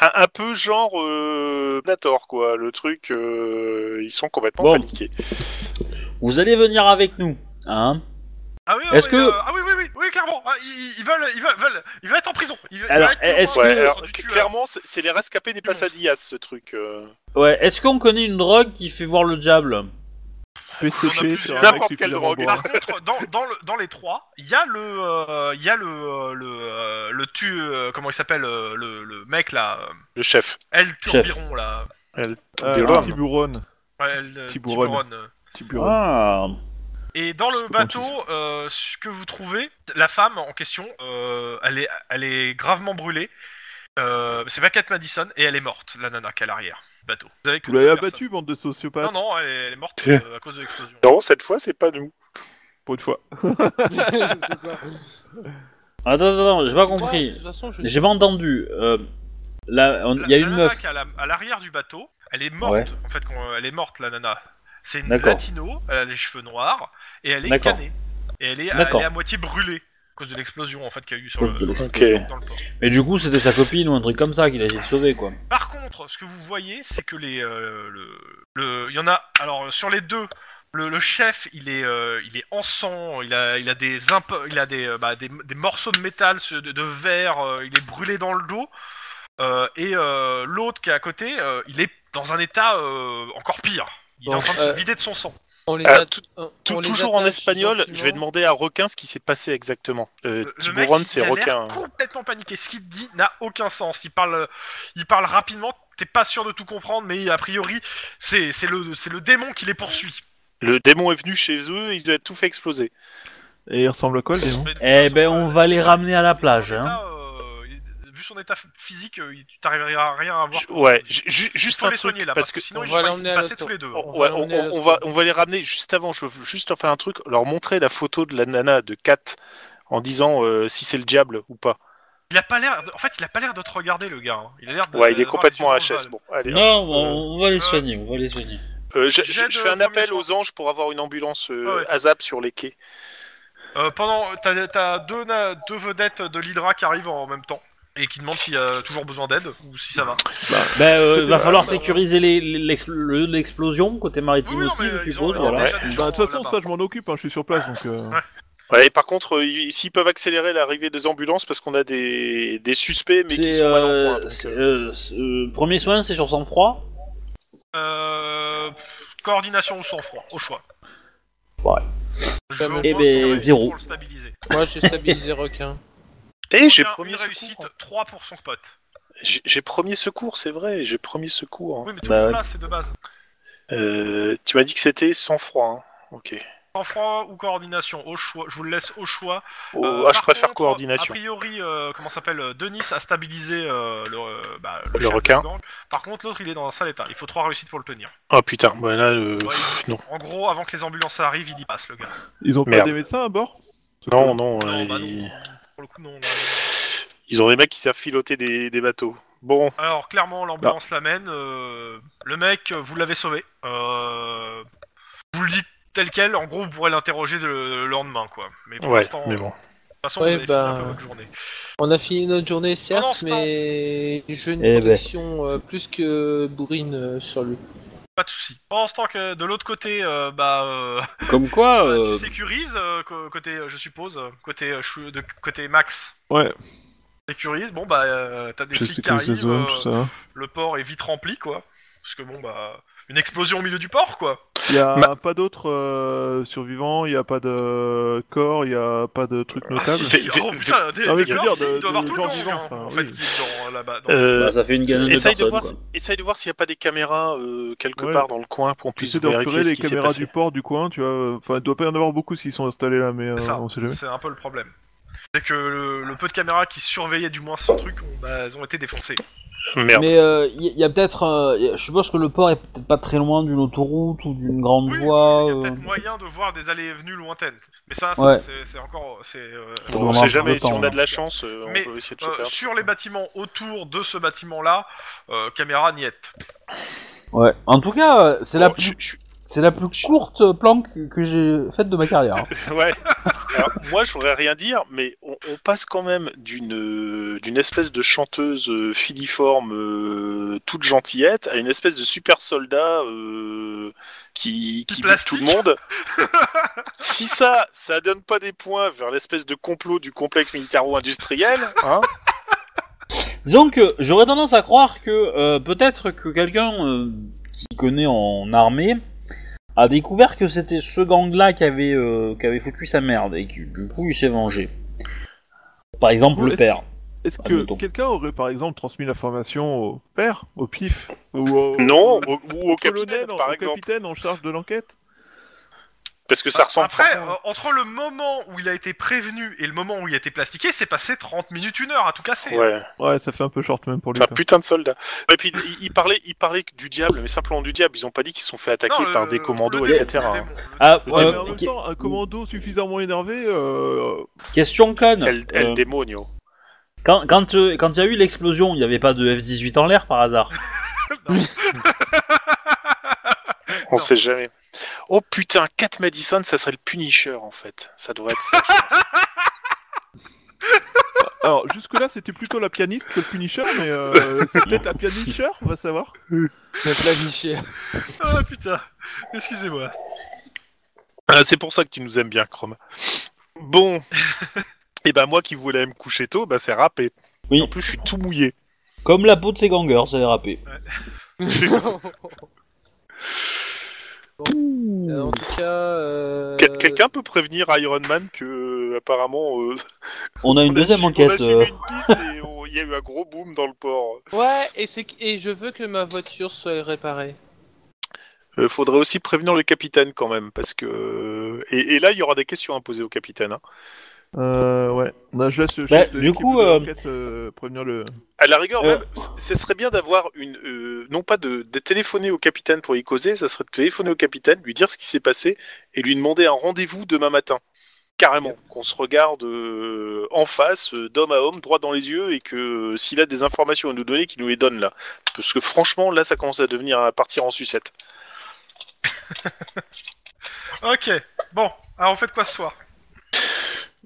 S3: un, un peu genre euh, Nator, quoi. Le truc, euh, ils sont complètement
S6: Bon.
S3: paniqués.
S6: Vous allez venir avec nous, hein
S2: Ah oui, ah
S6: Est-ce
S2: oui,
S6: que-
S2: euh, ah oui, oui, oui, oui, clairement. Ah, ils, ils veulent, ils veulent, veulent- ils veulent être en prison. Ils veulent- ils
S6: Alors,
S2: veulent être
S6: est-ce
S2: le
S6: que-
S3: Ouais,
S2: roi
S3: alors,
S2: du tueur.
S3: clairement, c'est c'est les rescapés des Pasadillas, ce truc. euh.
S6: Ouais. Est-ce qu'on connaît une drogue qui fait voir le diable
S1: PCP sur un mec
S3: N'importe quelle
S1: suffisamment
S3: drogue.
S1: bourré.
S2: Par contre, dans, dans le- dans les trois, il y a le, euh, il y a le, euh, le, euh, le tu, euh, comment il s'appelle, euh, le, le mec là, euh,
S3: Le chef.
S2: El
S6: Chef.
S2: Turbiron là,
S1: Euh,
S3: Tiburon.
S1: Tiburon.
S2: Ouais, El euh,
S1: Tiburon.
S2: Tiburon.
S1: Tiburon.
S6: Ah.
S2: Et dans
S1: Je sais
S2: le
S1: pas comment
S2: bateau, euh, ce que vous trouvez, la femme en question, euh, elle est, elle est gravement brûlée. Euh, c'est Vaquette Madison et elle est morte, la nana qui est à l'arrière du bateau. Vous avez
S1: Vous l'avez
S2: personne.
S1: abattu, bande de sociopathes,
S2: Non, non, elle est, elle est morte euh, à cause de l'explosion.
S3: Non, cette fois, c'est pas nous.
S1: pour une fois.
S5: C'est quoi
S6: Attends, attends, attends, j'ai pas
S5: Ouais, de
S6: compris.
S5: toute façon, je-
S6: J'ai pas entendu. Euh, là, on- il y
S2: La- la
S6: a une
S2: nana
S6: meuf.
S2: qui est à la- à l'arrière du bateau, elle est morte.
S6: Ouais.
S2: En fait, quand- elle est morte, la nana. C'est une
S6: D'accord.
S2: latino, elle a les cheveux noirs et elle est
S6: D'accord.
S2: canée. Et elle est, elle
S6: D'accord.
S2: est à moitié brûlée à cause de l'explosion en fait qu'il y a eu sur
S6: Cause de
S2: le,
S6: l'explosion.
S2: dans le port.
S6: Mais du coup, c'était sa copine ou un truc comme ça qu'il a essayé de sauver, quoi.
S2: Par contre, ce que vous voyez, c'est que les, euh, le, le- il y en a. Alors sur les deux, le, le chef, il est, euh, il est en sang, il a, il a des, imp- il a des, euh, bah, des, des morceaux de métal, ce- de, de verre, euh, il est brûlé dans le dos. Euh, et euh, l'autre qui est à côté, euh, il est dans un état euh, encore pire. Il est en
S5: Bon,
S2: train de
S5: euh,
S2: se vider de son sang.
S5: on les
S3: Euh,
S5: a-
S3: tout-
S5: on-
S3: Tou-
S5: on les
S3: toujours en
S5: attache
S3: espagnol, je vais
S5: gentiment.
S3: demander à Requin ce qui s'est passé exactement. Euh,
S2: Le- le mec,
S3: Tiburon,
S2: il
S3: c'est
S2: a l'air
S3: Requin. hein.
S2: complètement paniqué. Ce qu'il dit n'a aucun sens. Il parle, euh, il parle rapidement. T'es pas sûr de tout comprendre, mais a priori, c'est c'est le, c'est le démon qui les poursuit.
S3: Le démon est venu chez eux, ils ont tout fait exploser.
S1: Et il ressemble à quoi le démon
S2: Mais de toute
S6: Eh
S2: façon,
S6: ben,
S2: euh,
S6: on va les ramener à la
S2: son
S6: plage,
S2: état,
S6: hein.
S2: euh, il- vu son état f- physique, euh, il- tu t'arriveras à rien à voir.
S3: Ouais, ju- ju-
S2: Il
S3: juste
S2: faut
S3: un
S2: les
S3: truc,
S2: soigner là, parce,
S3: parce
S2: que,
S3: que...
S2: sinon
S5: On
S2: ils
S5: va
S2: vont
S5: l'emmener à
S2: passer
S5: l'auto.
S2: tous les deux. hein.
S5: On va
S3: Ouais, on,
S5: l'emmener à
S3: on- on
S5: l'autre
S3: va,
S5: côté.
S3: on va les ramener juste avant. Je veux juste leur faire un truc, leur montrer la photo de la nana de Kat en disant euh, si c'est le diable ou pas.
S2: hein. Il a pas l'air, de- en fait, il a pas l'air de te regarder le gars. hein. Il a l'air de-
S3: Ouais, il est
S2: d'avoir
S3: complètement
S2: les yeux dans le
S3: HS.
S2: val.
S3: Bon, allez. hein.
S6: Non, on, on va les
S2: Euh,
S6: soigner, on va les soigner.
S3: Euh, je, je-
S2: Jette,
S3: je fais un
S2: euh, premier
S3: appel
S2: soin.
S3: aux anges pour avoir une ambulance euh,
S2: Ouais, ouais.
S3: ASAP sur les quais.
S2: Euh, pendant, t'as t'as deux, na- deux vedettes de l'Hydra qui arrivent en même temps et qui demandent s'il y a toujours besoin d'aide ou si ça va.
S6: Ben, euh,
S1: C'était
S6: va
S1: pas
S6: falloir
S1: mal,
S6: sécuriser les- les- l'expl- le- l'explosion côté maritime
S2: Oui, oui, non,
S6: aussi,
S2: mais
S6: je
S2: ils
S6: suppose.
S2: ont- ils ont
S6: voilà.
S2: déjà des gens,
S1: Bah, de toute façon,
S2: là-bas.
S1: ça, je m'en occupe, hein, je suis sur place, donc... euh,
S3: Ouais, et par contre, euh, ils- s'ils peuvent accélérer l'arrivée des ambulances parce qu'on a des, des suspects mais qui
S6: C'est
S3: sont mal en point.
S6: euh,
S3: donc,
S6: c'est,
S3: euh,
S6: euh, c'est, euh, premier soin, c'est sur sang froid.
S2: Euh, pff, coordination ou sang-froid, au choix.
S6: Ouais.
S2: Je veux au
S6: Eh
S2: moins
S6: ben,
S2: qu'on réussisse
S6: zéro.
S2: Pour le stabiliser.
S5: Moi, j'ai stabilisé hein. requin.
S3: Eh, j'ai
S2: Aucun-
S3: premier,
S2: une
S3: secours.
S2: réussite, 3 pour son pote.
S3: J'ai j'ai premier secours, c'est vrai, j'ai premier secours. hein.
S2: Oui, mais tout
S6: Bah
S2: le
S6: ouais.
S2: monde là, c'est de base.
S3: Euh, tu m'as dit que c'était sans froid. hein. Ok.
S2: Sang-froid ou coordination, au choix. Je vous le laisse au choix.
S3: Oh,
S2: Euh,
S3: ah, je
S2: par
S3: préfère
S2: contre,
S3: coordination.
S2: A priori, euh, comment ça s'appelle euh, Denis a stabilisé euh, le, euh, bah, le
S3: Le
S2: chef
S3: requin.
S2: de gang. Par contre, l'autre, il est dans un sale état. Il faut 3 réussites pour le tenir.
S3: Ah putain, bah là, euh,
S2: Ouais,
S3: pff, non,
S2: En gros, avant que les ambulances arrivent, il y passe, le gars.
S1: Ils ont pas
S3: Merde.
S1: des médecins à bord
S3: non, non,
S2: Non,
S3: euh,
S2: bah non.
S3: ils...
S2: Pour le coup, non. non.
S3: ils ont des mecs qui savent filoter des, des bateaux. Bon,
S2: Alors, clairement, l'ambulance l'amène. euh, le mec, euh, vous l'avez sauvé. Euh, vous le dites tel quel. En gros, vous pourrez l'interroger de- le lendemain, quoi. Mais pour
S3: ouais,
S2: l'instant,
S3: mais
S2: de
S3: bon.
S2: toute façon,
S5: Ouais,
S2: vous avez fini un
S5: ben,
S2: peu votre journée.
S5: On a fini notre journée,
S2: Pendant
S5: certes,
S2: ce temps-
S5: mais j'ai une
S6: Eh ben.
S5: protection euh, plus que bourrine euh, sur lui.
S2: Pas de soucis. Pendant ce temps que de l'autre côté, euh, bah, euh,
S6: Comme quoi,
S2: bah,
S6: euh,
S2: tu sécurises, euh, co- côté, euh, je suppose, euh, côté, euh, chou- de, côté Max.
S1: Ouais,
S2: Sécurise, bon, bah, euh, t'as des
S1: je
S2: flics
S1: sais
S2: qui
S1: que ces
S2: arrivent.
S1: zones,
S2: euh,
S1: tout ça.
S2: le port est vite rempli, quoi. Parce que bon, bah, une explosion au milieu du port, quoi.
S1: Il y a
S3: Ma-
S1: pas d'autres euh, survivants, il y a pas de corps, il y a pas de truc notable.
S2: Ah, si, si,
S3: Fait-
S2: oh,
S3: fait-
S2: putain, des,
S1: Ah oui,
S2: des
S1: je veux dire,
S2: corps, si,
S1: de-
S2: il doit avoir
S1: de
S2: tout le
S1: gens
S2: gang,
S1: vivants,
S2: hein,
S1: enfin,
S2: en fait,
S1: oui.
S2: qui est dans- là-bas. dans-
S3: Euh,
S6: Bah, ça fait une gaine de
S3: essaye, de
S6: personnes,
S3: voir,
S6: quoi.
S3: si- essaye de voir s'il n'y a pas des caméras euh, quelque
S1: Ouais.
S3: part dans le coin pour qu'on
S1: Puis
S3: puisse
S1: c'est de repérer
S3: vérifier ce
S1: les
S3: qui s'est
S1: caméras
S3: passé.
S1: du port du coin, tu vois. Enfin, il doit pas y en avoir beaucoup s'ils sont installés là, mais euh,
S2: C'est ça.
S1: on sait jamais.
S2: C'est un peu le problème. C'est que le, le peu de caméras qui surveillaient du moins ce truc, ont- bah, elles ont été défoncées.
S3: Merde.
S6: Mais euh, il y, il y a peut-être. euh, y a- je suppose que le port est peut-être pas très loin d'une autoroute ou d'une grande
S2: Oui,
S6: voie.
S2: il y a
S6: euh,
S2: peut-être moyen de voir des allées et venues lointaines. Mais ça, ça,
S6: Ouais.
S2: c'est- c'est encore. c'est, euh,
S3: Bon,
S6: Faudra avoir
S3: on
S6: un
S3: sait
S6: peu
S3: jamais,
S6: de
S3: si
S6: temps,
S3: on a
S6: hein.
S3: de la chance, euh,
S2: Mais,
S3: on peut essayer de
S2: euh,
S3: choper. un-
S2: sur les bâtiments autour de ce bâtiment-là, euh, caméra niette.
S6: Ouais. En tout cas, euh, c'est la
S3: Bon,
S6: plus,
S3: Oh, je- je-
S6: c'est la plus courte planque que, que j'ai faite de ma carrière. hein.
S3: Ouais. Alors, moi, je voudrais rien dire, mais on, on passe quand même d'une euh, d'une espèce de chanteuse euh, filiforme, euh, toute gentillette, à une espèce de super soldat euh, qui, qui bute tout le monde. si ça, ça donne pas des points vers l'espèce de complot du complexe militaro-industriel, hein,
S6: Disons que j'aurais tendance à croire que euh, peut-être que quelqu'un euh, qui connaît en armée a découvert que c'était ce gang-là qui avait euh, qui avait foutu sa merde et qui du coup il s'est vengé. Par exemple,
S1: Ouais,
S6: le
S1: est-ce
S6: père.
S1: Est-ce que
S6: Admettons.
S1: quelqu'un aurait par exemple transmis l'information au père, au pif ou au,
S3: Non,
S1: ou,
S3: au- ou au
S1: colonel,
S3: capitaine, par
S1: au
S3: exemple.
S1: capitaine en charge de l'enquête
S3: parce que ça ressemble.
S2: Après,
S1: fort,
S2: euh, entre le moment où il a été prévenu et le moment où il a été plastiqué, c'est passé 30 minutes, une heure à tout casser.
S3: Ouais.
S1: Ouais, ça fait un peu short même pour lui.
S3: C'est un
S1: quoi.
S3: putain de soldat. Et puis il, il parlait, il parlait que du diable, mais simplement du diable. Ils ont pas dit qu'ils se sont fait attaquer
S2: Non,
S3: par
S2: le-
S3: des commandos, hein.
S2: le démon,
S3: etc.
S2: le démon, le
S6: Ah,
S3: Le
S1: Ouais, mais Eh
S6: euh,
S1: ben, en même
S6: que-
S1: temps, un commando suffisamment énervé, euh,
S6: question conne.
S3: El, el
S6: Euh,
S3: demonio.
S6: Quand quand euh, quand il y a eu l'explosion, il n'y avait pas de F-18 en l'air par hasard.
S3: On
S2: Non.
S3: sait jamais. Oh putain, Cat Madison, ça serait le Punisher en fait. Ça devrait être ça.
S1: Alors, jusque-là, c'était plutôt la pianiste que le Punisher, mais euh, c'est peut-être la Punisher, on va savoir.
S4: Je vais planifier.
S2: Ah putain, excusez-moi.
S3: Ah, c'est pour ça que tu nous aimes bien, Chrome. Bon. Et ben moi qui voulais me coucher tôt, bah c'est râpé.
S6: Oui.
S3: En plus, je suis tout mouillé.
S6: Comme la peau de ces gangers, ça a dérapé. Hmm.
S4: Euh, en tout cas, euh,
S3: Quel- Quelqu'un peut prévenir Iron Man que euh, apparemment euh,
S6: On a une
S3: on a
S6: deuxième
S3: su- on a
S6: enquête.
S3: suivi
S6: euh,
S3: une piste et on- il y a eu un gros boom dans le port.
S5: Ouais, et, c'est... que- et je veux que ma voiture soit réparée.
S3: Euh, faudrait aussi prévenir le capitaine quand même, parce que. euh, Et, et là, il y aura des questions à poser au capitaine. hein.
S1: Euh, ouais. Non, je laisse le
S6: Bah,
S1: chef de
S6: du
S1: l'équipe
S6: coup,
S1: de
S6: euh,
S1: l'enquête, euh, prévenir le...
S3: À la rigueur,
S6: Euh.
S3: même, c- ce serait bien d'avoir une. euh, non pas de, de téléphoner au capitaine pour y causer, ça serait de téléphoner au capitaine, lui dire ce qui s'est passé et lui demander un rendez-vous demain matin. Carrément, qu'on se regarde euh, en face, euh, d'homme à homme, droit dans les yeux, et que euh, s'il a des informations à nous donner, qu'il nous les donne là. Parce que franchement, là, ça commence à devenir à partir en sucette.
S2: Ok, bon, alors on fait de quoi ce soir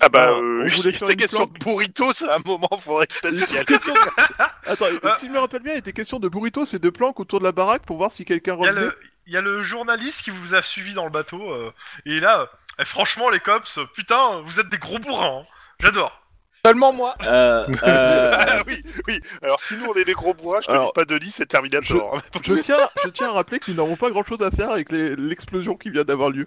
S3: Ah bah,
S1: Ah,
S3: euh,
S1: on voulait
S3: il
S1: faire
S3: était
S1: une
S3: question
S1: planque.
S3: de burrito, ça, à un moment, faudrait que
S1: Il était
S3: t'ailles.
S1: question de- Attends,
S2: Ah.
S1: si je me rappelle bien, il était question de burritos et de planques autour de la baraque pour voir si quelqu'un
S2: Il y, a
S1: revenait.
S2: le, il y a le journaliste qui vous a suivi dans le bateau, euh, et là, euh, eh, franchement les cops, euh, putain, vous êtes des gros bourrins, hein. j'adore.
S5: Seulement moi
S6: euh, euh,
S3: Ah oui, oui. Alors si nous on est des gros bourrins, je te
S1: Alors,
S3: dis pas de lit, c'est Terminator. hein.
S1: Je, tiens, je tiens à rappeler que nous n'avons pas grand-chose à faire avec les- l'explosion qui vient d'avoir lieu.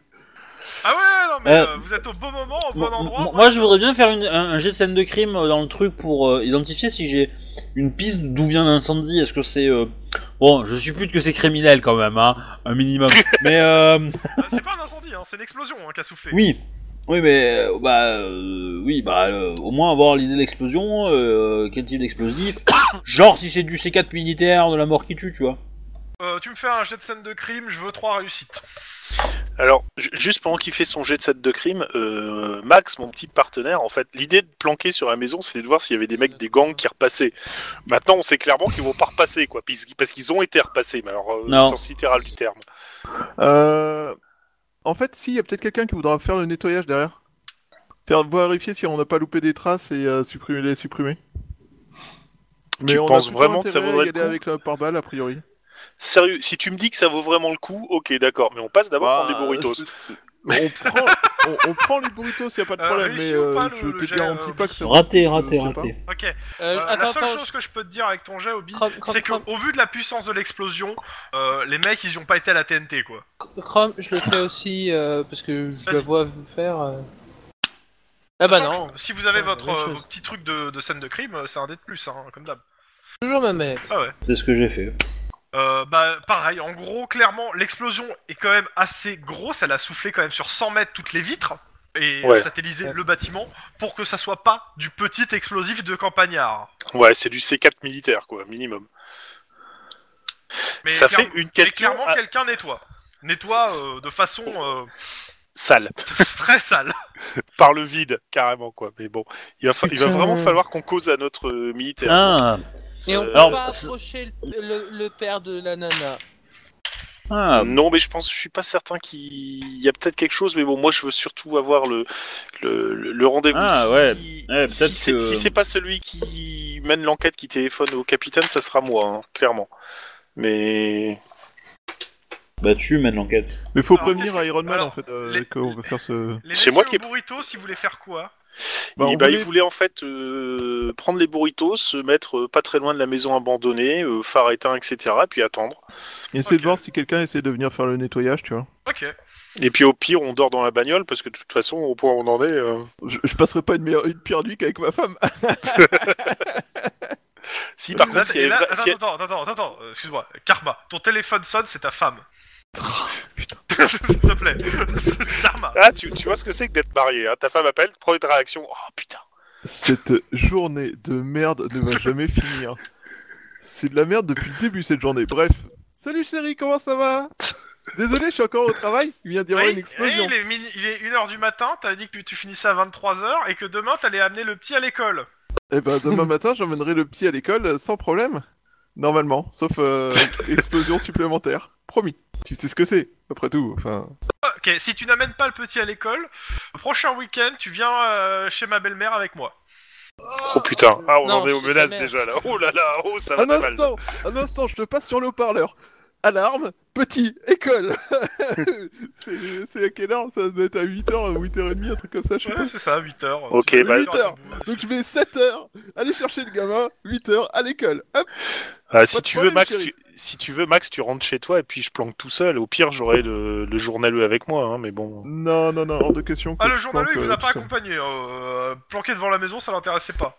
S2: Ah ouais, non mais
S6: Euh,
S2: euh, vous êtes au bon moment, au
S6: Moi,
S2: bon endroit.
S6: moi, je voudrais bien faire une- un, un jet de scène de crime euh, dans le truc pour euh, identifier si j'ai une piste d'où vient l'incendie. Est-ce que c'est. euh, Bon, je suppute que c'est criminel quand même, hein, un minimum. mais euh,
S2: Euh, C'est pas un incendie, hein, c'est une explosion hein, qui a soufflé.
S6: oui, oui, mais euh, bah, euh, oui, bah, euh, au moins avoir l'idée de l'explosion, euh, quel type d'explosif, genre si c'est du C4 militaire, de la mort qui tue, tu vois.
S2: Euh, tu me fais un jet de scène de crime, je veux trois réussites.
S3: Alors ju- juste pendant qu'il fait son jet de set de crime, euh, Max, mon petit partenaire, en fait, l'idée de planquer sur la maison, c'était de voir s'il y avait des mecs des gangs qui repassaient. Maintenant, on sait clairement qu'ils vont pas repasser, quoi, puis- parce qu'ils ont été repassés, mais alors euh,
S6: Non.
S3: sens littéral du terme.
S1: Euh... En fait, si, il y a peut-être quelqu'un qui voudra faire le nettoyage derrière. Faire vérifier si on n'a pas loupé des traces et euh, supprimer, les supprimer.
S3: Tu
S1: on a
S3: penses
S1: plutôt
S3: vraiment que ça
S1: intérêt à y
S3: vaudrait le
S1: aller
S3: coup
S1: avec la pare-balles, a priori.
S3: Sérieux, si tu me dis que ça vaut vraiment le coup, ok, d'accord, mais on passe d'abord prendre des
S1: Bah, je-
S3: burritos.
S1: On prend, on, on prend les burritos, s'il n'y a pas de
S2: Euh,
S1: problème,
S2: réussi
S1: mais
S2: ou pas,
S1: euh,
S2: le-
S1: je
S2: le
S1: te
S2: jet,
S1: garantis
S2: euh,
S1: pas que c'est
S6: Raté,
S1: je-
S6: raté,
S1: je sais
S6: raté.
S2: Ok.
S5: Euh,
S2: Euh,
S5: attends,
S2: la seule
S5: attends,
S2: chose que je peux te dire avec ton jet, Obi,
S5: Chrome, Chrome,
S2: c'est que
S5: Chrome,
S2: au vu de la puissance de l'explosion, euh, les mecs ils ont pas été à la TNT quoi.
S5: Chrome, je le fais aussi euh, parce que je le
S2: Vas-y.
S5: vois faire. euh. Ah bah non,
S2: Sachant que Si vous avez
S5: Ouais,
S2: votre
S5: même
S2: euh,
S5: chose.
S2: vos petits trucs de, de scène de crime, euh, c'est un dé de plus, hein, comme d'hab.
S5: toujours ma mec.
S6: C'est ce que j'ai fait.
S2: Euh, bah pareil, en gros, clairement, l'explosion est quand même assez grosse, elle a soufflé quand même sur 100 mètres toutes les vitres, et
S3: Ouais.
S2: a satellisé le bâtiment, pour que ça soit pas du petit explosif de campagnard.
S3: Ouais, c'est du C4 militaire, quoi, minimum.
S2: Mais,
S3: ça
S2: clairement-
S3: fait une
S2: mais
S3: question
S2: clairement,
S3: à-
S2: quelqu'un nettoie. Nettoie euh, de façon
S3: sale,
S2: euh, très sale.
S3: par le vide, carrément, quoi. Mais bon, il va, fa- il va
S4: Putain.
S3: vraiment falloir qu'on cause à notre euh, militaire.
S6: Ah,
S5: Et on
S3: Euh,
S5: peut
S6: alors,
S5: pas
S6: c'est-
S5: approcher le, le- le père de la nana.
S6: ah.
S3: Non, mais je pense, je suis pas certain qu'il y a peut-être quelque chose, mais bon, moi je veux surtout avoir le, le, le- le rendez-vous.
S6: Ah,
S3: Si-
S6: ouais. Ouais,
S3: si
S6: peut-être
S3: c'est
S6: que-
S3: si c'est pas celui qui mène l'enquête qui téléphone au capitaine, ça sera moi, hein, clairement. Mais
S6: Bah, tu mènes l'enquête.
S1: Mais faut
S2: Alors,
S1: prévenir
S2: qu'est-ce que-
S1: Iron Man
S2: alors,
S1: en fait euh,
S2: les-
S1: qu'on veut faire ce.
S2: Les
S3: C'est moi
S2: messieurs
S3: qui ai-
S2: burrito, si vous voulez faire quoi
S1: Bah,
S3: il,
S1: on
S3: bah, il
S1: voulait-
S3: voulait en fait euh, prendre les burritos, se mettre euh, pas très loin de la maison abandonnée, euh, phare éteint, etc., puis attendre.
S1: Essayer
S2: Ok.
S1: de voir si quelqu'un essaie de venir faire le nettoyage, tu vois.
S2: Ok.
S3: Et puis au pire, on dort dans la bagnole parce que de toute façon, au point où on en est. euh,
S1: Je, je passerai pas une, meilleure, une pire nuit qu'avec ma femme.
S3: Si par
S2: Là,
S3: contre, s'il
S2: et
S3: y avait
S2: là-
S3: vra-
S2: attends,
S3: s'il y a-
S2: attends, attends, attends, euh, excuse-moi. Karma, ton téléphone sonne, c'est ta femme.
S3: Oh,
S2: S'il te plaît. Karma.
S3: Ah, tu, tu vois ce que c'est que d'être marié. hein. Ta femme appelle, prends une réaction. Oh putain.
S1: Cette journée de merde ne va jamais finir. C'est de la merde depuis le début cette journée. Bref. Salut chérie, comment ça va Désolé, je suis encore au travail. Il vient d'y avoir
S2: Oui,
S1: une
S2: et
S1: explosion.
S2: il, est mini- il est 1h du matin, t'as dit que tu, tu finissais à 23h et que demain t'allais amener le petit à l'école.
S1: Eh ben demain matin, j'emmènerai le petit à l'école euh, sans problème. Normalement, sauf euh, explosion supplémentaire. Promis. Tu sais ce que c'est, après tout. Enfin.
S2: Ok, si tu n'amènes pas le petit à l'école, le prochain week-end tu viens euh, chez ma belle-mère avec moi.
S3: Oh putain, ah, on
S5: Non,
S3: en est aux
S5: c'est
S3: menaces
S5: jamais.
S3: déjà là. Oh là là, oh ça
S2: Ah
S3: va
S1: Un
S3: pas mal.
S1: instant, un instant, je te passe sur le haut-parleur. Alarme, petit, école. c'est c'est à quelle heure Ça doit être à 8h ou 8h30, un truc comme ça, je sais
S2: Ouais,
S1: pas.
S2: c'est ça, 8h.
S3: Ok, bah-
S2: 8h.
S1: Donc je vais 7h, aller chercher le gamin, 8h à l'école. Hop,
S3: Ah, si,
S1: Pas de
S3: tu veux,
S1: problème,
S3: Max,
S1: chérie.
S3: tu, si tu veux, Max, tu rentres chez toi et puis je planque tout seul. Au pire, j'aurai le, le journaleux avec moi, hein, mais bon.
S1: Non, non, non, hors de question.
S2: Ah,
S1: que
S2: le
S1: je
S2: journal,
S1: planque,
S2: il vous
S1: euh,
S2: a pas
S1: tout ça.
S2: accompagné. euh, planqué devant la maison, ça l'intéressait pas.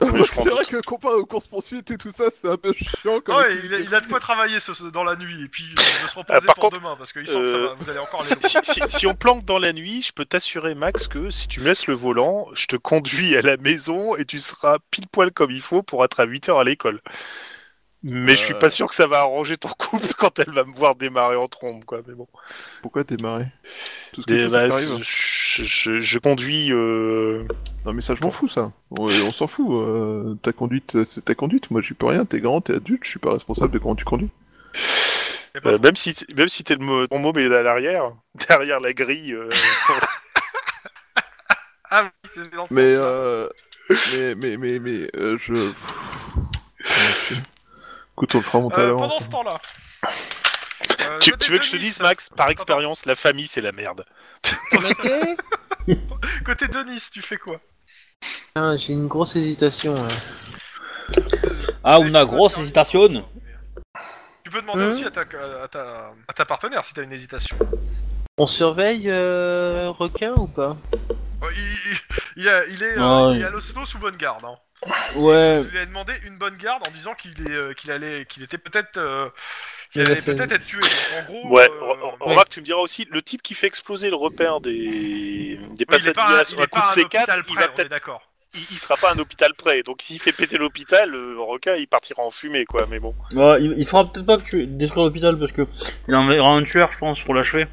S3: Oui, je prends
S1: C'est vrai que comparé aux courses poursuites et tout ça, c'est un peu chiant quand
S2: Ouais,
S1: même.
S2: Ah, il a, il a de quoi travailler ce- ce- dans la nuit et puis euh, de se reposer
S3: Ah, par
S2: pour
S3: contre,
S2: demain parce qu'il sent que ça
S3: euh,
S2: va, vous allez encore aller
S3: Si,
S2: loin.
S3: si- si- si on planque dans la nuit, je peux t'assurer, Max, que si tu me laisses le volant, je te conduis à la maison et tu seras pile poil comme il faut pour être à 8h à l'école. Mais je suis
S1: Euh.
S3: pas sûr que ça va arranger ton couple quand elle va me voir démarrer en trombe, quoi. Mais bon.
S1: Pourquoi démarrer Tout ce que
S3: Des-
S1: tu sais,
S3: bah,
S1: ça t'arrive.
S3: je, je- je conduis. euh,
S1: Non mais ça je m'en fous ça. Ouais, on s'en fout. euh, ta conduite, c'est ta conduite. Moi j'y peux rien. T'es grand, t'es adulte. Je suis pas responsable de comment tu conduis.
S2: C'est pas
S3: Euh,
S2: faux.
S3: même si même si t'es le mo- ton môme est à l'arrière, derrière la grille. euh,
S2: Ah oui, c'est dans ce
S1: Mais
S2: sens-là.
S1: euh, mais mais mais mais euh, je. Pff. Écoute, on le fera monter à
S2: Euh,
S1: l'avance.
S2: pendant ce temps-là. euh,
S3: tu,
S2: le
S3: tu
S2: dé
S3: veux que je te
S2: Denis,
S3: dise, Max, par
S2: Attends.
S3: expérience, la famille c'est la merde.
S5: Ok.
S2: Côté Denis, tu fais quoi
S5: Hein,
S4: Putain, J'ai une grosse hésitation. là.
S6: Ah, on a grosse hésitation.
S2: Tu peux demander
S4: Hein
S2: aussi à ta, à, ta, à ta partenaire si t'as une hésitation.
S4: On surveille euh, requin ou pas
S2: Euh, Il, il- il a- il est, euh,
S6: Ouais.
S2: il est à l'hosto sous bonne garde. hein.
S6: Ouais.
S2: Je lui ai demandé une bonne garde en disant qu'il est, euh, qu'il allait, qu'il était peut-être, euh, qu'il
S4: Il a
S2: allait
S4: fait-
S2: peut-être être tué. Donc, en gros,
S3: Ouais,
S2: euh,
S3: re- re-
S2: oui,
S3: remarque, tu me diras aussi, le type qui fait exploser le repère des, des
S2: il est
S3: passagers
S2: pas, il
S3: sur
S2: est
S3: un coup
S2: pas à un
S3: de C4,
S2: hôpital
S3: il,
S2: près,
S3: va
S2: on est
S3: peut-être-
S2: d'accord.
S3: il- il sera pas à un hôpital près. Donc s'il fait péter l'hôpital, euh, le requin il partira en fumée, quoi. Mais bon.
S6: Bah, il, il faudra peut-être pas que tu détruire l'hôpital parce que il enverra un tueur, je pense, pour l'achever.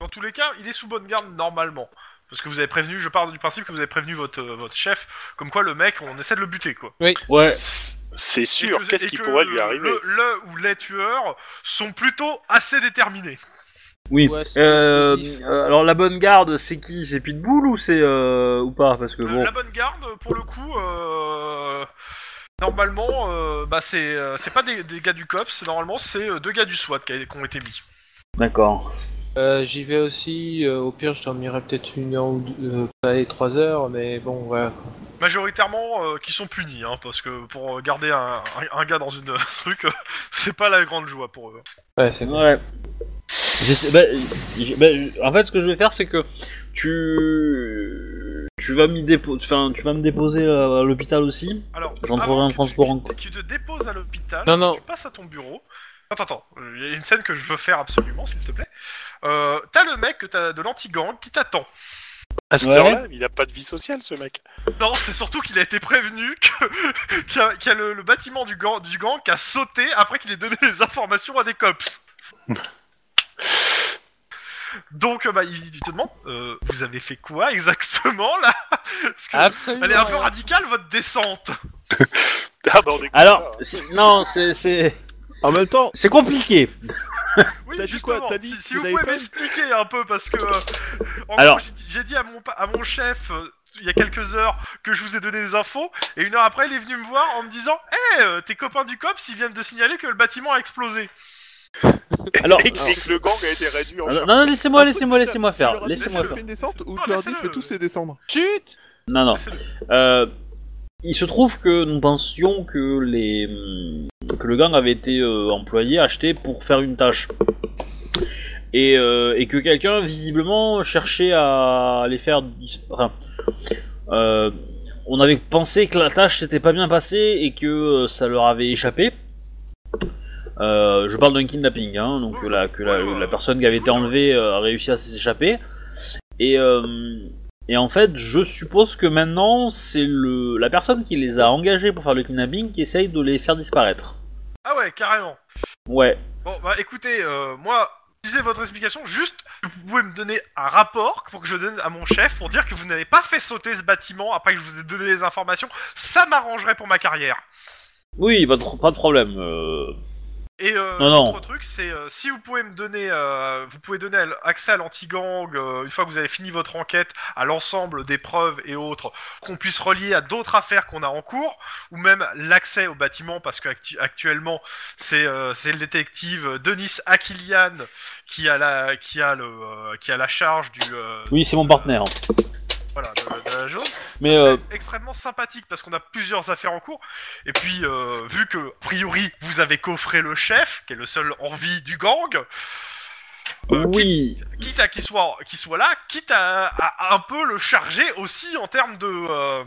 S2: Dans tous les cas, il est sous bonne garde normalement. Parce que vous avez prévenu, je pars du principe que vous avez prévenu votre, euh, votre chef, comme quoi le mec, on essaie de le buter quoi.
S6: Ouais.
S3: C'est
S2: Et
S3: sûr,
S2: que-
S3: qu'est-ce
S2: et
S3: qui
S2: que
S3: pourrait lui
S2: le-
S3: arriver
S2: le, le ou les tueurs sont plutôt assez déterminés.
S6: Oui.
S4: Ouais, c'est-
S6: Euh,
S4: c'est-
S6: euh, alors la bonne garde, c'est qui C'est Pitbull ou c'est euh, ou pas Parce que
S2: Euh,
S6: bon.
S2: La bonne garde, pour le coup, euh, normalement, euh, bah, c'est euh, c'est pas des, des gars du COPS, normalement c'est euh, deux gars du SWAT qui, a- qui ont été mis.
S6: D'accord.
S4: Euh, J'y vais aussi, euh, au pire je dormirai peut-être une heure ou deux, euh, pas les trois heures, mais bon voilà.
S2: Majoritairement, euh, qui sont punis, hein, parce que pour garder un, un- un gars dans une un truc, euh, c'est pas la grande joie pour eux.
S4: Ouais, c'est
S6: Ouais. J'essa- bah, j'ai- bah, en fait, ce que je vais faire, c'est que tu tu vas m'y dépo- enfin, tu vas me déposer euh, à l'hôpital aussi.
S2: Alors,
S6: J'en
S2: avant
S6: trouverai un
S2: que tu-
S6: transport en-
S2: que Tu te déposes à l'hôpital,
S4: Non, non.
S2: tu passes à ton bureau. Attends, attends, euh, il y a une scène que je veux faire absolument, s'il te plaît. Euh, t'as le mec que t'as de l'anti-gang qui t'attend.
S3: À cette
S6: Ouais.
S3: heure-là, il a pas de vie sociale, ce mec.
S2: Non, c'est surtout qu'il a été prévenu que- qu'il y a, qu'il y a le, le bâtiment du gang, du gang qui a sauté après qu'il ait donné les informations à des cops. Donc, euh, bah, il, il te demande, euh, vous avez fait quoi exactement là Parce que
S4: Absolument.
S2: Elle est un peu radicale votre descente.
S3: Ah bah, on est
S6: Alors, c'est- non, c'est c'est
S1: En même temps,
S6: c'est compliqué.
S2: Oui,
S1: T'as dit
S2: justement,
S1: quoi T'as dit
S2: si, si
S1: que
S2: vous
S1: t'avais
S2: pouvez
S1: faim
S2: m'expliquer un peu, parce que... euh, en
S6: Alors.
S2: gros, j'ai dit- j'ai dit à mon, pa- à mon chef, euh, il y a quelques heures, que je vous ai donné des infos, et une heure après, il est venu me voir en me disant « Hé, euh, tes copains du COPS, ils viennent de signaler que le bâtiment a explosé.
S6: Alors,
S3: Et que le gang a été réduit en
S6: Alors, non, non, laissez-moi,
S1: Un truc
S6: laissez-moi,
S1: comme ça,
S6: laissez-moi
S1: tu
S6: faire,
S1: leur as-
S6: laissez-moi
S1: tu leur
S6: faire.
S1: fais une descente ou
S2: Non,
S1: tu leur dis
S2: laissez-le.
S1: je vais tous les descendre
S4: Chut
S6: Non, non.
S2: Laissez-le.
S6: Euh, il se trouve que nous pensions que les hum, que le gang avait été euh, employé, acheté pour faire une tâche. Et, euh, et que quelqu'un visiblement cherchait à les faire. dis- Enfin, euh, on avait pensé que la tâche s'était pas bien passée et que euh, ça leur avait échappé. Euh, je parle d'un kidnapping, hein, donc la, que la, la personne qui avait été enlevée euh, a réussi à s'échapper. Et, euh, et en fait, je suppose que maintenant, c'est le la personne qui les a engagés pour faire le kidnapping qui essaye de les faire disparaître.
S2: Ah ouais, carrément.
S6: Ouais.
S2: Bon, bah écoutez, euh, moi, disais votre explication, juste, vous pouvez me donner un rapport pour que je donne à mon chef pour dire que vous n'avez pas fait sauter ce bâtiment après que je vous ai donné les informations. Ça m'arrangerait pour ma carrière.
S6: Oui, pas de, pas de problème. euh.
S2: Et euh,
S6: Non, non.
S2: l'autre truc, c'est euh, si vous pouvez me donner, euh, vous pouvez donner à l- accès à l'anti-gang euh, une fois que vous avez fini votre enquête, à l'ensemble des preuves et autres, qu'on puisse relier à d'autres affaires qu'on a en cours, ou même l'accès au bâtiment, parce qu'actuellement c'est euh, c'est le détective euh, Denis Akilian qui a la qui a le euh, qui a la charge du euh,
S6: Oui, c'est mon partenaire.
S2: voilà de, de la chose
S6: Mais euh,
S2: extrêmement sympathique parce qu'on a plusieurs affaires en cours. Et puis, euh, vu que, a priori, vous avez coffré le chef, qui est le seul en vie du gang, euh,
S6: oui.
S2: quitte à qu'il soit, qu'il soit là, quitte à, à- à un peu le charger aussi en termes de. Euh...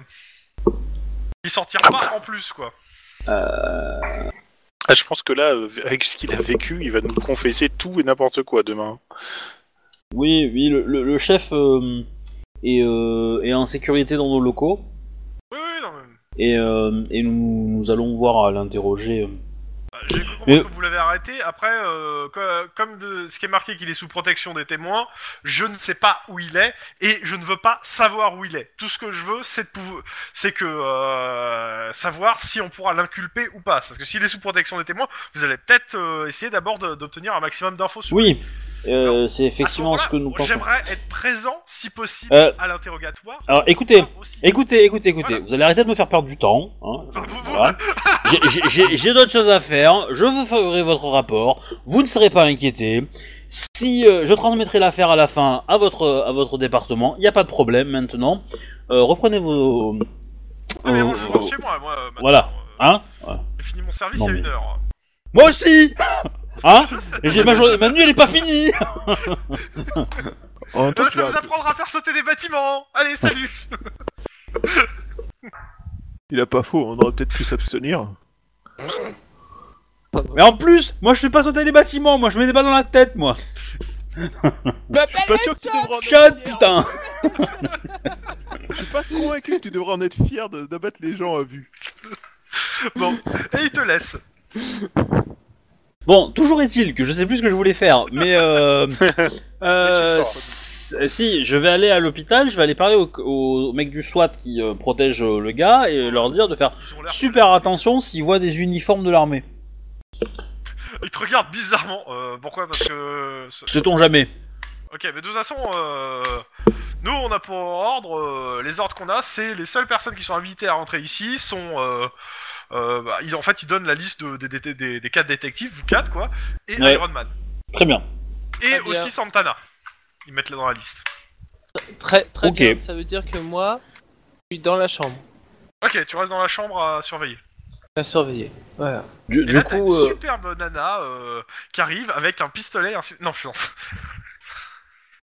S2: Il sortira pas en plus, quoi.
S3: Ah, je pense que là, euh, avec ce qu'il a vécu, il va nous confesser tout et n'importe quoi demain.
S6: Oui, oui, le, le- le chef euh, est, euh, est en sécurité dans nos locaux
S2: Oui, oui, non, mais.
S6: et, euh, et nous, nous allons voir à l'interroger.
S2: bah, J'ai cru comprendre
S6: Mais-
S2: que vous l'avez arrêté. Après, euh, co- comme de, ce qui est marqué qu'il est sous protection des témoins, je ne sais pas où il est et je ne veux pas savoir où il est. Tout ce que je veux, c'est de pouvoir, c'est que euh, savoir si on pourra l'inculper ou pas. Parce que s'il est sous protection des témoins, vous allez peut-être euh, essayer d'abord de- d'obtenir un maximum d'infos sur. lui.
S6: Oui, euh,
S2: Alors,
S6: c'est
S2: À
S6: effectivement ce que
S2: moment-là,
S6: nous pensons.
S2: J'aimerais être présent, si possible,
S6: Euh,
S2: à l'interrogatoire.
S6: Alors, écoutez,
S2: Aussi.
S6: écoutez, écoutez, écoutez.
S2: Voilà.
S6: Vous allez arrêter de me faire perdre du temps. hein,
S2: Vous- vous-
S6: voilà. J'ai- j'ai- J'ai j'ai d'autres choses à faire. Je vous ferai votre rapport. Vous ne serez pas inquiété. Si euh, je transmettrai l'affaire à la fin à votre à votre département, il n'y a pas de problème maintenant. Euh, reprenez vos.
S2: Ah, mais bon,
S6: vos-
S2: je rentre chez moi. moi euh, maintenant,
S6: Voilà.
S2: euh,
S6: Hein
S2: J'ai fini mon service
S6: Non,
S2: il y a
S6: mais-
S2: une heure.
S6: Moi aussi Hein Et j'ai ma journée. Ma nuit elle est pas finie
S1: En même temps,
S2: Euh,
S1: tu
S2: ça
S1: leur-
S2: vous apprendra à faire sauter des bâtiments. Allez, salut.
S1: Il a pas faux, on aurait peut-être pu s'abstenir.
S6: Mais en plus, moi je fais pas sauter les bâtiments, moi je mets des balles dans la tête moi
S1: Je suis pas sûr que tu devrais en être
S6: Shut
S1: fier.
S6: putain
S1: Je suis pas convaincu que tu devrais en être fier de- d'abattre les gens à vue.
S2: Bon, et il te laisse.
S6: Bon, toujours est-il que je sais plus ce que je voulais faire, mais euh. euh,
S3: Mais tu le feras.
S6: s- si, je vais aller à l'hôpital, je vais aller parler au, au mec du SWAT qui euh, protège euh, le gars et leur dire de faire
S2: Ils ont l'air.
S6: super attention s'ils voient des uniformes de l'armée.
S2: Ils te regardent bizarrement. Euh, pourquoi Parce que. ce-
S6: Sait-on jamais
S2: Ok, mais de toute façon, euh, nous, on a pour ordre, euh, les ordres qu'on a, c'est les seules personnes qui sont invitées à rentrer ici sont. Euh, euh, bah, ils- en fait, ils donnent la liste de- des des- des- des quatre détectives, vous quatre, quoi, et
S6: Ouais.
S2: Iron Man.
S6: Très bien.
S2: Et
S5: Très bien.
S2: aussi Santana. Ils mettent là dans la liste.
S5: Très, très
S6: Ok.
S5: bien. Ça veut dire que moi, je suis dans la chambre,
S2: Ok, tu restes dans la chambre à surveiller.
S5: à surveiller. Voilà.
S6: Du,
S2: Et
S6: du
S2: là, t'as
S6: coup,
S2: une
S6: euh,
S2: superbe nana euh, qui arrive avec un pistolet et ainsi... Non, je lance.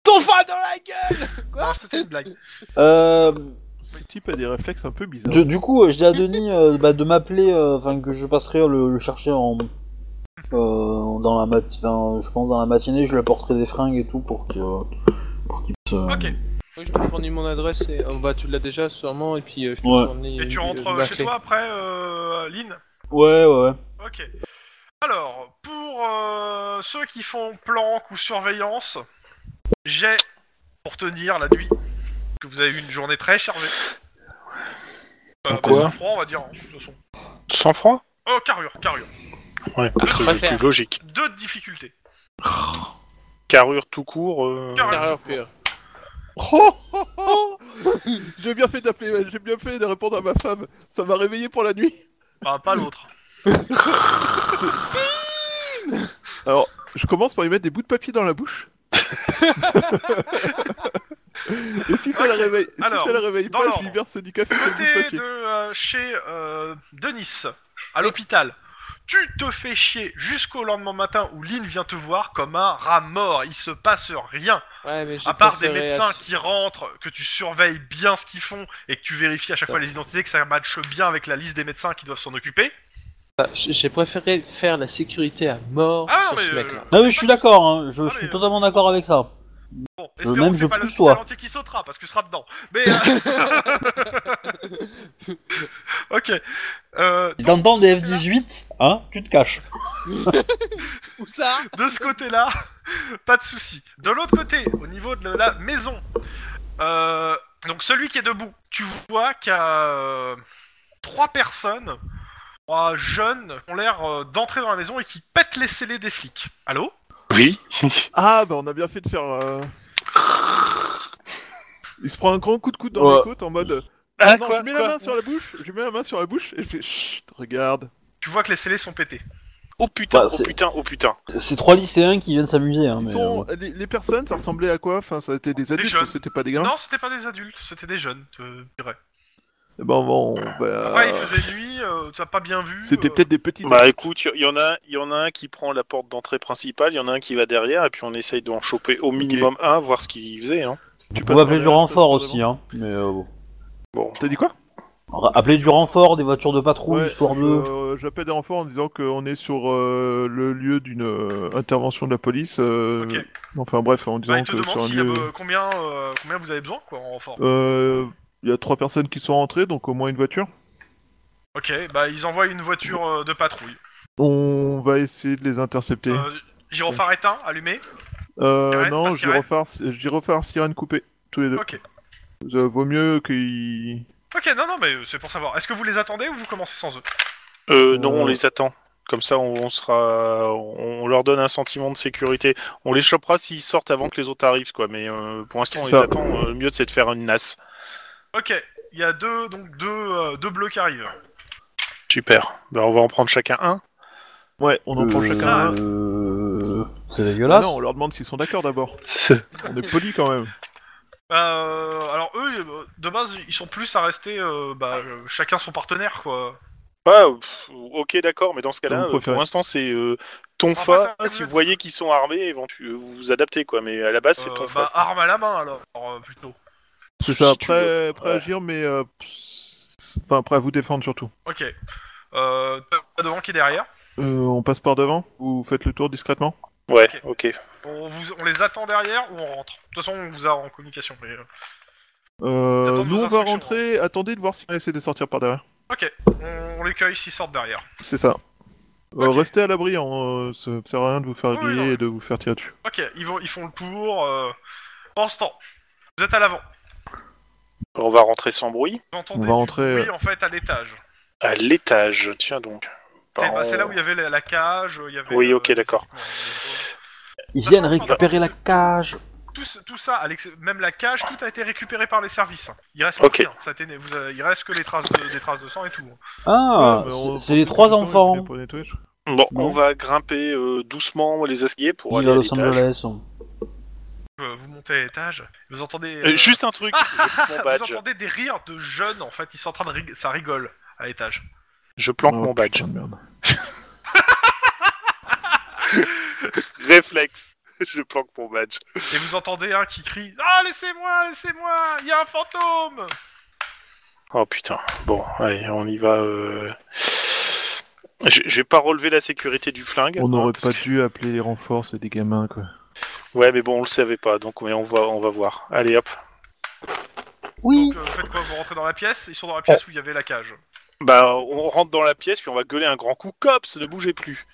S5: Ton vin dans la gueule Quoi
S2: Non, c'était une blague.
S6: euh,
S1: Ce type a des réflexes un peu bizarres.
S6: du, du coup, euh, je dis à Denis euh, bah, de m'appeler, euh, enfin que je passerai le, le chercher en euh, dans la mat, enfin, je pense dans la matinée, je lui apporterai des fringues et tout pour qu'il euh, pour qu'il puisse. euh,
S2: Ok.
S5: Oui, Je te fournis mon adresse et on va tu l'as déjà sûrement et puis euh, je te
S6: Ouais.
S5: fournis,
S2: Et tu
S5: euh,
S2: rentres
S5: la
S2: euh, chez
S5: clé.
S2: toi après, euh, Lynn
S6: Ouais, ouais.
S2: Ok. Alors, pour euh, ceux qui font planque ou surveillance, j'ai pour tenir la nuit que vous avez eu une journée très chargée. Euh,
S3: En quoi
S2: bah, sans froid, on va dire. hein, de toute façon.
S3: Sans francs
S2: Oh, carrure, carrure.
S3: Ouais,
S5: Je
S3: c'est
S5: préfère.
S3: plus logique.
S2: Deux difficultés.
S3: Carrure tout court. euh,
S2: Carrure.
S5: Erreur pure.
S1: Oh, oh, oh J'ai bien fait d'appeler, j'ai bien fait de répondre à ma femme. Ça m'a réveillé pour la nuit.
S2: Enfin, pas l'autre.
S1: Alors, je commence par lui mettre des bouts de papier dans la bouche. Et si ça la réveille, si
S2: Alors,
S1: ça la réveille
S2: dans
S1: pas,
S2: l'ordre.
S1: je lui verse du café sur le bout de
S2: Côté
S1: papier.
S2: de euh, chez euh, Denis, à l'hôpital. Tu te fais chier jusqu'au lendemain matin où Lynn vient te voir comme un rat mort. Il se passe rien.
S5: Ouais, mais j'ai
S2: À part des
S5: préféré
S2: médecins
S5: ass-
S2: qui rentrent, que tu surveilles bien ce qu'ils font et que tu vérifies à chaque fois les identités, que ça matche bien avec la liste des médecins qui doivent s'en occuper.
S5: Ah, J'ai j'ai préféré faire la sécurité à mort
S2: Ah non,
S5: sur
S2: mais.
S5: ce
S2: euh,
S5: mec-là.
S6: Ah oui, je suis d'accord, hein, je
S2: Ah,
S6: suis
S2: mais-
S6: totalement d'accord avec ça.
S2: bon,
S6: Je-
S2: espérons
S6: même
S2: que
S6: je
S2: c'est pas
S6: pousse,
S2: l'hôpital
S6: toi.
S2: entier qui sautera parce que ce sera dedans. Mais. euh, ok. Euh,
S6: Si t'entends des F-18, hein, tu te caches.
S5: Où ça
S2: de ce côté-là, pas de souci. De l'autre côté, au niveau de la maison, euh, donc celui qui est debout, tu vois qu'il y a euh, trois personnes, trois jeunes, qui ont l'air euh, d'entrer dans la maison et qui pètent les scellés des flics. Allô
S3: Oui.
S1: Ah bah on a bien fait de faire. euh, Il se prend un grand coup de coude dans
S6: Ouais.
S1: la côte en mode.
S3: Ah,
S1: non,
S3: quoi,
S1: je mets
S3: quoi
S1: la main sur la bouche, je mets la main sur la bouche et je fais chut, regarde.
S2: Tu vois que les scellés sont pétés.
S3: Oh putain,
S6: Bah,
S3: oh
S6: c'est-
S3: putain, oh putain.
S6: C'est trois lycéens qui viennent s'amuser, hein,
S1: Ils
S6: mais,
S1: sont...
S6: euh,
S1: les, les personnes, ça ressemblait à quoi Enfin, ça a été des adultes,
S2: jeunes.
S1: ou c'était pas des gars.
S2: Non, c'était pas des adultes, c'était des jeunes, je dirais.
S1: Eh ben, bon, bah,
S2: Après, il faisait nuit, euh, t'as pas bien vu.
S1: c'était
S2: euh,
S1: peut-être des petits.
S3: Bah écoute, il y, en a, il y en a un qui prend la porte d'entrée principale, il y en a un qui va derrière, et puis on essaye d'en choper au minimum un, voir ce qu'il faisait. Hein.
S1: tu
S6: on
S1: peux
S6: va appeler du renfort aussi, hein. Mais euh, bon.
S3: Bon.
S1: T'as dit quoi
S6: Ra- Appeler du renfort, des voitures de patrouille,
S1: Ouais,
S6: histoire de.
S1: euh, J'appelle des renforts en disant qu'on est sur euh, le lieu d'une euh, intervention de la police. euh,
S2: Ok.
S1: Enfin bref, en disant
S2: bah, il te
S1: que sur
S2: demande
S1: un
S2: s'il y a,
S1: lieu.
S2: euh, combien, euh, combien vous avez besoin, quoi, en renfort.
S1: Euh, Il y a trois personnes qui sont rentrées, donc au moins une voiture.
S2: Ok, bah, ils envoient une voiture euh, de patrouille.
S1: On va essayer de les intercepter. Euh,
S2: Euh, gyrophare éteint, allumé. sirène, pas
S1: non,
S2: sirène.
S1: gyrophare, gyrophare, sirène coupée, tous les deux.
S2: Ok.
S1: Ça vaut mieux qu'ils.
S2: Ok, non, non, mais euh, c'est pour savoir. Est-ce que vous les attendez ou vous commencez sans eux
S3: Euh, non, on
S1: Euh.
S3: les attend. Comme ça, on, on sera, on leur donne un sentiment de sécurité. On les chopera s'ils sortent avant que les autres arrivent, quoi. Mais euh, pour l'instant, on
S1: C'est
S3: les
S1: ça.
S3: attend. Euh, le mieux, c'est de faire une nasse.
S2: Ok, il y a deux, donc deux, euh, deux bleus qui arrivent.
S3: Super. Ben, on va en prendre chacun un.
S1: Ouais, on en prend
S6: Euh,
S1: chacun un.
S6: euh, C'est dégueulasse.
S1: Ah Non, on leur demande s'ils sont d'accord d'abord. On est poli quand même.
S2: Euh, alors eux, euh, de base, ils sont plus à rester, euh, bah, euh, chacun son partenaire, quoi.
S3: Ah, pff, ok, d'accord. Mais dans ce cas-là,
S1: Comme vous
S3: euh,
S1: préférez.
S3: pour l'instant, c'est euh,
S2: Enfin,
S3: tonfa.
S2: ça,
S3: si
S2: mieux.
S3: vous voyez qu'ils sont armés, éventu- euh, vous vous adaptez, quoi. Mais à la base, c'est
S2: Euh,
S3: tonfa.
S2: bah, arme à la main, alors, euh, plutôt.
S1: C'est
S3: Si
S1: ça,
S3: tu veux.
S1: après, après
S3: Ouais.
S1: agir, mais. euh, pss- Enfin, après à vous défendre surtout.
S2: Ok. Euh, t'as devant qui est derrière.
S1: Euh, on passe par devant Vous faites le tour discrètement
S2: bah,
S3: Ouais, ok.
S2: On, vous, on les attend derrière ou on rentre De toute façon, on vous a en communication. mais, euh,
S1: euh,
S2: J'attends
S1: Nous,
S2: vos
S1: on va
S2: instructions,
S1: rentrer. Attendez de voir si on essaie de sortir par derrière.
S2: Ok, euh, on, on les cueille s'ils sortent derrière.
S1: C'est ça. Euh,
S2: Ok.
S1: restez à l'abri, hein, euh, ça sert à rien de vous faire
S2: Oui,
S1: griller
S2: non, mais-
S1: et de vous faire tirer dessus.
S2: Ok, ils, vont, ils font le tour. Euh... Pendant ce temps, vous êtes à l'avant.
S3: On va rentrer sans bruit.
S2: Vous entendez
S1: va
S2: du
S1: entrer,
S2: bruit, en fait, à l'étage.
S3: À l'étage. Tiens donc.
S2: C'est
S3: Bah,
S2: bah,
S3: on-
S2: c'est là où il y avait la, la cage, il y avait...
S3: Oui,
S2: euh,
S3: ok,
S2: les
S3: d'accord.
S2: équipements.
S6: Ils viennent récupérer la cage.
S2: Tout, ce- tout ça, à l'ex- même la cage, tout a été récupéré par les services. hein. Il reste
S3: Ok.
S2: plus rien. Ça t'est- vous avez- il reste que les traces de, des traces de sang et tout. hein.
S6: Ah,
S1: Ouais, mais on-
S6: c'est-
S1: on
S6: c'est les
S1: pense
S6: trois
S1: que le temps, il
S6: enfants.
S1: est pour nettoyer.
S3: Bon,
S6: Bon.
S3: on va grimper euh, doucement les escaliers pour
S6: Il
S3: aller
S6: à
S3: à
S6: Los
S3: l'étage.
S6: Angeles.
S2: Euh, Vous montez à l'étage, vous entendez.
S3: Euh,
S2: euh,
S3: juste un truc, je planque mon
S2: vous
S3: badge.
S2: entendez des rires de jeunes en fait, ils sont en train de rig- ça rigole à l'étage.
S3: Je planque
S6: Ah,
S1: Oh,
S3: mon badge.
S1: putain de merde.
S3: Réflexe. Je planque mon badge.
S2: Et vous entendez un qui crie Ah laissez-moi, laissez-moi, il y a un fantôme
S3: Oh putain. Bon, allez, on y va. euh. Je je vais pas relever la sécurité du flingue.
S1: On
S3: hein,
S1: n'aurait
S3: parce
S1: pas
S3: que-
S1: dû appeler les renforts, c'est des gamins quoi.
S3: Ouais, mais bon, on le savait pas, donc mais on va, on va voir. Allez, hop.
S6: Oui.
S2: Donc euh, vous faites quoi Vous rentrez dans la pièce Ils sont dans la pièce où il y avait la cage.
S3: Bah, on rentre dans la pièce, puis on va gueuler un grand coup. Cops, ne bougez plus.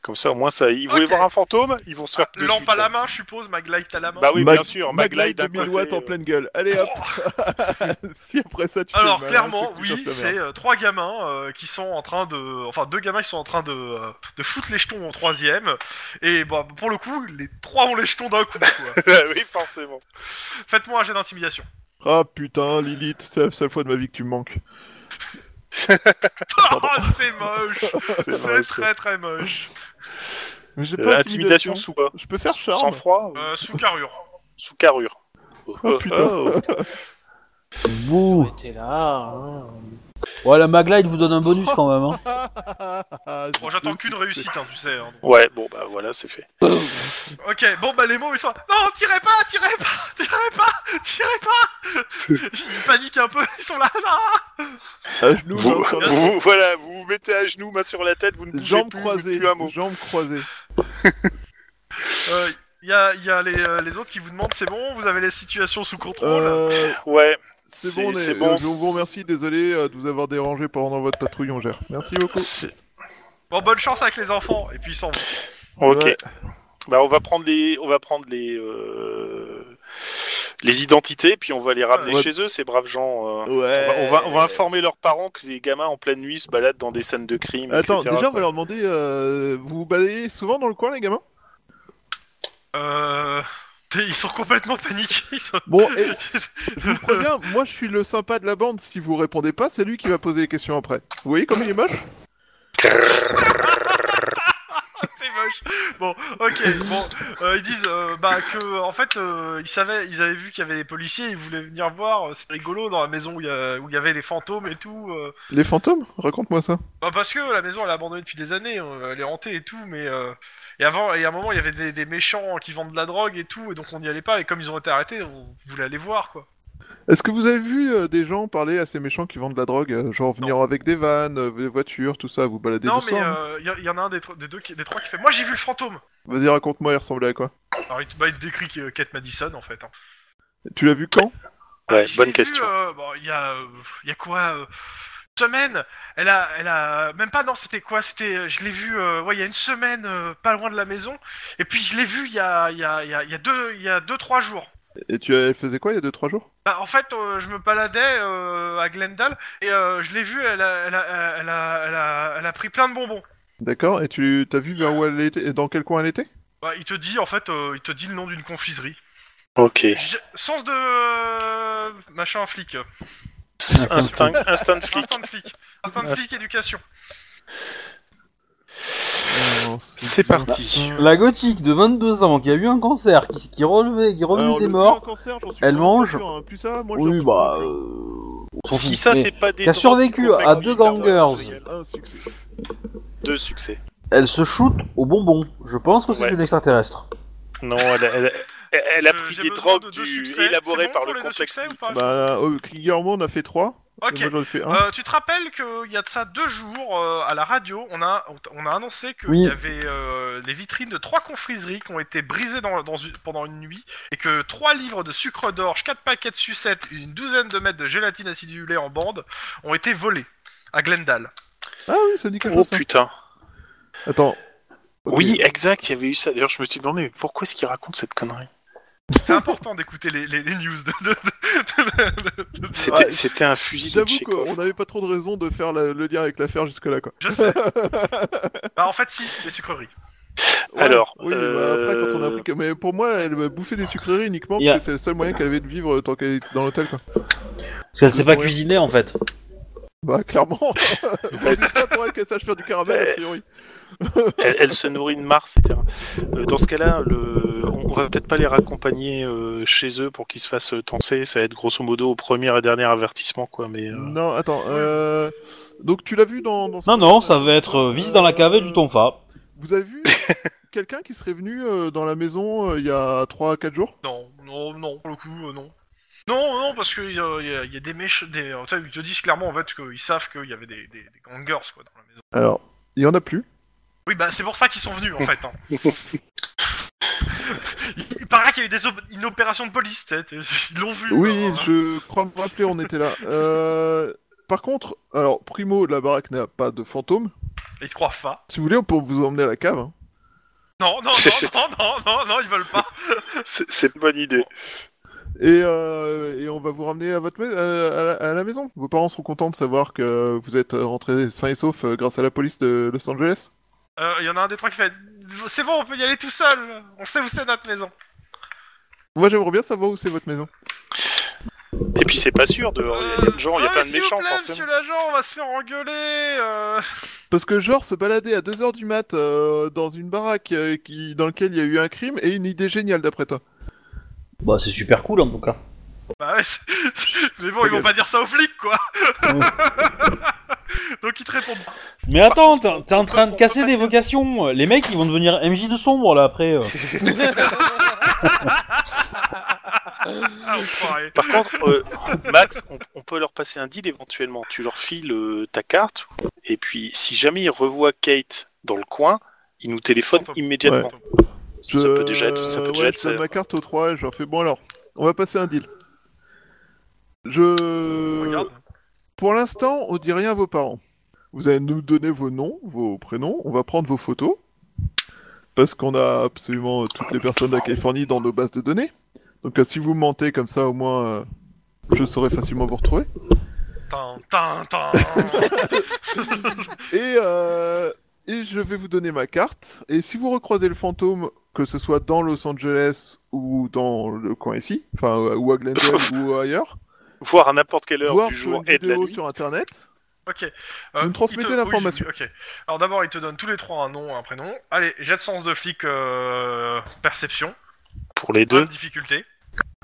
S3: Comme ça, au moins, ça. Ils voulaient
S2: Ok.
S3: voir un fantôme, ils vont se faire.
S2: Ah,
S3: dessus,
S2: Lampe à
S3: quoi.
S2: la main, hein. je suppose, Maglite à la main.
S3: Bah oui,
S1: Mag-
S3: bien sûr. Maglite d'un
S1: 2000
S3: côté.
S1: watts en
S3: euh,
S1: pleine gueule. Allez hop Si après ça tu fais
S2: Alors
S1: le malin,
S2: clairement,
S1: c'est que tu
S2: oui,
S1: cherches la merde.
S2: c'est euh, trois gamins euh, qui sont en train de, enfin deux gamins qui sont en train de, euh, de foutre les jetons en troisième. Et bah pour le coup, les trois ont les jetons d'un coup. quoi.
S3: oui, forcément.
S2: Faites-moi un jet d'intimidation.
S1: Ah putain, Lilith, c'est la seule fois de ma vie que tu me manques.
S2: Oh, c'est moche, c'est très très moche.
S1: Mais j'ai
S3: Euh,
S1: pas
S3: intimidation
S1: intimidation.
S3: sous quoi
S1: Je peux faire
S3: Sans
S1: charme.
S3: froid ou
S2: Euh, sous carrure.
S3: Sous carrure.
S1: Oh putain.
S6: Bouh.
S4: T'es là, hein.
S6: Ouais, la Maglite vous donne un bonus quand même. Hein.
S2: Bon, j'attends qu'une réussite, hein, tu sais. hein.
S3: Ouais, bon, bah voilà, c'est fait.
S2: Ok, bon bah les mots ils sont. Non, tirez pas, tirez pas, tirez pas, tirez pas. Ils paniquent un peu, ils sont là, là.
S1: À genoux, jambes
S3: Vous,
S1: sur-
S3: vous- voilà, vous vous mettez à genoux, main sur la tête, vous ne bougez
S1: jambes
S3: plus,
S1: croisées.
S3: vous dites plus un mot.
S1: Jambes croisées.
S2: Euh, y a, y a les, euh, les autres qui vous demandent, c'est bon, vous avez les situations sous contrôle.
S1: Euh,
S3: Ouais,
S1: c'est bon, on est- euh, je vous remercie, désolé euh, de vous avoir dérangé pendant votre patrouille, on gère. Merci beaucoup.
S3: C'est-
S2: Bon, bonne chance avec les enfants. Et puis ils s'en vont.
S3: Ok.
S1: Ouais.
S3: Bah, on va prendre les, on va prendre les, euh, les identités, puis on va les ramener
S1: Ouais.
S3: chez eux, ces braves gens. euh. On,
S1: Ouais.
S3: va, on va- on va informer leurs parents que les gamins en pleine nuit se baladent dans des scènes de crime.
S1: Attends,
S3: etc.,
S1: déjà on va
S3: quoi.
S1: leur demander, euh, vous vous balayez souvent dans le coin les gamins
S2: Euh... Ils sont complètement paniqués. Ils sont...
S1: Bon, et, je vous préviens, moi je suis le sympa de la bande, si vous répondez pas, c'est lui qui va poser les questions après. Vous voyez comme il est moche
S2: C'est moche. Bon, ok. Bon, euh, ils disent euh, bah que en fait euh, ils savaient, ils avaient vu qu'il y avait des policiers, ils voulaient venir voir. euh, C'est rigolo dans la maison où il y, a- où il y avait les fantômes et tout. euh.
S1: Les fantômes Raconte-moi ça.
S2: Bah parce que la maison elle est abandonnée depuis des années, euh, elle est hantée et tout, mais euh, et avant et à un moment il y avait des, des méchants qui vendent de la drogue et tout, et donc on n'y allait pas. Et comme ils ont été arrêtés, on voulait aller voir quoi.
S1: Est-ce que vous avez vu euh, des gens parler à ces méchants qui vendent de la drogue euh, Genre venir avec des vannes, euh, des voitures, tout ça, vous baladez
S2: non
S1: le
S2: mais
S1: soir
S2: euh, il y, y en a un des, tro- des deux qui- des trois qui fait. Moi j'ai vu le fantôme.
S1: Vas-y raconte-moi, il ressemblait à quoi
S2: Alors il, te- bah, il te décrit que- Kate Madison en fait. hein.
S1: Tu l'as vu quand
S3: Ouais,
S2: Je
S3: bonne
S2: l'ai
S3: question.
S2: vue, euh, bon, il y a, euh, il y a quoi euh, une Semaine. Elle a, elle a, même pas. Non, c'était quoi C'était, euh, je l'ai vu. euh, ouais, il y a une semaine, euh, pas loin de la maison. Et puis je l'ai vu il y a, il y a, il y a, il y a deux, il y a deux trois jours.
S1: Et tu elle faisait quoi il y a 2-3 jours
S2: Bah, en fait, euh, je me baladais euh, à Glendale et euh, je l'ai vu. Elle a, elle a, elle a, elle a, elle a pris plein de bonbons.
S1: D'accord, et tu t'as vu vers où elle était et dans quel coin elle était
S2: Bah, il te dit en fait, euh, il te dit le nom d'une confiserie.
S3: Ok.
S2: J'ai- Sens de euh, machin flic. euh,
S3: Instinct, instinct de flic.
S2: Instinct de flic. Instinct de flic éducation.
S1: Oh,
S3: C'est
S1: bien
S3: parti.
S1: ça.
S6: La gothique de 22 ans qui a eu un cancer, qui, qui relevait, qui revenait
S1: Alors,
S6: des
S1: le
S6: morts.
S1: pire cancer, j'en suis
S6: Elle
S1: pas
S6: mange.
S1: sûr, hein. Plus ça, moi,
S6: Oui,
S1: j'en-
S6: bah. euh, on s'en
S3: Si
S6: fout.
S3: ça,
S6: Mais
S3: c'est pas des.
S6: qui a
S3: drogues
S6: survécu à
S3: complètement
S6: deux
S3: illégales,
S6: gangers.
S1: Un succès.
S3: Deux succès.
S6: Elle se shoot au bonbon. Je pense que c'est
S3: Ouais.
S6: une extraterrestre.
S3: Non, elle a, elle a- elle a
S2: Je-
S3: pris
S2: j'ai
S3: des
S2: besoin
S3: drogues
S2: de deux
S3: du-
S2: succès.
S3: élaborées
S2: C'est bon
S3: par
S2: pour
S3: le
S2: les deux
S3: complexe.
S2: succès ou pas
S1: Bah, au Kriegermond, on a fait 3.
S2: Ok.
S1: Moi, j'en ai fait 1.
S2: Euh, tu te rappelles qu'il y a de ça deux jours euh, à la radio, on a, on t- on a annoncé qu'il
S6: Oui.
S2: y avait euh, les vitrines de trois confiseries qui ont été brisées dans, dans une- pendant une nuit et que trois livres de sucre d'orge, quatre paquets de sucettes, une douzaine de mètres de gélatine acidulée en bande ont été volés à Glendale.
S1: Ah oui, ça dit quelque
S3: Oh
S1: chose. ça.
S3: putain.
S1: Attends. Ok.
S3: Oui, exact, il y avait eu ça. D'ailleurs, je me suis demandé, mais pourquoi est-ce qu'il raconte cette connerie
S2: C'est important d'écouter les, les- les news de. de- de- de- de- de-
S3: C'était
S1: Ouais,
S3: c'était un fusil de
S1: J'avoue
S3: Tchékov.
S1: qu'on n'avait pas trop de raison de faire la- le lien avec l'affaire jusque-là, quoi.
S2: Je sais. bah, en fait, si, les sucreries.
S1: Ouais.
S3: Alors,
S1: Oui,
S3: euh,
S1: bah, après, quand on a appris que... Mais pour moi, elle m'a bouffé des sucreries uniquement
S6: Yeah.
S1: parce que euh, c'est le seul moyen qu'elle avait de vivre tant qu'elle était dans l'hôtel, quoi.
S6: Parce qu'elle sait pas
S1: Ouais.
S6: cuisiner en fait.
S1: Bah, clairement,
S3: Elle,
S1: c'est pas pour elle qu'elle sache faire du caramel, a priori.
S3: elle- elle se nourrit de Mars, etc. Euh, dans ce cas-là, le... on on va peut-être pas les raccompagner euh, chez eux pour qu'ils se fassent euh, tancer. Ça va être grosso modo au premier et dernier avertissement, quoi. Mais euh,
S1: Non, attends, euh... Donc, tu l'as vu dans... dans ce-
S6: Non, non, ça va être euh, visite dans la cave et du tonfa.
S1: Vous avez vu quelqu'un qui serait venu euh, dans la maison euh, il y a 3 à 4 jours
S2: Non, non, non, pour le coup, euh, non. Non, non, parce qu'il y, a- il y a- il y a des méchants. Des... euh, tu sais, Ils te disent clairement en fait qu'ils savent qu'il y avait des, des, des gangers quoi, dans la maison.
S1: Alors, il y en a plus.
S2: Oui, bah c'est pour ça qu'ils sont venus en fait. hein. il, il paraît qu'il y a eu des op- une opération de police, tu sais, t'es- ils l'ont vu.
S1: Oui,
S2: alors, hein.
S1: je crois me rappeler, on était là. Euh, Par contre, alors, primo, la baraque n'a pas de fantôme.
S2: Ils te croient pas.
S1: Si vous voulez, on peut vous emmener à la cave. hein.
S2: Non, non, non, non, non, non, non, ils veulent pas.
S3: c'est- c'est une bonne idée.
S1: Et, euh, et on va vous ramener à, votre mais- euh, à, la, à la maison. Vos parents seront contents de savoir que vous êtes rentrés sains et saufs euh, grâce à la police de Los Angeles.
S2: Euh, Il y en a un des trois qui fait C'est bon, on peut y aller tout seul. On sait où c'est notre maison.
S1: Moi, j'aimerais bien savoir où c'est votre maison.
S3: Et puis c'est pas sûr, dehors, il y a plein de gens, il y a
S2: Euh,
S3: plein de
S2: s'il vous
S3: méchants,
S2: plaît,
S3: forcément.
S2: Monsieur l'agent, on va se faire engueuler. euh.
S1: Parce que, genre, se balader à 2h du mat euh, dans une baraque euh, qui, dans laquelle il y a eu un crime est une idée géniale, d'après toi.
S6: Bah, c'est super cool en tout cas.
S2: Bah ouais, c'est- mais bon, ils vont pas dire ça aux flics, quoi. Donc ils te répondent.
S6: Mais attends, t'es t'es en train de casser des vocations. Les mecs, ils vont devenir MJ de sombre là après. euh.
S1: Euh,
S2: Ah, enfoiré.
S3: Par contre, euh, Max, on, on peut leur passer un deal éventuellement. Tu leur files euh, ta carte, et puis si jamais ils revoient Kate dans le coin, ils nous téléphonent immédiatement. Ça
S1: Je-
S3: peut déjà être ça. Peut
S1: ouais,
S3: déjà être euh,
S1: je
S3: ça.
S1: donne ma carte aux trois et je leur fais bon alors, on va passer un deal. Je.
S2: Regarde.
S1: Pour l'instant, on dit rien à vos parents. Vous allez nous donner vos noms, vos prénoms, on va prendre vos photos. Parce qu'on a absolument euh, toutes les personnes de la Californie dans nos bases de données. Donc euh, si vous mentez comme ça, au moins, euh, je saurai facilement vous retrouver.
S2: Tin, tin, tin. Euh,
S1: Et, euh, et je vais vous donner ma carte. Et si vous recroisez le fantôme, que ce soit dans Los Angeles ou dans le coin ici, enfin, euh, ou à Glendale ou ailleurs,
S3: Voir à n'importe quelle heure
S1: voir
S3: du
S1: sur
S3: jour
S1: une
S3: et de la
S1: vidéo
S3: nuit.
S1: sur internet.
S2: Ok. Euh,
S1: Vous me transmettez
S2: ils te- oui,
S1: l'information.
S2: oui, ok. Alors d'abord, ils te donnent tous les trois un nom, un prénom. Allez, jet de sens de flic, euh, perception.
S3: Pour les
S2: Pas
S3: deux.
S2: de difficulté.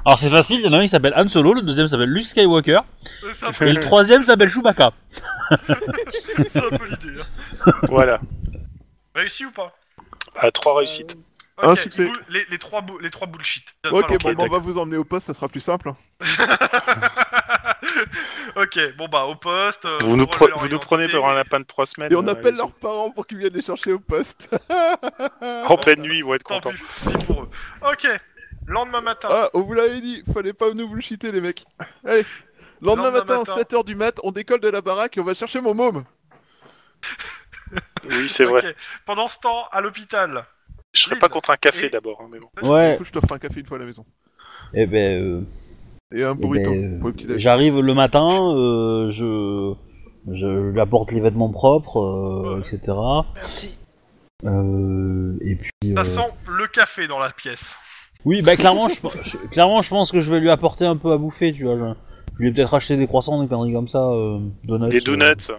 S6: Alors c'est facile, il y en a un qui s'appelle Han Solo, le deuxième s'appelle Luke Skywalker,
S2: Euh, C'est un
S6: et
S2: peu,
S6: le troisième s'appelle Chewbacca.
S2: c'est un peu l'idée. hein.
S3: voilà.
S2: Réussi ou pas
S3: À
S1: Euh,
S3: trois réussites.
S2: Ok,
S1: Un succès.
S2: ils boul- Les, les trois, bou- les trois bullshit. Ils donnent pas
S1: Ok,
S2: leur
S1: bon,
S2: prénom.
S1: bah, on va vous emmener au poste, ça sera plus simple. hein.
S2: ok, bon bah au poste. euh,
S3: vous nous,
S1: oh,
S2: relevez
S3: pre-
S2: leur
S3: vous nous
S2: identité.
S3: prenez pour un lapin de trois semaines.
S1: Et on
S3: euh,
S1: appelle
S3: les-
S1: leurs parents pour qu'ils viennent les chercher au poste.
S3: En pleine nuit, ils vont être
S2: Tant
S3: contents.
S2: pis, c'est pour eux. Ok, lendemain matin.
S1: ah, on vous l'avait dit, fallait pas nous bullshiter, les mecs. Allez, lendemain,
S2: Lendemain
S1: matin,
S2: matin.
S1: 7h du mat, on décolle de la baraque et on va chercher mon môme.
S3: Oui, c'est
S2: Ok.
S3: vrai.
S2: Pendant ce temps, à l'hôpital.
S3: Je serais pas contre un café
S2: Et-
S3: d'abord, hein, mais bon.
S1: Du
S6: Ouais,
S1: coup, je t'offre un café une fois à la maison.
S6: et ben... euh,
S1: Et un
S6: Eh
S1: burrito
S6: ben, euh,
S1: pour le petit déjeuner.
S6: J'arrive le matin, euh, je, je lui apporte les vêtements propres, euh, etc.
S5: Merci.
S6: Euh, et puis.
S2: Ça
S6: euh,
S2: sent le café dans la pièce.
S6: Oui, bah clairement, je, je- clairement, je pense que je vais lui apporter un peu à bouffer, tu vois. Je, je lui ai peut-être acheté des croissants, des conneries comme ça, euh, donuts.
S3: Des
S6: euh.
S3: donuts.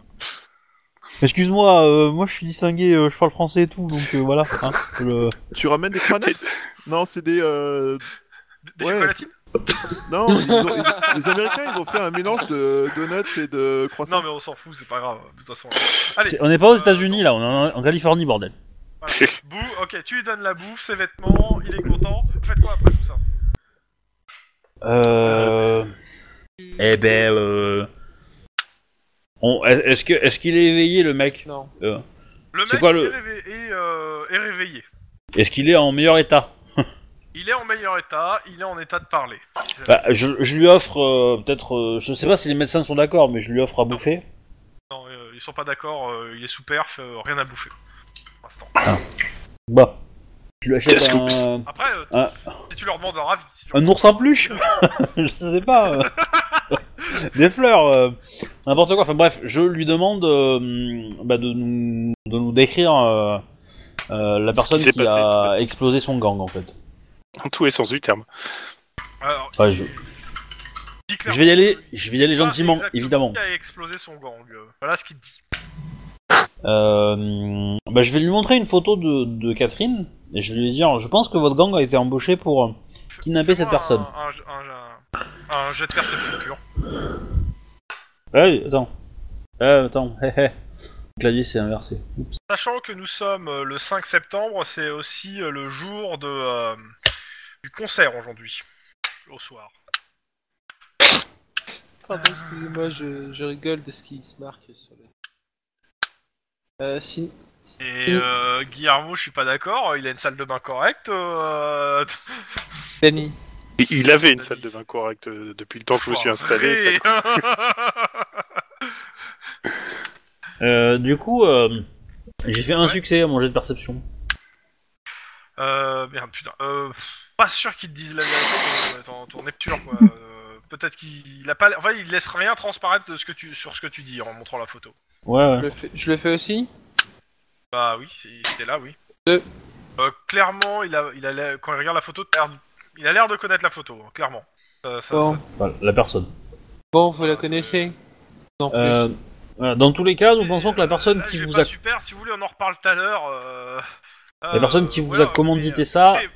S6: Excuse-moi, euh, moi je suis distingué, euh, je parle français et tout, donc euh, voilà. hein, le-
S1: Tu ramènes des cranates Non, c'est des. euh,
S2: D- Des
S1: Ouais.
S2: chocolatines
S1: Non, ils ont- ils- les Américains, ils ont fait un mélange de donuts et de
S2: Non,
S1: croissants.
S2: mais on s'en fout, c'est pas grave. De toute façon.
S6: c'est- on n'est pas aux États-Unis là, on est en, en Californie, bordel.
S2: Voilà. Bou, ok, tu lui donnes la bouffe, ses vêtements, il est content. Vous faites quoi après tout ça
S6: Euh. Eh ben. Euh... on- est-ce que est-ce qu'il est éveillé le mec
S5: Non.
S2: Le
S6: C'est
S2: mec
S6: quoi
S2: il
S6: le-
S2: est, réveillé, est, euh, est réveillé.
S6: Est-ce qu'il est en meilleur état
S2: Il est en meilleur état, il est en état de parler.
S6: Bah, je, je lui offre euh, peut-être, euh, je sais pas si les médecins sont d'accord, mais je lui offre à bouffer.
S2: Non, euh, ils sont pas d'accord, euh, il est sous perf, euh, rien à bouffer. Pour l'instant.
S6: Bah, je lui achète
S3: Qu'est-ce que
S6: un,
S2: Après, euh,
S6: Ah.
S2: si tu leur demandes leur avis, si tu leur-
S6: un ours en peluche, je sais pas, euh, des fleurs, euh, n'importe quoi. Enfin bref, je lui demande euh, bah, de, nous, de nous décrire euh, euh, la
S3: qui
S6: personne qui,
S3: s'est passé, tout
S6: a explosé son gang en fait.
S3: En tout et sans du terme.
S2: Alors,
S6: Ouais, je-
S2: dit clairement
S6: Je vais y aller,
S2: que-
S6: je vais y aller
S2: il
S3: Ah,
S2: sait pas
S6: gentiment,
S2: exactement
S6: évidemment.
S2: Qui a explosé son gang euh. Voilà ce qu'il dit.
S6: Euh, bah, je vais lui montrer une photo de, de Catherine et je vais lui dire je pense que votre gang a été embauché pour. euh, Kidnapper
S2: Fais-moi
S6: cette personne.
S2: Un, un, un- un jet de perception pure.
S6: Ouais, attends. Euh, attends, hé hé. Le clavier s'est inversé. Oups.
S2: Sachant que nous sommes euh, le 5 septembre, c'est aussi euh, le jour de, euh, du concert aujourd'hui, au soir.
S4: Pardon, excusez-moi, je, je rigole de ce qui se marque sur le. Euh, si.
S2: Et euh, Guillermo, je suis pas d'accord, il a une salle de bain correcte. euh,
S4: Dani.
S3: Il- Il avait une salle de bain correcte euh, depuis le temps
S1: Oh,
S3: que je me suis installé. ça-
S6: Euh, du coup, euh, j'ai fait un
S2: Ouais.
S6: succès à mon jet de perception.
S2: Euh, merde, putain. Euh, pff, pas sûr qu'ils te disent la vérité, mais t'en t'en es sûr, quoi. Euh, Peut-être qu'il a pas. Enfin, il laisse rien transparaître de ce que tu sur ce que tu dis en montrant la photo.
S6: Ouais, ouais.
S4: Je le fais, je le fais aussi
S2: Bah oui, si- c'était là, oui.
S4: Deux.
S2: Euh, clairement, il a, il a l'air- quand il regarde la photo, t'as l'air- il a l'air de connaître la photo, hein, clairement. Ça- ça-
S4: Bon,
S2: ça-
S6: Voilà, la personne.
S4: bon vous la
S2: c'est-
S4: connaissez. Non plus.
S6: Euh, voilà, dans tous les cas, nous pensons que la personne
S2: euh, Là,
S6: qui
S2: je vais
S6: vous
S2: pas
S6: a
S2: super. Si vous voulez, on en reparle tout à l'heure. euh,
S6: la
S2: euh,
S6: personne qui vous a
S2: voilà, mais,
S6: commandité
S2: euh,
S6: ça
S2: écoutez,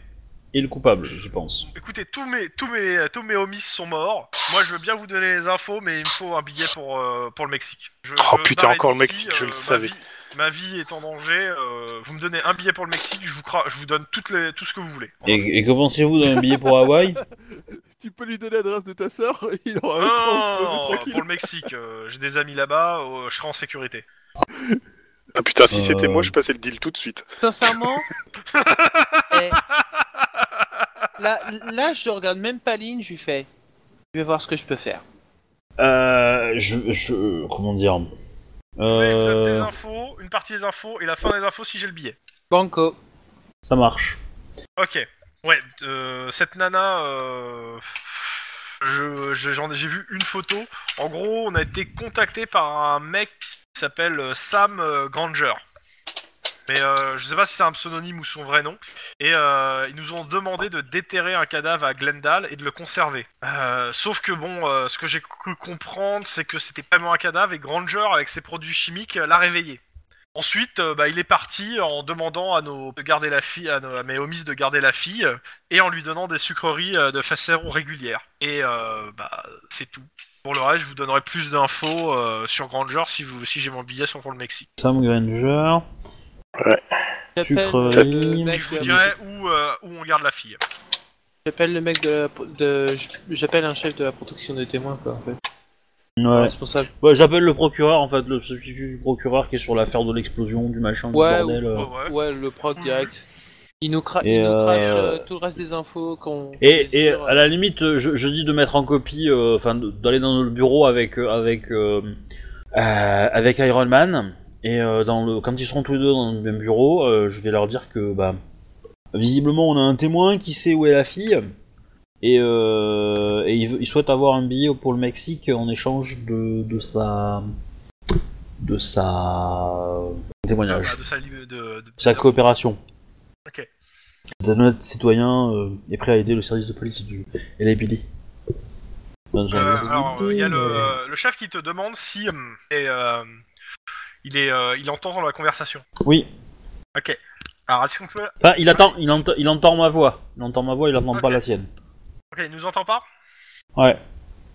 S6: est le coupable, je pense.
S2: euh, Écoutez, tous mes, tous mes, tous mes homies sont morts. Moi, je veux bien vous donner les infos, mais il me faut un billet pour, euh, pour le Mexique. Je,
S3: Oh,
S2: je
S3: putain,
S2: m'arrête
S3: encore le
S2: ici, euh,
S3: Mexique, je le
S2: ma
S3: savais.
S2: vie- Ma vie, est en danger. euh, vous me donnez un billet pour le Mexique, je vous, cra- je vous donne toutes les, tout ce que vous voulez.
S6: Et, et que pensez-vous d'un billet pour Hawaï
S1: Tu peux lui donner l'adresse de ta sœur, il aura
S2: Non,
S1: un
S2: non, non,
S1: tranquille.
S2: Oh, pour le Mexique, euh, j'ai des amis là-bas, euh, je serai en sécurité.
S3: Ah putain, si c'était
S6: Euh.
S3: moi, je passais le deal tout de suite.
S5: Sincèrement,
S4: Eh. Là, là, je regarde même pas Lynn, je lui fais. Je vais voir ce que je peux faire.
S6: euh, je, je, comment dire
S2: Ouais, je te donne des
S6: euh,
S2: infos, une partie des infos et la fin des infos si j'ai le billet.
S4: Banco.
S6: Ça marche.
S2: Ok. Ouais, euh, cette nana, euh, je- je- j'en ai- j'ai vu une photo. En gros, on a été contacté par un mec qui s'appelle euh, Sam euh, Granger. Mais euh, je sais pas si c'est un pseudonyme ou son vrai nom. Et euh, ils nous ont demandé de déterrer un cadavre à Glendale et de le conserver. Euh, sauf que bon, euh, ce que j'ai cru comprendre, c'est que c'était pas vraiment un cadavre et Granger, avec ses produits chimiques, euh, l'a réveillé. Ensuite, euh, bah, il est parti en demandant à nos de garder la fille, à, nos- à mes homies de garder la fille, euh, et en lui donnant des sucreries euh, de façon régulière. Et euh, bah, c'est tout. Pour le reste, je vous donnerai plus d'infos euh, sur Granger si vous, si j'ai mon billet sur pour le Mexique.
S6: Sam Granger.
S4: J'appelle
S6: Sucre,
S4: le
S6: Lynn.
S2: Et
S4: mec,
S2: je vous
S4: euh,
S2: dirai où, euh, où on garde la fille.
S4: j'appelle le mec de, la pro- de j'appelle un chef de la protection des témoins quoi en fait. Un
S6: Ouais.
S4: Responsable.
S6: Ouais, J'appelle le procureur en fait, le substitut du procureur qui est sur l'affaire de l'explosion, du machin,
S4: Ouais,
S6: du bordel. euh.
S2: Ouais, ouais.
S4: Ouais, le proc direct. Il nous, cra-
S6: Et,
S4: il nous
S6: euh,
S4: crache euh, tout le reste des infos qu'on.
S6: Et, et
S4: sur, euh,
S6: à la limite, euh, je, je dis de mettre en copie, euh, enfin de- d'aller dans le bureau avec euh, avec euh, euh, avec Iron Man et euh, dans le quand ils seront tous les deux dans le même bureau, euh, je vais leur dire que bah visiblement on a un témoin qui sait où est la fille et, euh, et il, veut- il souhaite avoir un billet pour le Mexique en échange de, de sa de sa euh,
S2: Ah,
S6: témoignage,
S2: bah, de sa, li- de, de-
S6: sa coopération.
S2: Ok.
S6: C'est un honnête citoyen euh, est prêt à aider le service de police du LAPD. Dans un-
S2: Euh, alors, euh, il y a le, euh, le chef qui te demande si hum, et, euh, il est, euh, il entend la conversation.
S6: Oui.
S2: Ok. Alors, est-ce qu'on peut
S6: Enfin, il attend, il, ent- il entend ma voix. Il entend ma voix, il entend pas
S2: Ok.
S6: la sienne.
S2: Ok, il nous entend pas
S6: Ouais.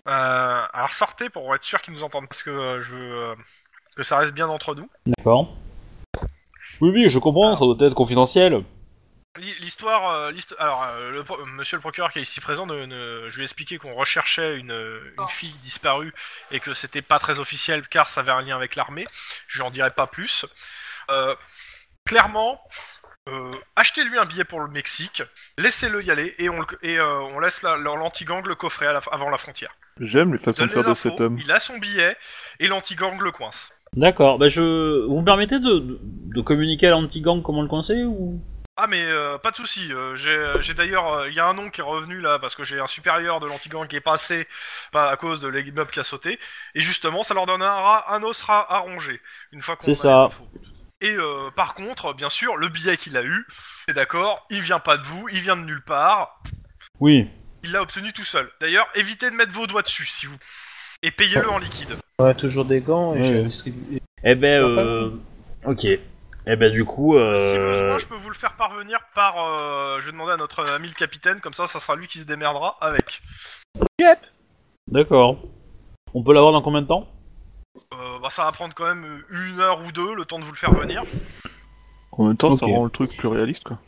S2: Euh, alors sortez pour être sûr qu'ils nous entendent, parce que euh, je veux euh, que ça reste bien entre nous.
S6: D'accord. Oui, oui, je comprends. Ça doit être confidentiel.
S2: L'hi- L'histoire, euh, l'histo- alors euh, le pro- Monsieur le procureur qui est ici présent, ne, ne- je lui ai expliqué qu'on recherchait une, une fille disparue et que c'était pas très officiel car ça avait un lien avec l'armée. Je n'en dirai pas plus. Euh, clairement, euh, achetez-lui un billet pour le Mexique, laissez-le y aller et on, le- et, euh, on laisse la- l'anti-gang le coffret à la- avant la frontière.
S1: J'aime les façons
S2: Donne
S1: de faire
S2: les
S1: de
S2: infos,
S1: cet homme.
S2: il a son billet et l'anti-gang le coince.
S6: D'accord. Bah, je. Vous me permettez de, de- de communiquer à l'anti-gang comment le conseil ou
S2: Ah mais euh, pas de souci. euh, j'ai- j'ai d'ailleurs, euh, il y a un nom qui est revenu là parce que j'ai un supérieur de l'antigang qui est passé bah, à cause de l'immeuble qui a sauté et justement ça leur donnera un os ra- à ronger une fois qu'on
S6: C'est
S2: a
S6: ça.
S2: les infos. Et euh, par contre, bien sûr, le billet qu'il a eu, c'est d'accord, il vient pas de vous, il vient de nulle part.
S6: Oui.
S2: il l'a obtenu tout seul. D'ailleurs, évitez de mettre vos doigts dessus, si vous. Et payez-le en liquide.
S4: On a euh, toujours des gants et
S6: Ouais.
S4: je distribue.
S6: Eh ben,
S4: Parfait.
S6: euh, ok. Eh ben, du coup,
S2: Si
S6: euh,
S2: besoin, je peux vous le faire parvenir par. euh, je vais demander à notre ami le capitaine, comme ça, ça sera lui qui se démerdera avec.
S6: d'accord. On peut l'avoir dans combien de temps
S2: Euh, bah, ça va prendre quand même euh, une heure ou deux, le temps de vous le faire venir.
S1: En même temps, ça
S6: Ok.
S1: rend le truc plus réaliste, quoi.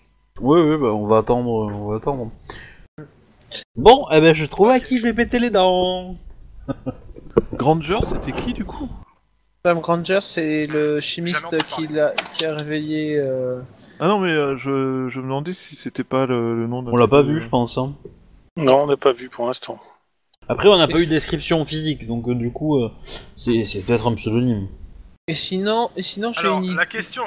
S6: Oui, oui, bah, on va attendre, on va attendre. Bon, eh ben, je trouve à qui je vais péter les dents.
S1: Granger, c'était qui, du coup
S4: Sam Granger, c'est le
S2: Jamais
S4: chimiste
S2: entendu
S4: qui, l'a- qui a réveillé. euh,
S1: Ah non, mais euh, je... je me demandais si c'était pas le, le nom euh, de...
S6: On l'a pas vu, je pense. hein.
S3: Non, on n'a pas vu pour l'instant.
S6: Après, on n'a pas eu de description physique, donc euh, du coup, euh, c'est c'est peut-être un pseudonyme.
S4: Et sinon, et sinon j'ai
S2: Alors, euh,
S4: une idée.
S2: la question.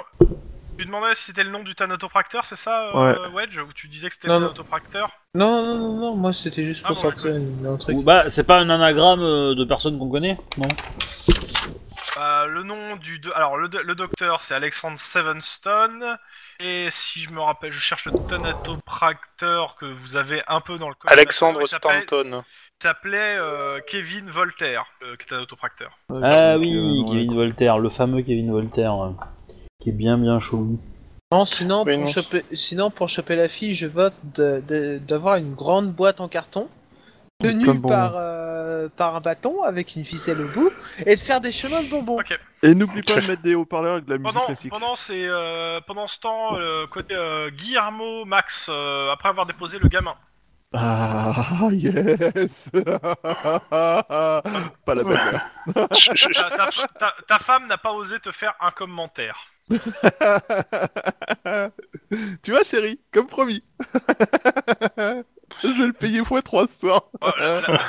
S2: Tu demandais si c'était le nom du thanatopracteur, c'est ça, euh, Wedge Ou tu disais que c'était le
S4: Non, non.
S2: thanatopracteur
S4: Non, non, non, non, moi c'était juste
S2: Ah
S4: pour
S2: bon,
S4: sortir une- un truc.
S6: Ou, bah, c'est pas un anagramme euh, de personne qu'on connaît, non
S2: Euh, Le nom du. do- Alors, le, do- le docteur, c'est Alexandre Sevenstone. Et si je me rappelle, je cherche le thanatopracteur que vous avez un peu dans le code.
S3: Alexandre
S2: Ah, Il s'appelle-
S3: Stanton.
S2: Il s'appelait euh, Kevin Voltaire, le thanatopracteur.
S1: Ouais,
S6: Ah
S1: donc,
S6: oui,
S1: euh, non,
S6: Kevin Voltaire, le fameux Kevin Voltaire, ouais, qui est bien bien chelou.
S4: Non, sinon,
S3: Oui,
S4: pour
S3: non.
S4: Choper, sinon, pour choper la fille, je vote de- de- d'avoir une grande boîte en carton, tenue
S1: Plein de bonbons.
S4: par, euh, par un bâton avec une ficelle au bout, et de faire des chemins de bonbons.
S2: Ok.
S1: Et n'oublie pas de mettre des haut-parleurs avec de la musique
S2: Pendant,
S1: classique.
S2: pendant, ces, euh, pendant ce temps, euh, côté euh, Guillermo, Max, euh, après avoir déposé le gamin.
S1: Ah, yes Pas la belle
S3: Je- je- je-
S2: Ta, ta- ta- ta femme n'a pas osé te faire un commentaire.
S1: Tu vois, chérie, comme promis. Je vais le payer x3 ce soir.
S2: Oh là
S3: Ah
S2: là.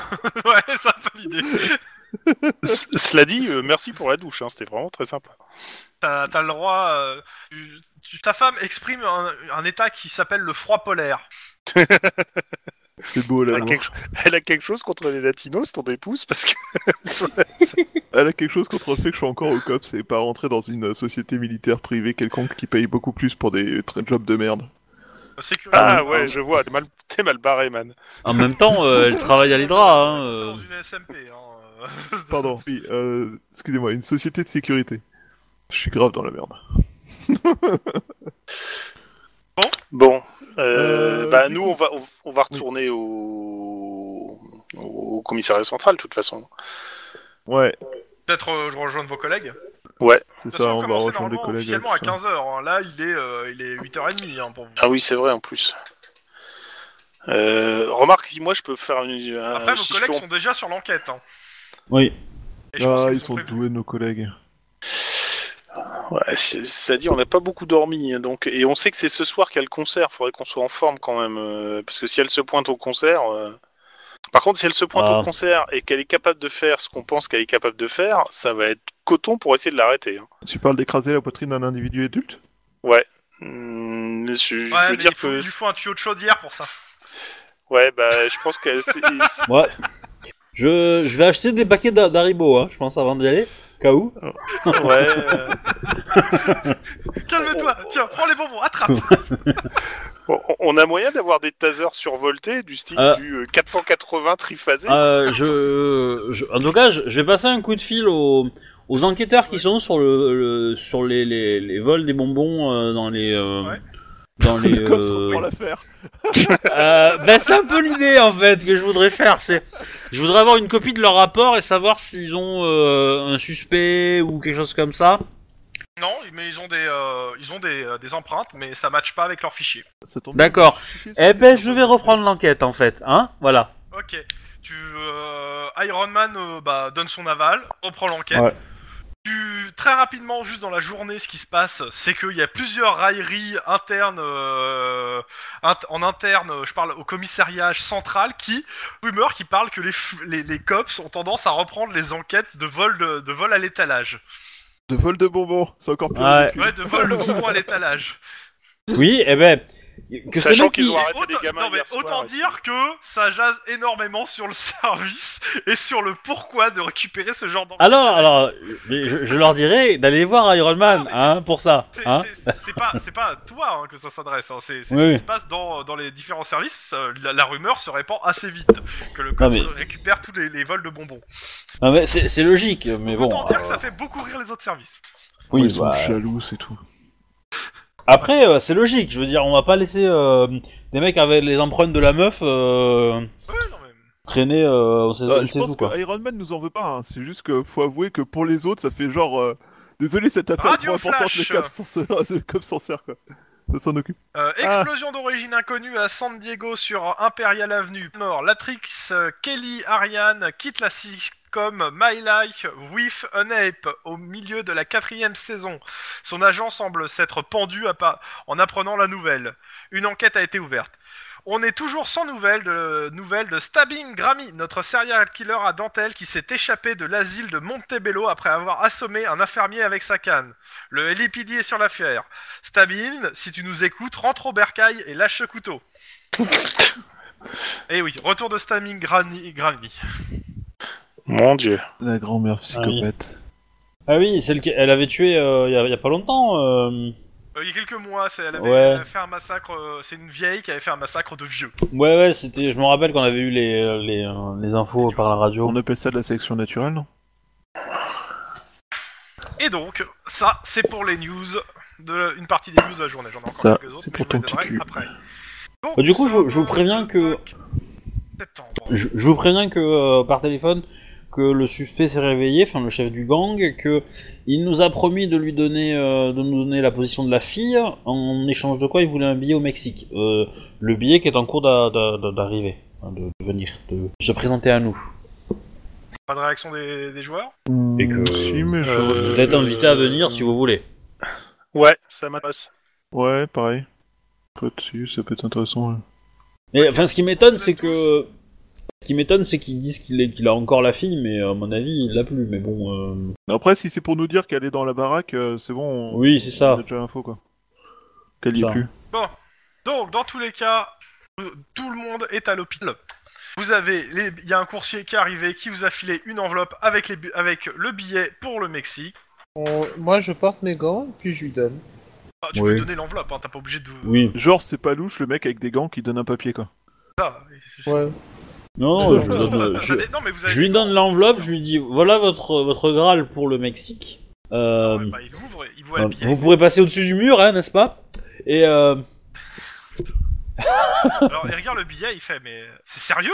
S2: ouais, c'est un peu l'idée.
S3: c- Cela dit, euh, merci pour la douche, hein, c'était vraiment très sympa.
S2: T'as t'as le droit. euh, tu- tu- ta femme exprime un, un état qui s'appelle le froid polaire.
S1: C'est beau,
S3: Elle
S1: là.
S3: a, quelque... elle a quelque chose contre les latinos, ton épouse, parce que
S1: Elle a quelque chose contre le fait que je suis encore au COPS et pas rentré dans une société militaire privée quelconque qui paye beaucoup plus pour des tra- jobs de merde.
S2: Sécurité.
S3: ah ouais, je vois, t'es mal, t'es mal barré, man.
S6: En même temps, euh, elle
S3: Ah,
S6: travaille à l'Hydra. Hein, euh.
S2: Dans une SMP. Hein.
S1: Pardon, oui, euh, excusez-moi, une société de sécurité. Je suis grave dans la merde.
S3: Bon, euh,
S1: Euh,
S3: bah
S1: du
S3: nous,
S1: coup-
S3: on va, on, on va retourner au... au commissariat central, de toute façon.
S1: Ouais,
S2: Peut-être euh, je rejoins vos collègues.
S1: c'est
S2: De toute
S1: ça,
S2: façon,
S1: on va rejoindre
S2: commencez
S1: les
S2: normalement
S1: collègues.
S2: Officiellement à
S1: avec ça.
S2: 15h. Là, il est, euh, il est 8h30 hein, pour vous.
S3: Ah oui, c'est vrai, en plus. Euh, remarque, si moi, je peux faire une... un-
S2: Après, vos
S3: Euh, si je
S2: collègues
S3: fais-
S2: sont déjà sur l'enquête. Hein.
S6: Oui.
S2: Et je pense
S1: Ah,
S2: qu'ils
S1: ils sont
S2: prévenus.
S1: doués, nos collègues.
S3: Ouais, c'est- ça dit, on n'a pas beaucoup dormi, hein, donc et on sait que c'est ce soir qu'il y a le concert. Faudrait qu'on soit en forme quand même, euh, parce que si elle se pointe au concert, euh, par contre, si elle se pointe
S6: Ah.
S3: au concert et qu'elle est capable de faire ce qu'on pense qu'elle est capable de faire, ça va être coton pour essayer de l'arrêter. hein.
S1: Tu parles d'écraser la poitrine d'un individu adulte
S3: Hmm, je, je
S2: Ouais,
S3: veux
S2: mais
S3: dire
S2: il, faut,
S3: que,
S2: il lui faut un tuyau de chaudière pour ça.
S3: ouais, bah, je pense que c'est- c'est-
S6: Ouais. Je, je vais acheter des paquets d'Ha- d'Haribo, hein, je pense, avant d'y aller. Cas où
S3: ouais, euh,
S2: Calme-toi, tiens, prends les bonbons, attrape.
S3: on, on a moyen d'avoir des tasers survoltés du style
S6: Euh.
S3: du euh, 480 triphasé.
S6: Euh, je, je- En tout cas, je, je vais passer un coup de fil aux, aux enquêteurs qui sont sur, le, le- sur les, les, les vols des bonbons euh, dans les. euh,
S2: Ouais.
S6: Dans les.
S1: Le COPS
S6: euh,
S1: reprend l'affaire.
S6: Euh, ben, c'est un peu l'idée en fait que je voudrais faire. C'est, je voudrais avoir une copie de leur rapport et savoir s'ils ont euh, un suspect ou quelque chose comme ça.
S2: Non, mais ils ont des, euh, ils ont des, euh, des empreintes, mais ça matche pas avec leur fichier.
S1: Ça tombe bien.
S6: D'accord.
S1: Chier sur
S6: Eh
S1: les
S6: ben,
S1: gens.
S6: je vais reprendre l'enquête en fait. Hein Voilà.
S2: Ok. Tu, euh, Iron Man euh, bah, donne son aval, reprend l'enquête.
S6: Ouais.
S2: Tu, très rapidement, juste dans la journée, ce qui se passe, c'est qu'il y a plusieurs railleries internes, euh, int- en interne, je parle au commissariat central, qui, rumeur qui parle que les, f- les, les cops ont tendance à reprendre les enquêtes de vol, de, de vol à l'étalage.
S1: De vol de bonbons, c'est encore plus.
S6: Ouais.
S1: ridicule.
S2: Ouais, de vol de bonbons à l'étalage.
S6: Oui. Eh ben, que ces
S3: Sachant
S6: mecs,
S3: qu'ils
S6: ils-
S3: ont arrêté
S2: Autant-
S3: des gamins
S2: non, mais
S3: hier soir,
S2: autant
S3: et puis-
S2: dire que ça jase énormément sur le service et sur le pourquoi de récupérer ce genre d'enquête.
S6: Alors, alors, je, je leur dirais d'aller voir Iron Man, hein, pour ça.
S2: C'est
S6: Hein
S2: c'est- c'est pas, c'est pas à toi hein, que ça s'adresse, hein, c'est c'est
S6: Oui,
S2: ce qui
S6: oui.
S2: se passe dans, dans les différents services. euh, La, la rumeur se répand assez vite que le cops
S6: mais-
S2: récupère tous les, les vols de bonbons.
S6: Non, mais c'est c'est logique, mais bon.
S2: Autant dire que
S6: euh,
S2: ça fait beaucoup rire les autres services.
S6: oui,
S1: Ils sont
S6: bah,
S1: jaloux, c'est tout.
S6: Après, euh, c'est logique, je veux dire, on va pas laisser euh, des mecs avec les empreintes de la meuf euh,
S2: Ouais, non, mais...
S6: traîner, euh, on sait,
S1: Bah,
S6: on
S1: je
S6: sait
S1: pense
S6: où, quoi.
S1: que Iron Man nous en veut pas, hein. c'est juste que faut avouer que pour les autres, ça fait genre. euh, Désolé, cette affaire est
S2: Radio
S1: trop importante,
S2: Flash.
S1: le cops s'en se- le cops s'en sert, quoi. Ça s'en occupe.
S2: Euh,
S1: Ah.
S2: explosion d'origine inconnue à San Diego sur Imperial Avenue. Mort. Latrix, euh, Kelly, Ariane quittent la sitcom My Life with an Ape au milieu de la quatrième saison. Son agent semble s'être pendu à pas en apprenant la nouvelle. Une enquête a été ouverte. On est toujours sans nouvelles de, nouvelles de Stabbing Grammy, notre serial killer à dentelle qui s'est échappé de l'asile de Montebello après avoir assommé un infirmier avec sa canne. Le LAPD est sur l'affaire. Stabine, si tu nous écoutes, rentre au bercail et lâche ce couteau. Eh oui, retour de Stamine Granny. Granny.
S3: Mon dieu.
S1: La grand-mère psychopathe.
S6: Ah oui, celle qu'elle avait tué euh, il y, a- il y a pas longtemps. euh,
S2: Euh, il y a quelques mois, c'est- elle avait
S6: Ouais.
S2: elle avait fait un massacre. euh, C'est une vieille qui avait fait un massacre de vieux.
S6: Ouais, ouais, c'était, je me rappelle qu'on avait eu les, les, euh, les infos par la radio.
S1: On appelle ça de la sélection naturelle, non
S2: Et donc, ça, c'est pour les news. De, une partie des news de la journée. J'en ai encore
S1: Ça,
S2: quelques autres.
S1: c'est
S2: mais
S1: pour
S2: je vous les
S1: ton
S2: donnerai
S1: petit cul.
S2: Après. Donc,
S6: Bah, du coup, je-
S2: ça
S6: je vous
S2: va
S6: préviens que-
S2: Septembre.
S6: Je, je vous préviens que euh, par téléphone que le suspect s'est réveillé, enfin le chef du gang, que il nous a promis de lui donner, euh, de nous donner la position de la fille, en échange de quoi il voulait un billet au Mexique. Euh, le billet qui est en cours d'a- d'a- d'a- d'arriver, hein, de, de venir, de se présenter à nous.
S2: Pas de réaction des, des joueurs
S6: Et que-
S1: Hmm, Si, mais je-
S3: Euh,
S6: Vous êtes invité à venir si vous voulez.
S3: Ouais, ça m'intéresse.
S1: Ouais, pareil. Peut-être, si, ça peut être intéressant. ouais.
S6: Mais enfin, ce qui m'étonne, c'est que ce qui m'étonne, c'est qu'ils disent qu'il est- qu'il a encore la fille, mais à mon avis, il l'a plus. Mais bon, euh,
S1: Après, si c'est pour nous dire qu'elle est dans la baraque, euh, c'est bon. on-
S6: oui, c'est
S1: On
S6: ça.
S1: a déjà l'info, quoi. Qu'elle y
S6: Ça.
S1: est plus.
S2: Donc, dans tous les cas, euh, tout le monde est à l'hôpital. Vous avez, les- il y a un coursier qui est arrivé qui vous a filé une enveloppe avec, les, bu- avec le billet pour le Mexique.
S4: On- Moi, je porte mes gants, puis je lui donne.
S2: Ah, tu
S6: Oui.
S2: peux donner l'enveloppe, hein, t'as pas obligé de.
S6: Oui.
S1: Genre, c'est pas louche le mec avec des gants qui donne un papier, quoi.
S2: Ça, Ah, c'est-
S4: Ouais.
S6: Non, non, je, vous donne-
S2: Vous
S6: je-
S2: avez- non, Ah, mais vous avez-
S6: Je lui donne l'enveloppe, je lui dis voilà votre, votre Graal pour le Mexique. Euh,
S2: Ouais, bah, il ouvre, il voit le billet.
S6: vous pourrez passer au-dessus du mur, hein, n'est-ce pas Et euh,
S2: Alors, il regarde le billet, il fait, mais c'est sérieux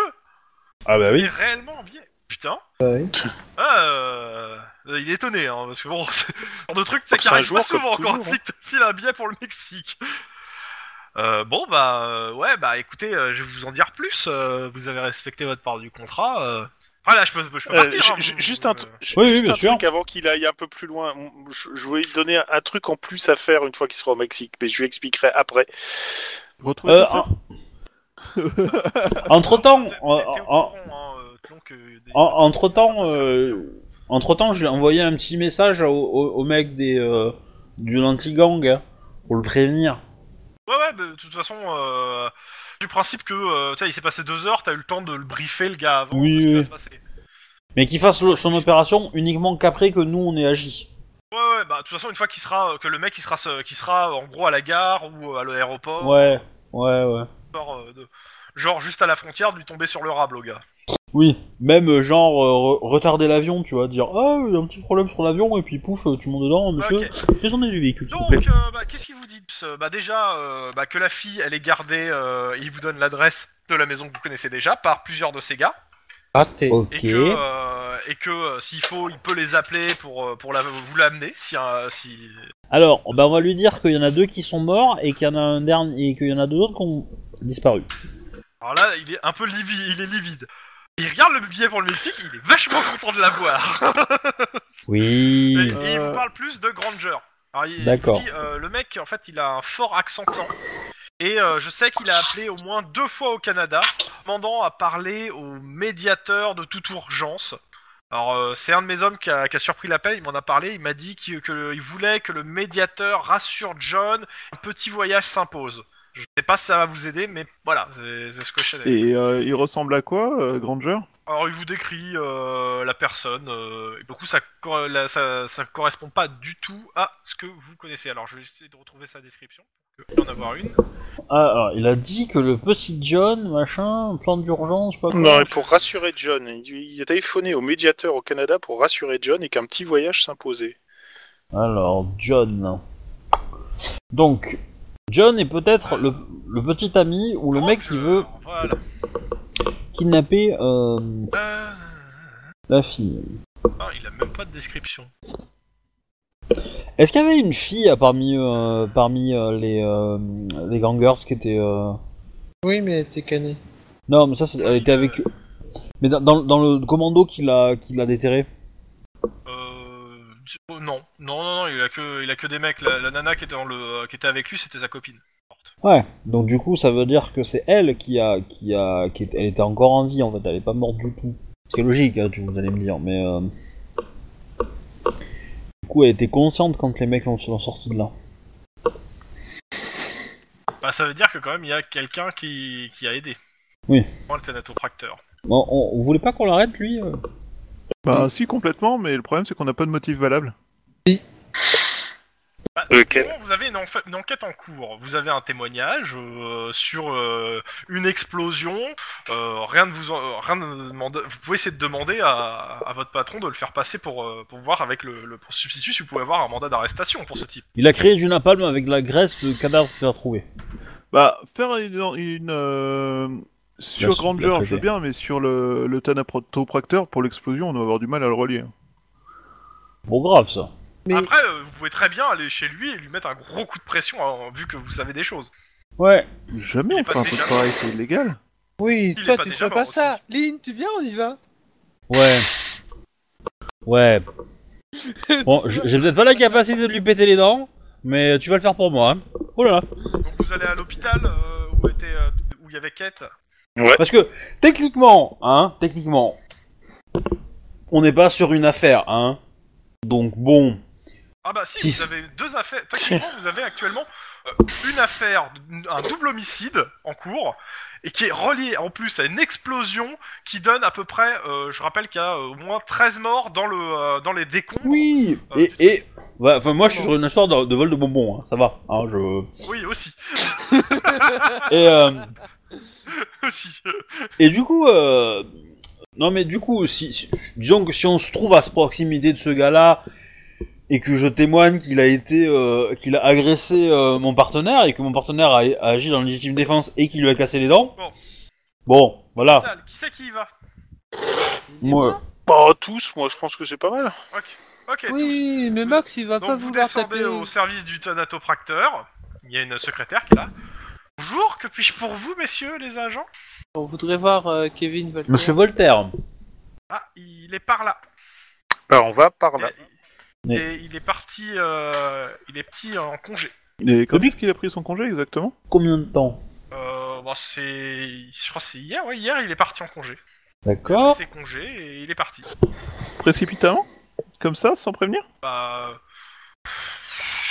S6: ah bah oui.
S2: C'est réellement un billet Putain
S4: Bah oui.
S2: Ah, euh, euh, Il est étonné, hein, parce que bon, c'est le genre de truc, c'est
S3: Comme
S2: qu'il
S3: ça,
S2: arrive
S3: un
S2: pas
S3: jour, comme
S2: souvent quand un
S3: toujours,
S6: hein.
S2: flic te file un billet pour le Mexique. Euh, bon bah euh, ouais bah écoutez euh, je vais vous en dire plus euh, vous avez respecté votre part du contrat euh. ah là je peux, je peux
S3: Euh,
S2: partir,
S3: ju-
S2: hein,
S3: ju-
S2: vous-
S3: juste
S2: vous-
S3: un, tru- ju-
S6: Oui, oui,
S3: juste
S6: bien
S3: un
S6: sûr.
S3: truc avant qu'il aille un peu plus loin. On- Je, je voulais lui donner un, un truc en plus à faire une fois qu'il sera au Mexique, mais je lui expliquerai après.
S1: Retrouver
S6: Euh,
S1: sa sœur
S6: entre temps,
S2: T'es- t'es au courant, hein, euh, donc, euh, des-
S6: entre temps, euh, entre temps, j'ai envoyé un petit message au, au- au mec des euh, du anti-gang hein, pour le prévenir.
S2: Ouais, ouais, bah, de toute façon, euh, du principe que, euh, tu sais, il s'est passé deux heures, t'as eu le temps de le briefer le gars avant
S6: Oui,
S2: de ce qui
S6: oui.
S2: va se passer.
S6: Mais qu'il fasse le- son opération uniquement qu'après que nous on ait agi.
S2: Ouais, ouais, bah, de toute façon, une fois qu'il sera, que le mec, il sera, se- qu'il sera, euh, en gros, à la gare ou euh, à l'aéroport,
S6: Ouais, ouais, ouais.
S2: genre, euh, de- genre juste à la frontière, de lui tomber sur le rable, au gars.
S6: Oui, même euh, genre euh, re- retarder l'avion, tu vois, dire ah il y a un petit problème sur l'avion et puis pouf euh, tu montes dedans, monsieur,
S2: Ok.
S6: descendez du véhicule s'il vous
S2: Donc,
S6: plaît.
S2: euh, bah, qu'est-ce qu'il vous dit Pss, euh, Bah, déjà, euh, bah, que la fille, elle est gardée, euh, il vous donne l'adresse de la maison que vous connaissez déjà par plusieurs de ses gars.
S6: Ah,
S4: Raté.
S6: Ok.
S2: Et que, euh, et que euh, s'il faut, il peut les appeler pour, euh, pour la, vous l'amener, si, un- si,
S6: Alors bah on va lui dire qu'il y en a deux qui sont morts et qu'il y en a un dernier et qu'il y en a deux autres qui ont disparu.
S2: Alors là, il est un peu livide, il est livide. Il regarde le billet pour le Mexique, il est vachement content de l'avoir. Et,
S6: Oui.
S2: et il vous parle plus de Granger. Alors, il- il
S6: D'accord.
S2: vous dit, euh, le mec, en fait, il a un fort accent sang. Et euh, je sais qu'il a appelé au moins deux fois au Canada, demandant à parler au médiateur de toute urgence. Alors, euh, c'est un de mes hommes qui a, qui a surpris l'appel, il m'en a parlé, il m'a dit qu'il que- il voulait que le médiateur rassure John, un petit voyage s'impose. Je sais pas si ça va vous aider, mais voilà, c'est c'est ce que je savais.
S1: Et euh, il ressemble à quoi, euh, Granger
S2: Alors, il vous décrit euh, la personne. euh, et du coup, ça, cor- la- ça, ça correspond pas du tout à ce que vous connaissez. Alors, je vais essayer de retrouver sa description. pour que- en avoir une.
S6: Ah, alors, il a dit que le petit John, machin, plan d'urgence, je sais pas quoi.
S3: Non, et Euh, pour rassurer John, il- il a téléphoné au médiateur au Canada pour rassurer John et qu'un petit voyage s'imposait.
S6: Alors, John. Donc, John est peut-être le, le petit ami ou le mec
S2: Donc,
S6: qui
S2: je-
S6: veut
S2: Voilà.
S6: kidnapper euh,
S2: Euh,
S6: la fille.
S2: ah, il a même pas de description.
S6: Est-ce qu'il y avait une fille à parmi, euh, parmi euh, les, euh, les gangers qui était. euh,
S4: Oui, mais t'es cané.
S6: Non, mais ça, c'est- elle était avec.
S2: Euh,
S6: Mais dans, dans- dans le commando qui l'a qui l'a déterré.
S2: Euh, je- oh, non, non, non, non, il a que, il a que des mecs. La, la nana qui était, dans le, euh, qui était avec lui, c'était sa copine.
S6: Ouais, donc du coup, ça veut dire que c'est elle qui a. Qui a qui est- elle était encore en vie en fait, elle est pas morte du tout. Ce qui est logique, hein, tu- vous allez me dire, mais. euh, Du coup, elle était consciente quand les mecs l'ont l'ont sortie de là.
S2: Bah, ça veut dire que quand même, il y a quelqu'un qui, qui a aidé.
S6: Oui.
S2: Moi, le thanatopracteur.
S6: Bon, on, on voulait pas qu'on l'arrête lui euh
S1: Bah si, complètement, mais le problème c'est qu'on n'a pas de motif valable.
S2: Bah,
S3: Lequel
S2: Bon, vous avez une, enfa- une enquête en cours. Vous avez un témoignage euh, sur euh, une explosion. Euh, rien de vous, en- rien de demander- Vous pouvez essayer de demander à, à votre patron de le faire passer pour, euh, pour voir avec le, le- pour substitut si vous pouvez avoir un mandat d'arrestation pour ce type.
S6: Il a créé du napalm avec de la graisse de cadavre qu'il a trouvé.
S1: Bah faire une... une, euh, Sur
S6: La- la
S1: Granger, je
S6: traiter.
S1: veux bien, mais sur le, le Thanaprotoptracteur, pour l'explosion, on va avoir du mal à le relier.
S6: Bon, grave ça.
S4: Mais-
S2: Après, euh, vous pouvez très bien aller chez lui et lui mettre un gros coup de pression hein, vu que vous savez des choses.
S6: Ouais.
S1: Jamais
S2: Il est
S1: on fait
S2: pas
S1: un truc
S2: déjà
S1: pareil, c'est illégal.
S4: Oui,
S2: Il est
S4: toi,
S2: pas hein,
S4: tu
S2: déjà
S4: ferais pas
S2: mort
S4: ça. Lynn, tu viens, on y va.
S6: Ouais. Ouais. Bon, j- j'ai peut-être pas la capacité de lui péter les dents, mais tu vas le faire pour moi. Hein. Oh là là.
S2: Donc vous allez à l'hôpital euh, où était euh, où il y avait Kate.
S6: Parce que techniquement, hein, techniquement, on n'est pas sur une affaire, hein. Donc bon.
S2: Ah bah si,
S6: Si,
S2: vous
S6: si.
S2: avez deux affaires. Techniquement, vous avez actuellement euh, une affaire, un double homicide en cours, et qui est relié en plus à une explosion qui donne à peu près, euh, je rappelle qu'il y a euh, au moins 13 morts dans le euh, dans les décombres.
S6: Oui. Et et. ouais, Enfin, moi, je suis sur une histoire de, de vol de bonbons, hein, ça va. Hein, je...
S2: Oui, aussi,
S6: Et euh,
S2: aussi.
S6: Et du coup, euh, non mais du coup, si, si- disons que si on se trouve à ce proximité de ce gars-là et que je témoigne qu'il a été, euh, qu'il a agressé euh, mon partenaire et que mon partenaire a, a agi dans la légitime défense et qu'il lui a cassé les dents,
S2: Bon.
S6: bon, voilà,
S2: Hôpital, Qui c'est qui y va
S6: moi,
S3: Pas Bah, tous, moi je pense que c'est pas mal.
S2: Ok, ok.
S4: Oui, mais
S2: Vous-
S4: Max, il va
S2: tous.
S4: pas
S2: Donc vous
S4: vouloir
S2: descendez
S4: taper.
S2: au service du thanatopracteur. Il y a une secrétaire qui est là. Bonjour, que puis-je pour vous, messieurs les agents
S4: On voudrait voir euh, Kevin Valter.
S6: Monsieur Voltaire.
S2: Ah, il est par là.
S3: Bah, on va par là.
S2: Et, et il est parti, euh, il est petit en congé.
S1: Et quand
S6: Depuis-
S1: est-ce qu'il a pris son congé exactement
S6: Combien de temps
S2: Euh, bon, c'est. Je crois que c'est hier, ouais, hier il est parti en congé.
S6: D'accord.
S2: C'est congé et il est parti.
S1: Précipitamment Comme ça, sans prévenir
S2: Bah.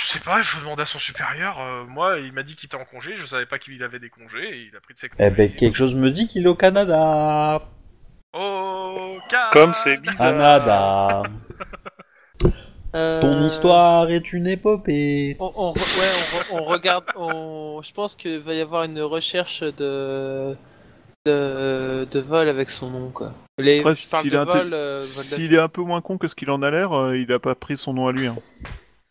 S2: Je sais pas, il faut demander à son supérieur. euh, moi, il m'a dit qu'il était en congé, je savais pas qu'il avait des congés et il a pris de ses congés.
S6: Eh ben quelque chose me dit qu'il est au Canada.
S2: Oh, Canada.
S3: Comme
S6: Ah,
S3: c'est bizarre.
S6: Canada.
S4: Euh,
S6: Ton histoire est une épopée.
S4: On, on re- ouais, on, re- on regarde. On, je pense qu'il va y avoir une recherche de de, de vol avec son nom quoi. Les,
S1: Après,
S4: je parle
S1: s'il
S4: de
S1: est inté-
S4: vol, euh, vol de-
S1: S'il est un peu moins con que ce qu'il en a l'air, euh, il a pas pris son nom à lui. hein.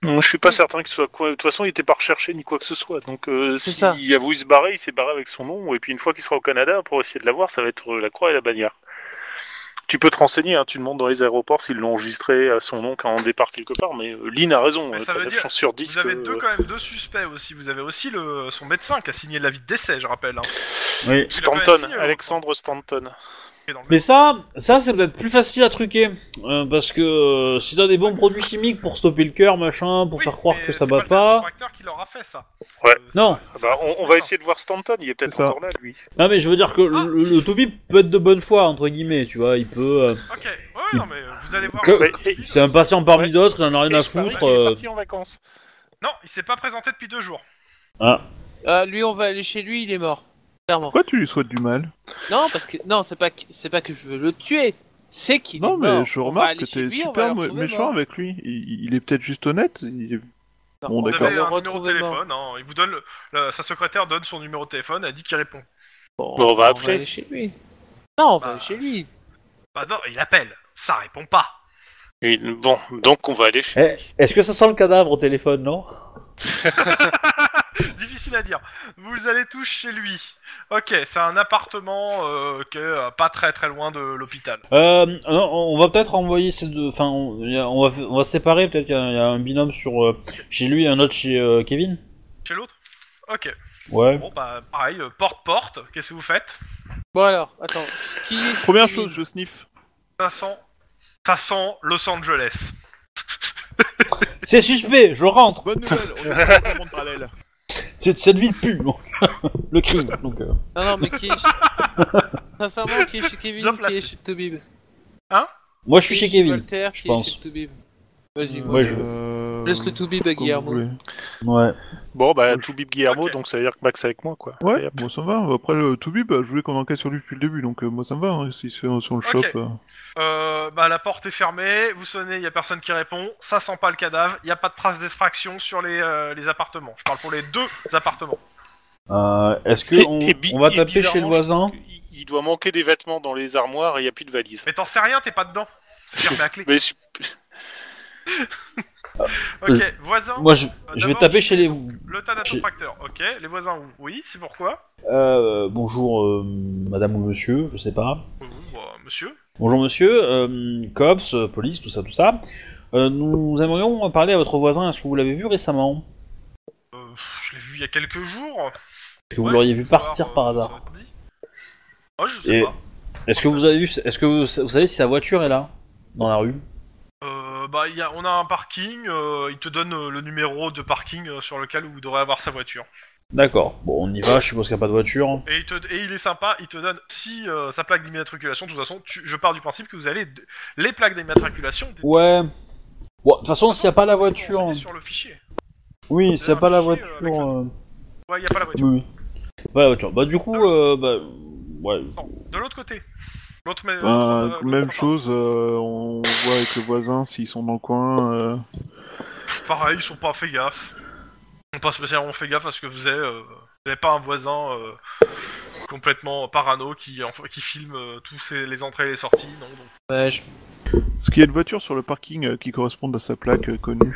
S3: Non, je suis pas certain que ce soit quoi. De toute façon, il était pas recherché ni quoi que ce soit. Donc, euh,
S4: C'est
S3: s'il
S4: ça.
S3: a voulu se barrer, il s'est barré avec son nom. Et puis, une fois qu'il sera au Canada, pour essayer de l'avoir, ça va être euh, la croix et la bannière. Tu peux te renseigner, hein, tu demandes dans les aéroports s'ils l'ont enregistré à son nom quand on départ quelque part, mais euh, Lynn a raison,
S2: Mais
S3: euh,
S2: ça
S3: t'as
S2: veut
S3: 9
S2: dire-
S3: chances sur euh, 10
S2: Vous avez
S3: que-
S2: deux, quand même deux suspects aussi. Vous avez aussi le, son médecin qui a signé l'avis de décès, je rappelle. Hein,
S6: Oui.
S2: Il a quand même
S3: Stanton,
S2: signé,
S3: Alexandre Stanton.
S2: Ah, qui est dans le-
S6: Mais ça, ça c'est peut-être plus facile à truquer, euh, parce que euh, si t'as des bons produits chimiques pour stopper le cœur, machin, pour
S2: Oui,
S6: faire croire
S2: mais
S6: que ça
S2: c'est
S6: bat
S2: le
S6: pas.
S2: chiropracteur qui leur a fait ça. Euh,
S3: Ouais.
S2: c'est
S6: Non.
S2: pas-
S3: Ah
S2: c'est
S3: bah,
S2: pas son
S3: on, on va
S2: médecin.
S3: essayer de voir Stanton, il est peut-être
S1: C'est ça.
S3: encore là, lui.
S6: Non mais je veux dire que le, le topi peut être de bonne foi entre guillemets, tu vois, il peut. euh,
S2: Ok, ouais, non, mais euh, vous allez voir.
S6: Que-
S2: le-
S3: Mais-
S6: c'est un patient parmi
S3: Ouais.
S6: d'autres, il en a rien
S3: Et
S6: à
S3: il paraît
S6: foutre.
S3: qu'il est
S6: euh,
S3: parti en vacances.
S2: Non, il s'est pas présenté depuis deux jours.
S6: Ah.
S5: Euh, lui, on va aller chez lui, il est mort. Clairement.
S1: Pourquoi tu lui souhaites du mal
S5: Non, parce que non, c'est pas que- c'est pas que je veux le tuer, c'est qu'il est
S1: Non, mais
S5: mort.
S1: je
S5: On va
S1: remarque
S5: aller
S1: que
S5: chez
S1: t'es
S5: lui, on va
S1: super
S5: le
S1: mé-
S5: retrouver
S1: méchant
S5: mort.
S1: avec lui. Il, il est peut-être juste honnête. il est- Bon,
S5: on
S2: Vous
S1: d'accord.
S2: avez
S5: devait- Le
S2: un numéro de
S5: retrouver
S2: téléphone, hein. il vous donne le- la- sa secrétaire donne son numéro de téléphone, elle dit qu'il répond.
S5: Bon,
S3: Bon, on va appeler.
S5: aller chez lui. Non, on va
S2: Bah,
S5: aller chez lui.
S2: Bah non, il appelle, ça répond pas.
S3: Et bon, donc on va aller chez.
S6: Eh, Est-ce que ça sent le cadavre au téléphone, non
S2: Difficile à dire. Vous allez tous chez lui. Ok, c'est un appartement euh, qui est, euh, pas très très loin de l'hôpital.
S6: Euh, non, on va peut-être envoyer ces deux. Enfin, on, y a- on va, on va se séparer. Peut-être qu'il y, a- il y a un binôme sur euh, chez lui et un autre chez euh, Kevin.
S2: Chez l'autre Ok.
S6: Ouais.
S2: Bon bah pareil, euh, porte-porte, qu'est-ce que vous faites
S5: Bon alors, attends. Qui est
S1: Première
S5: Kevin
S1: chose, je sniff.
S2: ça sent, ça sent Los Angeles.
S6: C'est suspect. Je rentre.
S1: Bonne nouvelle, on est dans un monde parallèle.
S6: Cette, cette ville pue. donc. le crime. Donc, euh,
S5: Non, non, mais qui est chez... Sincèrement, qui est chez Kevin,
S2: Bien
S5: qui
S2: placé.
S5: est chez Tobib
S6: moi, je suis chez Kevin.
S5: Voltaire,
S6: je
S5: qui
S6: pense.
S5: est chez Tobib Vas-y,
S6: Ouais, je-
S1: Euh,
S5: Laisse le Toubib à
S1: comme vous
S5: Guillermo.
S1: voulez.
S6: Ouais.
S3: Bon, bah, tout bip Guillermo,
S2: Ok.
S3: donc ça veut dire que Max est avec moi, quoi. Et
S1: Ouais,
S3: hop.
S1: bon, ça me va. Après, le Toubi, bah, je voulais qu'on enquête sur lui depuis le début, donc euh, moi ça me va. hein, si, c'est- si on le
S2: Ok.
S1: chope. euh.
S2: Euh, bah la porte est fermée, vous sonnez, il y a personne qui répond, ça sent pas le cadavre, il y a pas de trace d'effraction sur les, euh, les appartements. Je parle pour les deux appartements.
S6: Euh, Est-ce que
S3: Et-
S6: on,
S3: et bi-
S6: on va
S3: et
S6: taper chez le
S3: bizarrement,
S6: voisin
S3: Il- Il doit manquer des vêtements dans les armoires et il n'y a plus de valise.
S2: Mais t'en sais rien, t'es pas dedans. C'est fermé à
S6: Euh,
S2: clé.
S3: Mais su-
S2: Ok, voisin,
S6: Moi, je,
S2: euh,
S6: je vais
S2: d'abord,
S6: taper chez les.
S2: le thanatofracteur. Ok, les voisins ouvrent. Oui, c'est pourquoi
S6: Euh, bonjour, euh, madame ou monsieur, je sais pas.
S2: Euh, bah, Monsieur
S6: Bonjour monsieur, euh, cops, euh, police, tout ça, tout ça. Euh, nous aimerions parler à votre voisin. Est-ce que vous l'avez vu récemment
S2: Euh, pff, Je l'ai vu il y a quelques jours.
S6: Est-ce que vous
S2: Ouais,
S6: l'auriez
S2: je
S6: vu
S2: vais voir,
S6: partir
S2: euh,
S6: par
S2: ça
S6: hasard
S2: va être dit. Ah, je sais
S6: Et-
S2: pas.
S6: Est-ce que vous avez vu Est-ce que vous, vous savez si sa voiture est là dans la rue
S2: Euh, bah, il y a, on a un parking, euh, il te donne euh, le numéro de parking euh, sur lequel vous devrez avoir sa voiture.
S6: D'accord. Bon, on y va. Je suppose qu'il n'y a pas de voiture.
S2: Et il, te- et il est sympa, il te donne si euh, sa plaque d'immatriculation, de toute façon, tu- je pars du principe que vous allez. d- Les plaques d'immatriculation. des-
S6: Ouais. Bon, de toute façon, s'il n'y a pas la voiture, hein.
S2: C'est sur le fichier.
S6: oui, s'il n'y a pas la
S2: Vous avez un
S6: voiture,
S2: fichier, euh,
S6: euh,
S2: Ouais, il n'y a pas la
S6: oui,
S2: voiture.
S6: oui. Pas la voiture. Bah du coup, euh, bah, ouais.
S2: Non, de l'autre côté. L'autre mais-
S1: Bah,
S2: euh, l'autre
S1: même
S2: part.
S1: chose, euh, on voit avec le voisin s'ils sont dans le coin. euh.
S2: Pff, Pareil, ils sont pas fait gaffe. Ils ont pas spécialement fait gaffe parce que vous avez, euh, vous avez pas un voisin euh, complètement parano qui, en- qui filme euh, tous ses- les entrées et les sorties. Non, donc.
S4: Ouais, je-
S1: Est-ce qu'il y a une voiture sur le parking euh, qui corresponde à sa plaque euh, connue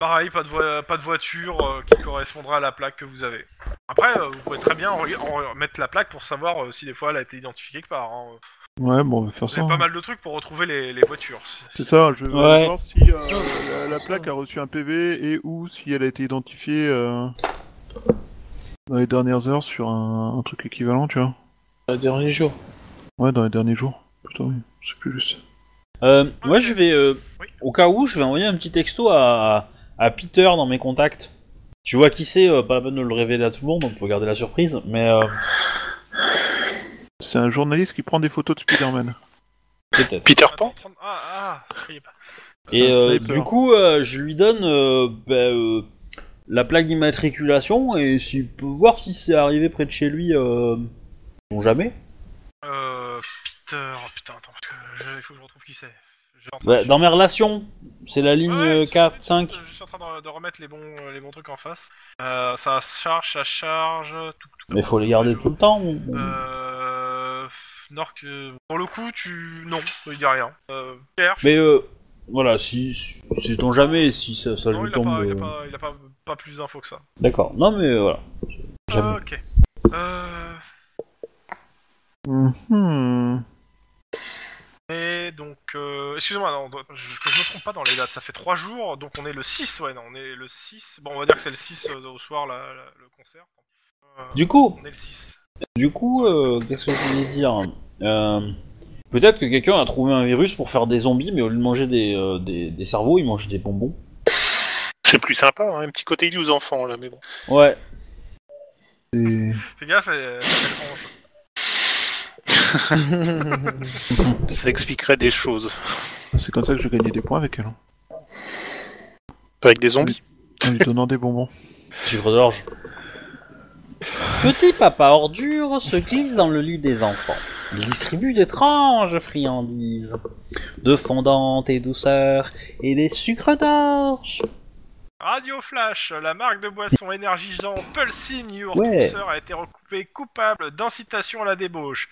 S2: Pareil, pas de, voi- pas de voiture euh, qui correspondra à la plaque que vous avez. Après, euh, vous pouvez très bien en re- en remettre la plaque pour savoir euh, si des fois elle a été identifiée quelque part. hein.
S1: Ouais, bon, on va faire
S2: Vous
S1: ça.
S2: avez pas
S1: hein.
S2: mal de trucs pour retrouver les, les voitures.
S1: C'est ça, je vais
S6: Ouais.
S1: voir si euh, la, la plaque a reçu un PV et ou si elle a été identifiée euh, dans les dernières heures sur un, un truc équivalent, tu vois.
S4: le dernier jour.
S1: Ouais, dans les derniers jours. Plutôt, oui. C'est plus juste.
S6: Euh, Moi, je vais, euh,
S2: Oui.
S6: au cas où, je vais envoyer un petit texto à, à Peter dans mes contacts. Tu vois qui c'est, euh, pas la peine de le révéler à tout le monde, donc faut garder la surprise. Mais euh,
S1: C'est un journaliste qui prend des photos de Spider-Man.
S6: peut-être.
S3: Peter
S2: Attends,
S3: Pan
S2: 30 Ah, ah, criez pas.
S6: Et
S1: C'est un
S6: euh,
S1: sniper.
S6: du coup, euh, je lui donne euh, bah, euh, la plaque d'immatriculation et s'il peut voir si c'est arrivé près de chez lui, euh, on jamais.
S2: Euh, Peter, oh, putain, attends, parce que je- il faut que je retrouve qui c'est. J'ai entendu-
S6: Bah, dans mes relations, c'est la ligne
S2: Ouais,
S6: euh,
S2: je-
S6: 4, 5.
S2: Je suis en train de, de remettre les bons, les bons trucs en face. Euh, ça charge, ça charge. Tout, tout,
S6: Mais faut les garder
S2: je-
S6: tout le temps. on- on-
S2: Euh. Nork, euh, pour le coup, tu. Non, il dit rien. Euh, Pierre,
S6: Mais euh, voilà, si, si sait-on jamais si ça, ça
S2: non,
S6: lui
S2: il a,
S6: tombe.
S2: pas, il a
S6: euh,
S2: pas- il a pas- pas plus d'infos que ça.
S6: D'accord. Non mais euh, voilà. Jamais.
S2: Ah, ok. Euh.
S1: Mhm.
S2: Et donc, euh, excusez-moi, non, doit- je, que je me trompe pas dans les dates, ça fait 3 jours, donc on est le 6, ouais, non, on est le 6, bon, on va dire que c'est le 6 euh, au soir, là, là, le concert. Euh,
S6: Du coup,
S2: On est le 6.
S6: du coup, euh, qu'est-ce que je voulais dire Euh, Peut-être que quelqu'un a trouvé un virus pour faire des zombies, mais au lieu de manger des, euh, des, des cerveaux, il mange des bonbons.
S3: C'est plus sympa, hein, un petit côté lié aux enfants, là, mais bon.
S6: Ouais.
S1: C'est-
S2: Fais gaffe, elle elle s'appelle Ange.
S3: Ça expliquerait des choses.
S1: C'est comme ça que je gagnais des points avec elle. hein,
S3: Avec des zombies.
S1: En lui donnant des bonbons.
S6: Chiffre de l'orge. Petit papa ordure se glisse dans le lit des enfants. Il distribue d'étranges friandises, de fondantes et douceurs, et des sucres d'orge.
S2: Radio Flash, la marque de boisson énergisant Pulsing Your
S6: Ouais.
S2: Toaster a été recoupée coupable d'incitation à la débauche.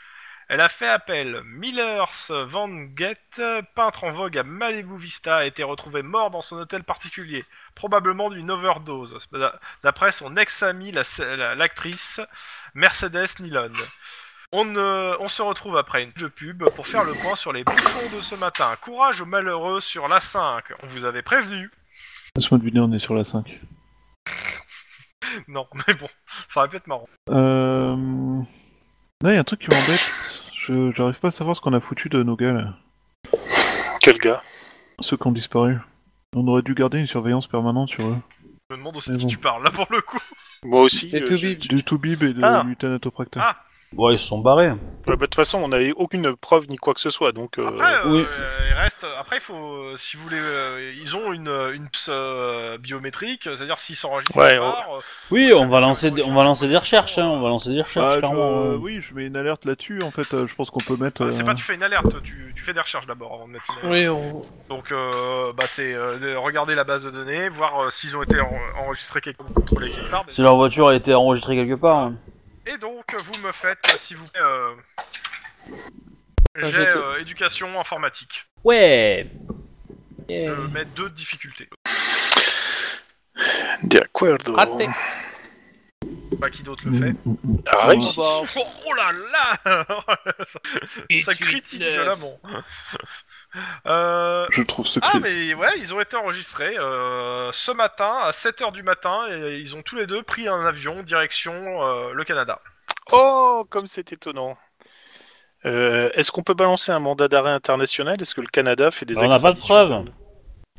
S2: Elle a fait appel. Millers Van Gett, peintre en vogue à Malibu Vista, a été retrouvé mort dans son hôtel particulier, probablement d'une overdose, d'a- d'après son ex-amie, la- la- l'actrice Mercedes Nilon. On, euh, on se retrouve après une de pub pour faire le point sur les bouchons de ce matin. Courage aux malheureux sur la 5, on vous avait prévenu.
S1: Laisse-moi deviner, on est sur la 5.
S2: Non, mais bon, ça aurait pu être marrant.
S1: Euh... Là, il y a un truc qui m'embête. Je- J'arrive pas à savoir ce qu'on a foutu de nos gars, là.
S3: Quel gars
S1: Ceux qui ont disparu. On aurait dû garder une surveillance permanente sur eux.
S2: Je me demande aussi
S1: Mais
S2: de qui
S1: bon.
S2: tu parles, là pour le coup.
S3: Moi aussi.
S4: Et
S3: euh,
S4: to
S3: je-
S4: be-
S1: Du Toubib et de
S3: Ah.
S1: l'utanatopracteur.
S2: Ah.
S6: Ouais, ils se sont barrés. hein.
S3: Ouais, bah, De toute façon, on n'avait aucune preuve ni quoi que ce soit, donc. euh,
S2: Après, euh,
S6: oui.
S2: euh, il reste. Après, il faut, euh, si vous voulez, euh, ils ont une, euh, une ps- euh, biométrique, euh, c'est-à-dire s'ils s'enregistrent
S3: Ouais,
S2: quelque part, euh,
S6: Oui, on va lancer, des- on va lancer des recherches, hein, on va lancer des recherches,
S1: Bah, je-
S6: clairement.
S1: euh,
S6: hein.
S1: oui, je mets une alerte là-dessus. En fait, euh, je pense qu'on peut mettre.
S2: euh, c'est
S1: euh,
S2: pas tu fais une alerte, tu, tu fais des recherches d'abord avant de mettre une alerte.
S4: Oui, on...
S2: Donc, euh, bah, c'est euh, de regarder la base de données, voir euh, s'ils ont été en- enregistrés quelque part, contrôlés quelque part.
S6: Si leur voiture a été enregistrée quelque part. hein.
S2: Et donc, vous me faites, euh, s'il vous plaît, euh,
S4: Ah,
S2: j'ai
S4: j'ai-
S2: euh, éducation informatique.
S6: Ouais.
S4: yeah.
S2: Je mets deux difficultés.
S3: De acuerdo.
S5: Raté.
S4: Oh,
S2: Pas qui d'autre
S1: Mm.
S2: le fait.
S3: Ah,
S4: bah,
S3: réussi.
S5: Oh,
S2: Oh, oh là là Oh,
S5: bah, et
S2: Ça
S5: tu-
S2: critique
S5: euh,
S2: violemment. Euh,
S1: Je trouve ce
S2: Ah
S1: cri-
S2: mais ouais, ils ont été enregistrés euh, ce matin à 7h du matin et ils ont tous les deux pris un avion direction euh, le Canada.
S3: Oh, comme c'est étonnant. Euh, Est-ce qu'on peut balancer un mandat d'arrêt international Est-ce que le Canada fait des
S6: On n'a pas de
S3: extraditions
S6: preuves.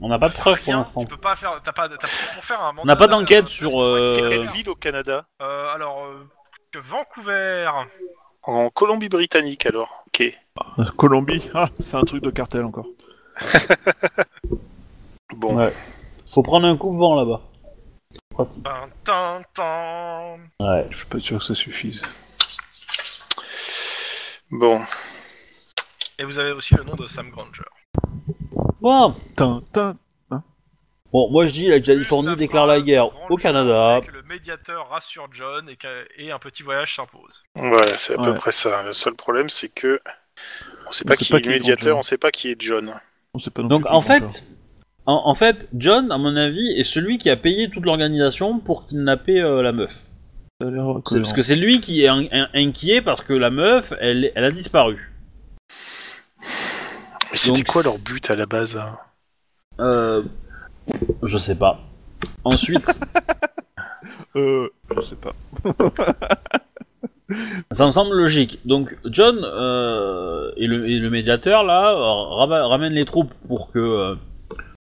S6: On n'a pas de preuves pour
S2: Rien,
S6: l'instant.
S2: tu peux pas faire, t'as pas, t'as- pour faire un mandat
S6: n'a pas
S2: d'arrêt,
S6: d'enquête
S2: euh,
S6: sur,
S2: euh,
S3: Quelle
S6: Euh.
S3: ville au Canada
S2: alors euh, que Vancouver.
S3: En Colombie-Britannique, alors. Ok.
S1: Colombie. Ah, c'est un truc de cartel encore.
S3: Bon.
S6: Ouais. Faut prendre un coup de vent là-bas. Pratique.
S2: Ben, tin, tin.
S6: Ouais.
S1: Je suis pas sûr que ça suffise.
S3: Bon.
S2: Et vous avez aussi le nom de Sam Granger.
S6: Bon.
S1: Tin, tin.
S6: Bon, moi je dis la Californie
S2: Plus
S6: déclare la
S2: phrase,
S6: guerre au
S2: Granger
S6: Canada.
S2: Que le médiateur rassure John et, qu'un- et un petit voyage s'impose.
S3: Voilà, c'est à peu
S1: Ouais.
S3: près ça. Le seul problème, c'est que. On sait pas
S1: sait
S3: qui
S1: pas
S3: est
S1: qui
S3: le
S1: est
S3: médiateur,
S1: John.
S3: on sait pas qui est John.
S1: On sait pas non
S6: Donc
S1: plus
S6: en
S1: comment faire.
S6: fait, en, en fait, John, à mon avis, est celui qui a payé toute l'organisation pour kidnapper euh, la meuf.
S1: Ça a l'air euh,
S6: C'est-
S1: cohérent.
S6: Parce que c'est lui qui est in- in- inquiet parce que la meuf, elle, elle a disparu.
S3: Mais c'était
S6: Donc,
S3: quoi
S6: c'est-
S3: leur but à la base hein
S6: Euh, je sais pas. Ensuite,
S1: Euh, je sais pas.
S6: ça me semble logique. Donc John euh, et, le, et le médiateur là euh, rama- ramènent les troupes pour que euh,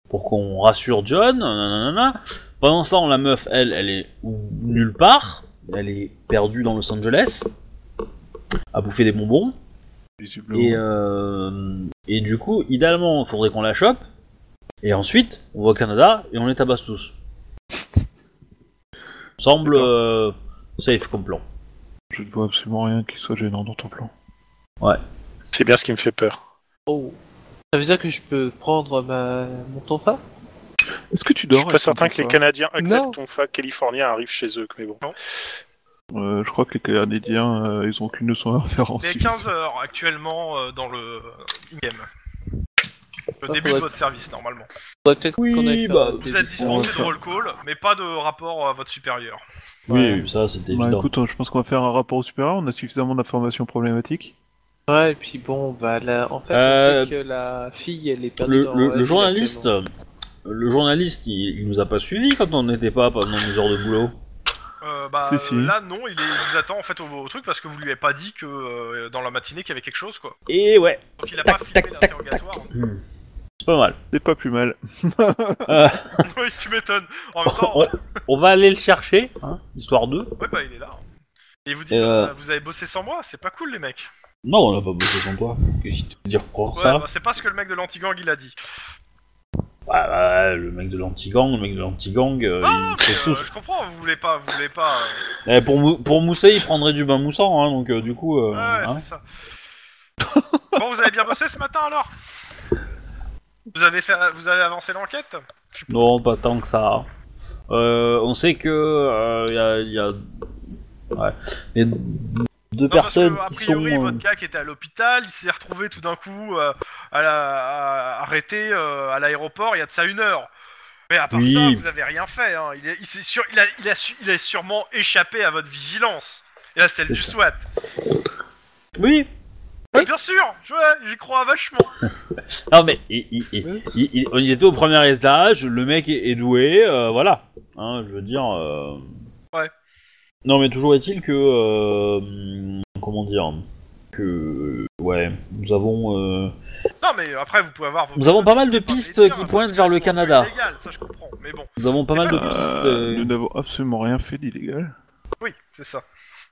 S6: pour qu'on rassure John. nanana. Pendant ce temps, la meuf, elle, elle est nulle part. Elle est perdue dans Los Angeles à bouffer des bonbons.
S1: Visiblement.
S6: Et, euh, et du coup, idéalement, il faudrait qu'on la chope. Et ensuite, on va au Canada et on les tabasse tous. Semble
S1: D'accord.
S6: euh, safe comme plan.
S1: Je ne vois absolument rien qui soit gênant dans ton plan.
S3: C'est bien ce qui me fait peur.
S4: Oh. Ça veut dire que je peux prendre ma... mon tonfa
S1: Est-ce que tu
S3: Je
S1: dors
S3: suis pas
S1: avec ton
S3: certain que les
S1: tonfa
S3: Canadiens acceptent
S4: Non.
S3: ton fac californien arrive chez eux, mais bon.
S1: Euh, Je crois que les Canadiens, euh, ils ont aucune leçon à faire en
S2: Il est
S1: Suisse.
S2: 15h actuellement euh, dans le IM. Le
S4: Ah,
S2: début de
S4: faudrait-
S2: votre service normalement.
S4: Faudrait peut-être
S6: Oui,
S4: qu'on aille faire
S6: bah,
S4: des-
S2: Vous êtes
S6: on
S2: dispensé
S6: va
S2: de
S6: faire.
S2: roll call, mais pas de rapport à votre supérieur.
S6: Oui, oui, ça c'était
S1: Bah,
S6: évident.
S1: écoute, euh, je pense qu'on va faire un rapport au supérieur. On a suffisamment d'informations problématiques.
S4: Ouais, et puis bon, bah là, en fait,
S6: Euh,
S4: on sait que la fille, elle est perdue
S6: le,
S4: dans
S6: le-
S4: la
S6: le
S4: ville
S6: journaliste,
S4: actuellement.
S6: le journaliste, il, il nous a pas suivis quand on n'était pas pendant nos heures de boulot.
S2: Euh, bah,
S1: Si, si.
S2: euh, Là non, il, est, il vous attend en fait au, au truc parce que vous lui avez pas dit que euh, dans la matinée qu'il y avait quelque chose quoi.
S6: Et ouais,
S2: Donc il a
S6: Tac,
S2: pas filmé
S6: tac, tac,
S2: l'interrogatoire.
S6: Hmm. c'est pas mal.
S1: C'est pas plus mal.
S2: oui, tu m'étonnes. En même temps,
S6: on, on va aller le chercher, hein, histoire d'eux.
S2: ouais bah il est là. Et il vous dit,
S6: Et, euh,
S2: bah, vous avez bossé sans moi, c'est pas cool les mecs.
S6: Non, on n'a pas bossé sans toi. Qu'est-ce que tu veux dire pour
S2: Ouais,
S6: ça
S2: bah, c'est pas ce que le mec de l'anti-gang il a dit.
S6: bah, bah, le mec de l'anti-gang, le mec de l'anti-gang, euh,
S2: Non,
S6: ils se
S2: mais,
S6: font
S2: euh,
S6: tous.
S2: je comprends, vous voulez pas, vous voulez pas. euh,
S6: Eh, pour, mou- pour mousser, il prendrait du bain moussant, hein, donc euh, du coup. euh,
S2: Ouais,
S6: hein.
S2: c'est ça. bon, vous avez bien bossé ce matin alors vous avez, fait, vous avez avancé l'enquête
S6: Non, pas tant que ça. Euh, on sait que euh, y a, y a... Ouais. les deux
S2: Non, parce que,
S6: personnes
S2: a
S6: qui
S2: priori,
S6: sont. euh,
S2: votre gars qui était à l'hôpital, il s'est retrouvé tout d'un coup euh, à la- à- arrêté euh, à l'aéroport il y a de ça une heure. Mais à part
S6: Oui.
S2: ça, vous avez rien fait. hein. Il, est, il, s'est sûr- il, a, il, a su- il a sûrement échappé à votre vigilance. Et à celle
S6: C'est
S2: du
S6: ça.
S2: SWAT.
S6: euh, Oui.
S2: Mais Bien sûr, je- ouais, j'y crois vachement.
S6: Non mais il, il- il- il- il- il était au premier étage, le mec est, est doué, euh, voilà. Hein, je veux dire. euh,
S2: Ouais.
S6: Non mais toujours est-il que euh, hum, comment dire que ouais nous avons euh,
S2: Non, mais après, vous pouvez avoir. vos- hein,
S6: nous avons pas mal de
S2: Enfin,
S6: pistes
S2: les tiens,
S6: qui
S2: parce
S6: pointent
S2: que
S6: vers le
S2: elles sont un peu
S6: Canada.
S2: illégales, ça je comprends. Mais bon,
S6: Nous avons pas mal de
S2: Euh,
S6: pistes.
S1: Euh,
S6: euh,
S1: Nous n'avons absolument rien fait d'illégal.
S2: oui, c'est ça.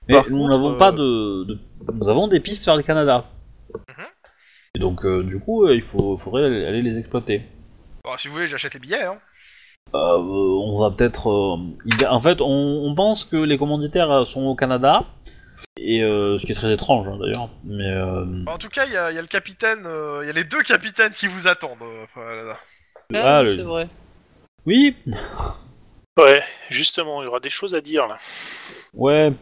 S6: Mais
S1: Par
S6: nous
S1: contre,
S6: n'avons
S1: euh,
S6: pas de, de- Nous avons des pistes vers le Canada. Et donc, euh, du coup, euh, il faut, faudrait aller, aller les exploiter.
S2: Bon, si vous voulez, j'achète les billets. Hein.
S6: Euh, euh, on va peut-être. euh, il- En fait, on, on pense que les commanditaires euh, sont au Canada. Et euh, ce qui est très étrange hein, d'ailleurs. Mais euh,
S2: En tout cas, il y, a il y a le capitaine, euh, il y a les deux capitaines qui vous attendent. euh, voilà.
S5: Ah,
S6: ah, le-
S5: C'est vrai.
S6: oui,
S3: Ouais, justement, il y aura des choses à dire là.
S6: ouais,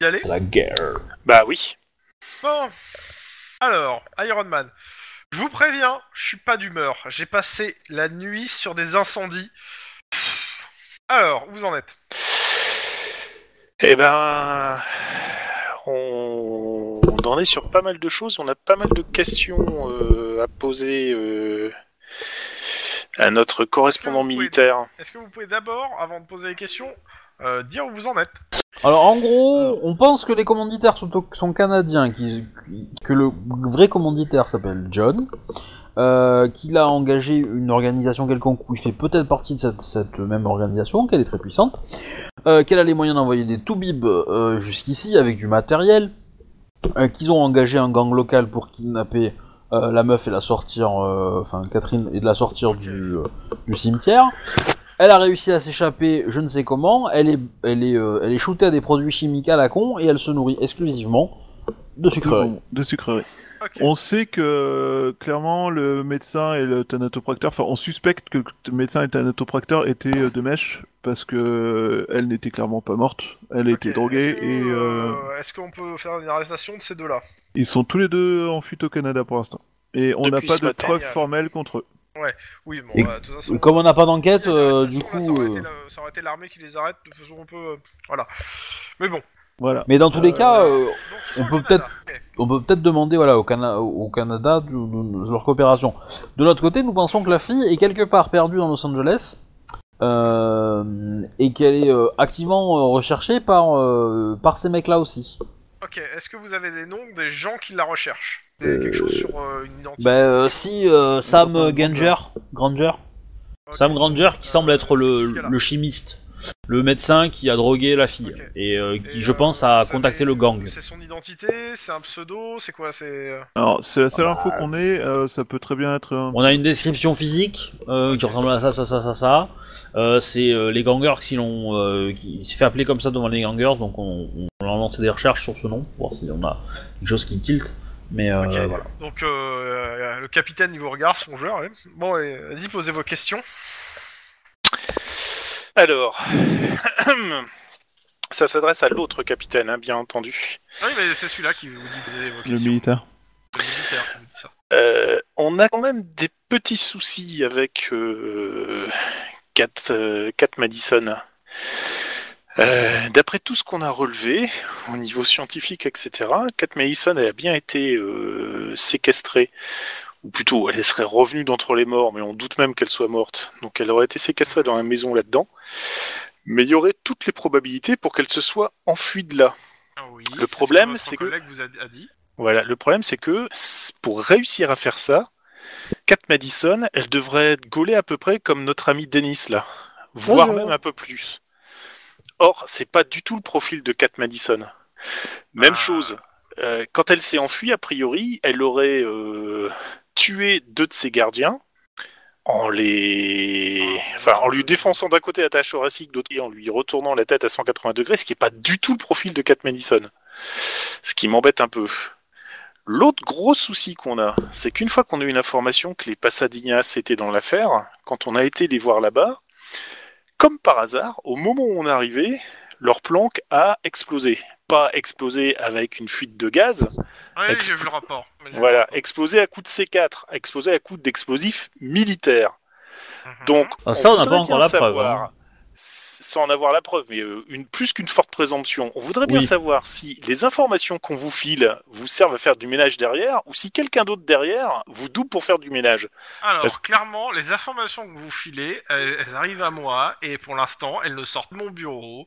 S2: y aller
S6: la guerre.
S3: Bah oui.
S2: Bon. Alors, Iron Man. Je vous préviens, je suis pas d'humeur. J'ai passé la nuit sur des incendies. Pff. Alors, où vous en êtes
S3: Eh ben, on... on en est sur pas mal de choses. On a pas mal de questions euh, à poser euh, à notre correspondant
S2: Est-ce que vous pouvez-
S3: militaire.
S2: Est-ce que vous pouvez d'abord, avant de poser les questions, euh, dire où vous en êtes
S6: Alors en gros, on pense que les commanditaires sont, au- sont canadiens, qui- qui- que le vrai commanditaire s'appelle John, euh, qu'il a engagé une organisation quelconque où il fait peut-être partie de cette, cette même organisation, qu'elle est très puissante, euh, qu'elle a les moyens d'envoyer des toubibs euh, jusqu'ici avec du matériel, euh, qu'ils ont engagé un gang local pour kidnapper euh, la meuf et la sortir, euh, enfin Catherine, et de la sortir du, euh, du cimetière. Elle a réussi à s'échapper, je ne sais comment. Elle est, elle est, euh, elle est shootée à des produits chimiques à la con et elle se nourrit exclusivement de sucreries.
S1: Bon, de sucreries.
S2: Ok.
S1: On sait que euh, clairement le médecin et le thanatopracteur, enfin on suspecte que le médecin et le thanatopracteur étaient euh, de mèche parce que euh, elle n'était clairement pas morte, elle
S2: Ok,
S1: était droguée
S2: est-ce que,
S1: et euh,
S2: euh, Est-ce qu'on peut faire une arrestation de ces deux-là
S1: ils sont tous les deux en fuite au Canada pour l'instant. Et on n'a
S3: Depuis
S1: pas
S3: ce
S1: de
S3: matin.
S1: preuves formelles contre eux.
S2: Oui, bon,
S6: Et-
S2: bah, de toute façon.
S6: Et Comme on n'a pas d'enquête,
S2: s'il y a une
S6: euh,
S2: arrestation, là, ça
S6: du coup.
S2: aurait
S6: euh,
S2: été la- ça aurait été l'armée qui les arrête, de façon un peu. euh, voilà. Mais bon.
S1: Voilà.
S6: Mais dans tous les
S1: Euh,
S6: cas, euh,
S2: Donc, ils
S6: on
S2: sont
S6: peut
S2: au Canada. Ok.
S6: on peut peut-être demander voilà, au, Cana- au Canada de, de- de leur coopération. De l'autre côté, nous pensons que la fille est quelque part perdue dans Los Angeles euh, et qu'elle est euh, activement euh, recherchée par, euh, par ces mecs-là aussi.
S2: Ok, est-ce que vous avez des noms des gens qui la recherchent Des- Quelque chose sur euh, une identité
S6: Bah, euh, si euh, Sam
S1: pas
S6: euh, Granger, Granger
S2: Ok.
S6: Sam Granger qui
S2: Euh,
S6: semble être
S2: c'est
S6: le,
S2: ce cas-là.
S6: le chimiste, le médecin qui a drogué la fille
S2: Ok.
S6: et euh,
S2: Et,
S6: qui, je
S2: euh,
S6: pense, a
S2: vous
S6: contacté
S2: savez,
S6: le gang.
S2: C'est son identité C'est un pseudo C'est quoi C'est. euh,
S1: Alors c'est la seule info qu'on ait, euh, ça peut très bien être un
S6: On a une description physique euh, qui ressemble à ça, ça, ça, ça, ça. Euh, c'est euh, les gangers qui l'ont, euh, qui s'est fait appeler comme ça devant les gangers, donc on, on a lancé des recherches sur ce nom pour voir si on a quelque chose qui tilte. Mais euh,
S2: Ok.
S6: voilà.
S2: Donc, euh, euh, le capitaine, il vous regarde, son joueur. ouais. Bon, et, euh, vas-y, posez vos questions.
S3: Alors, ça s'adresse à l'autre capitaine, hein, bien entendu.
S2: Ah oui, mais c'est celui-là qui vous dit de poser vos
S1: le
S2: questions.
S1: militaire.
S2: Le militaire qui vous dit ça.
S3: Euh, on a quand même des petits soucis avec euh, Kat, euh, Kat Madison. Euh, D'après tout ce qu'on a relevé au niveau scientifique, etc., Kat Madison elle a bien été euh, séquestrée. Ou plutôt, elle serait revenue d'entre les morts, mais on doute même qu'elle soit morte. Donc elle aurait été séquestrée dans la maison là-dedans. Mais il y aurait toutes les probabilités pour qu'elle se soit enfuie de là.
S2: Ah oui,
S3: Le problème,
S2: c'est
S3: c'est
S2: que.
S3: que-
S2: Votre collègue vous a, a dit.
S3: Voilà, le problème c'est que s- pour réussir à faire ça, Kat Madison, elle devrait être gaulée à peu près comme notre ami Dennis là, voire
S1: Bonjour.
S3: même un peu plus. Or, c'est pas du tout le profil de Kat Madison. Même
S2: Ah.
S3: chose, euh, quand elle s'est enfuie, a priori, elle aurait euh, tué deux de ses gardiens en les, enfin, en lui défonçant d'un côté la tâche thoracique, d'autre et en lui retournant la tête à 180 degrés, ce qui n'est pas du tout le profil de Cat Madison. Ce qui m'embête un peu. L'autre gros souci qu'on a, c'est qu'une fois qu'on a eu une information que les Pasadinas étaient dans l'affaire, quand on a été les voir là-bas, comme par hasard, au moment où on est arrivé, leur planque a explosé. Pas explosé avec une fuite de gaz,
S2: Oui,
S3: Exp-
S2: j'ai vu le rapport. mais j'ai-
S3: voilà, explosé à coups de C4, explosé à coups d'explosifs militaires. Donc,
S6: Ah, ça, on n'a
S3: voudrait
S6: pas encore
S3: bien
S6: la preuve,
S3: savoir,
S6: hein.
S3: s- Sans en avoir la preuve, mais euh, une, plus qu'une forte présomption. On voudrait bien
S6: Oui.
S3: savoir si les informations qu'on vous file vous servent à faire du ménage derrière, ou si quelqu'un d'autre derrière vous double pour faire du ménage.
S2: Alors,
S3: Parce-
S2: clairement, les informations que vous filez, elles, elles arrivent à moi, et pour l'instant, elles ne sortent de mon bureau,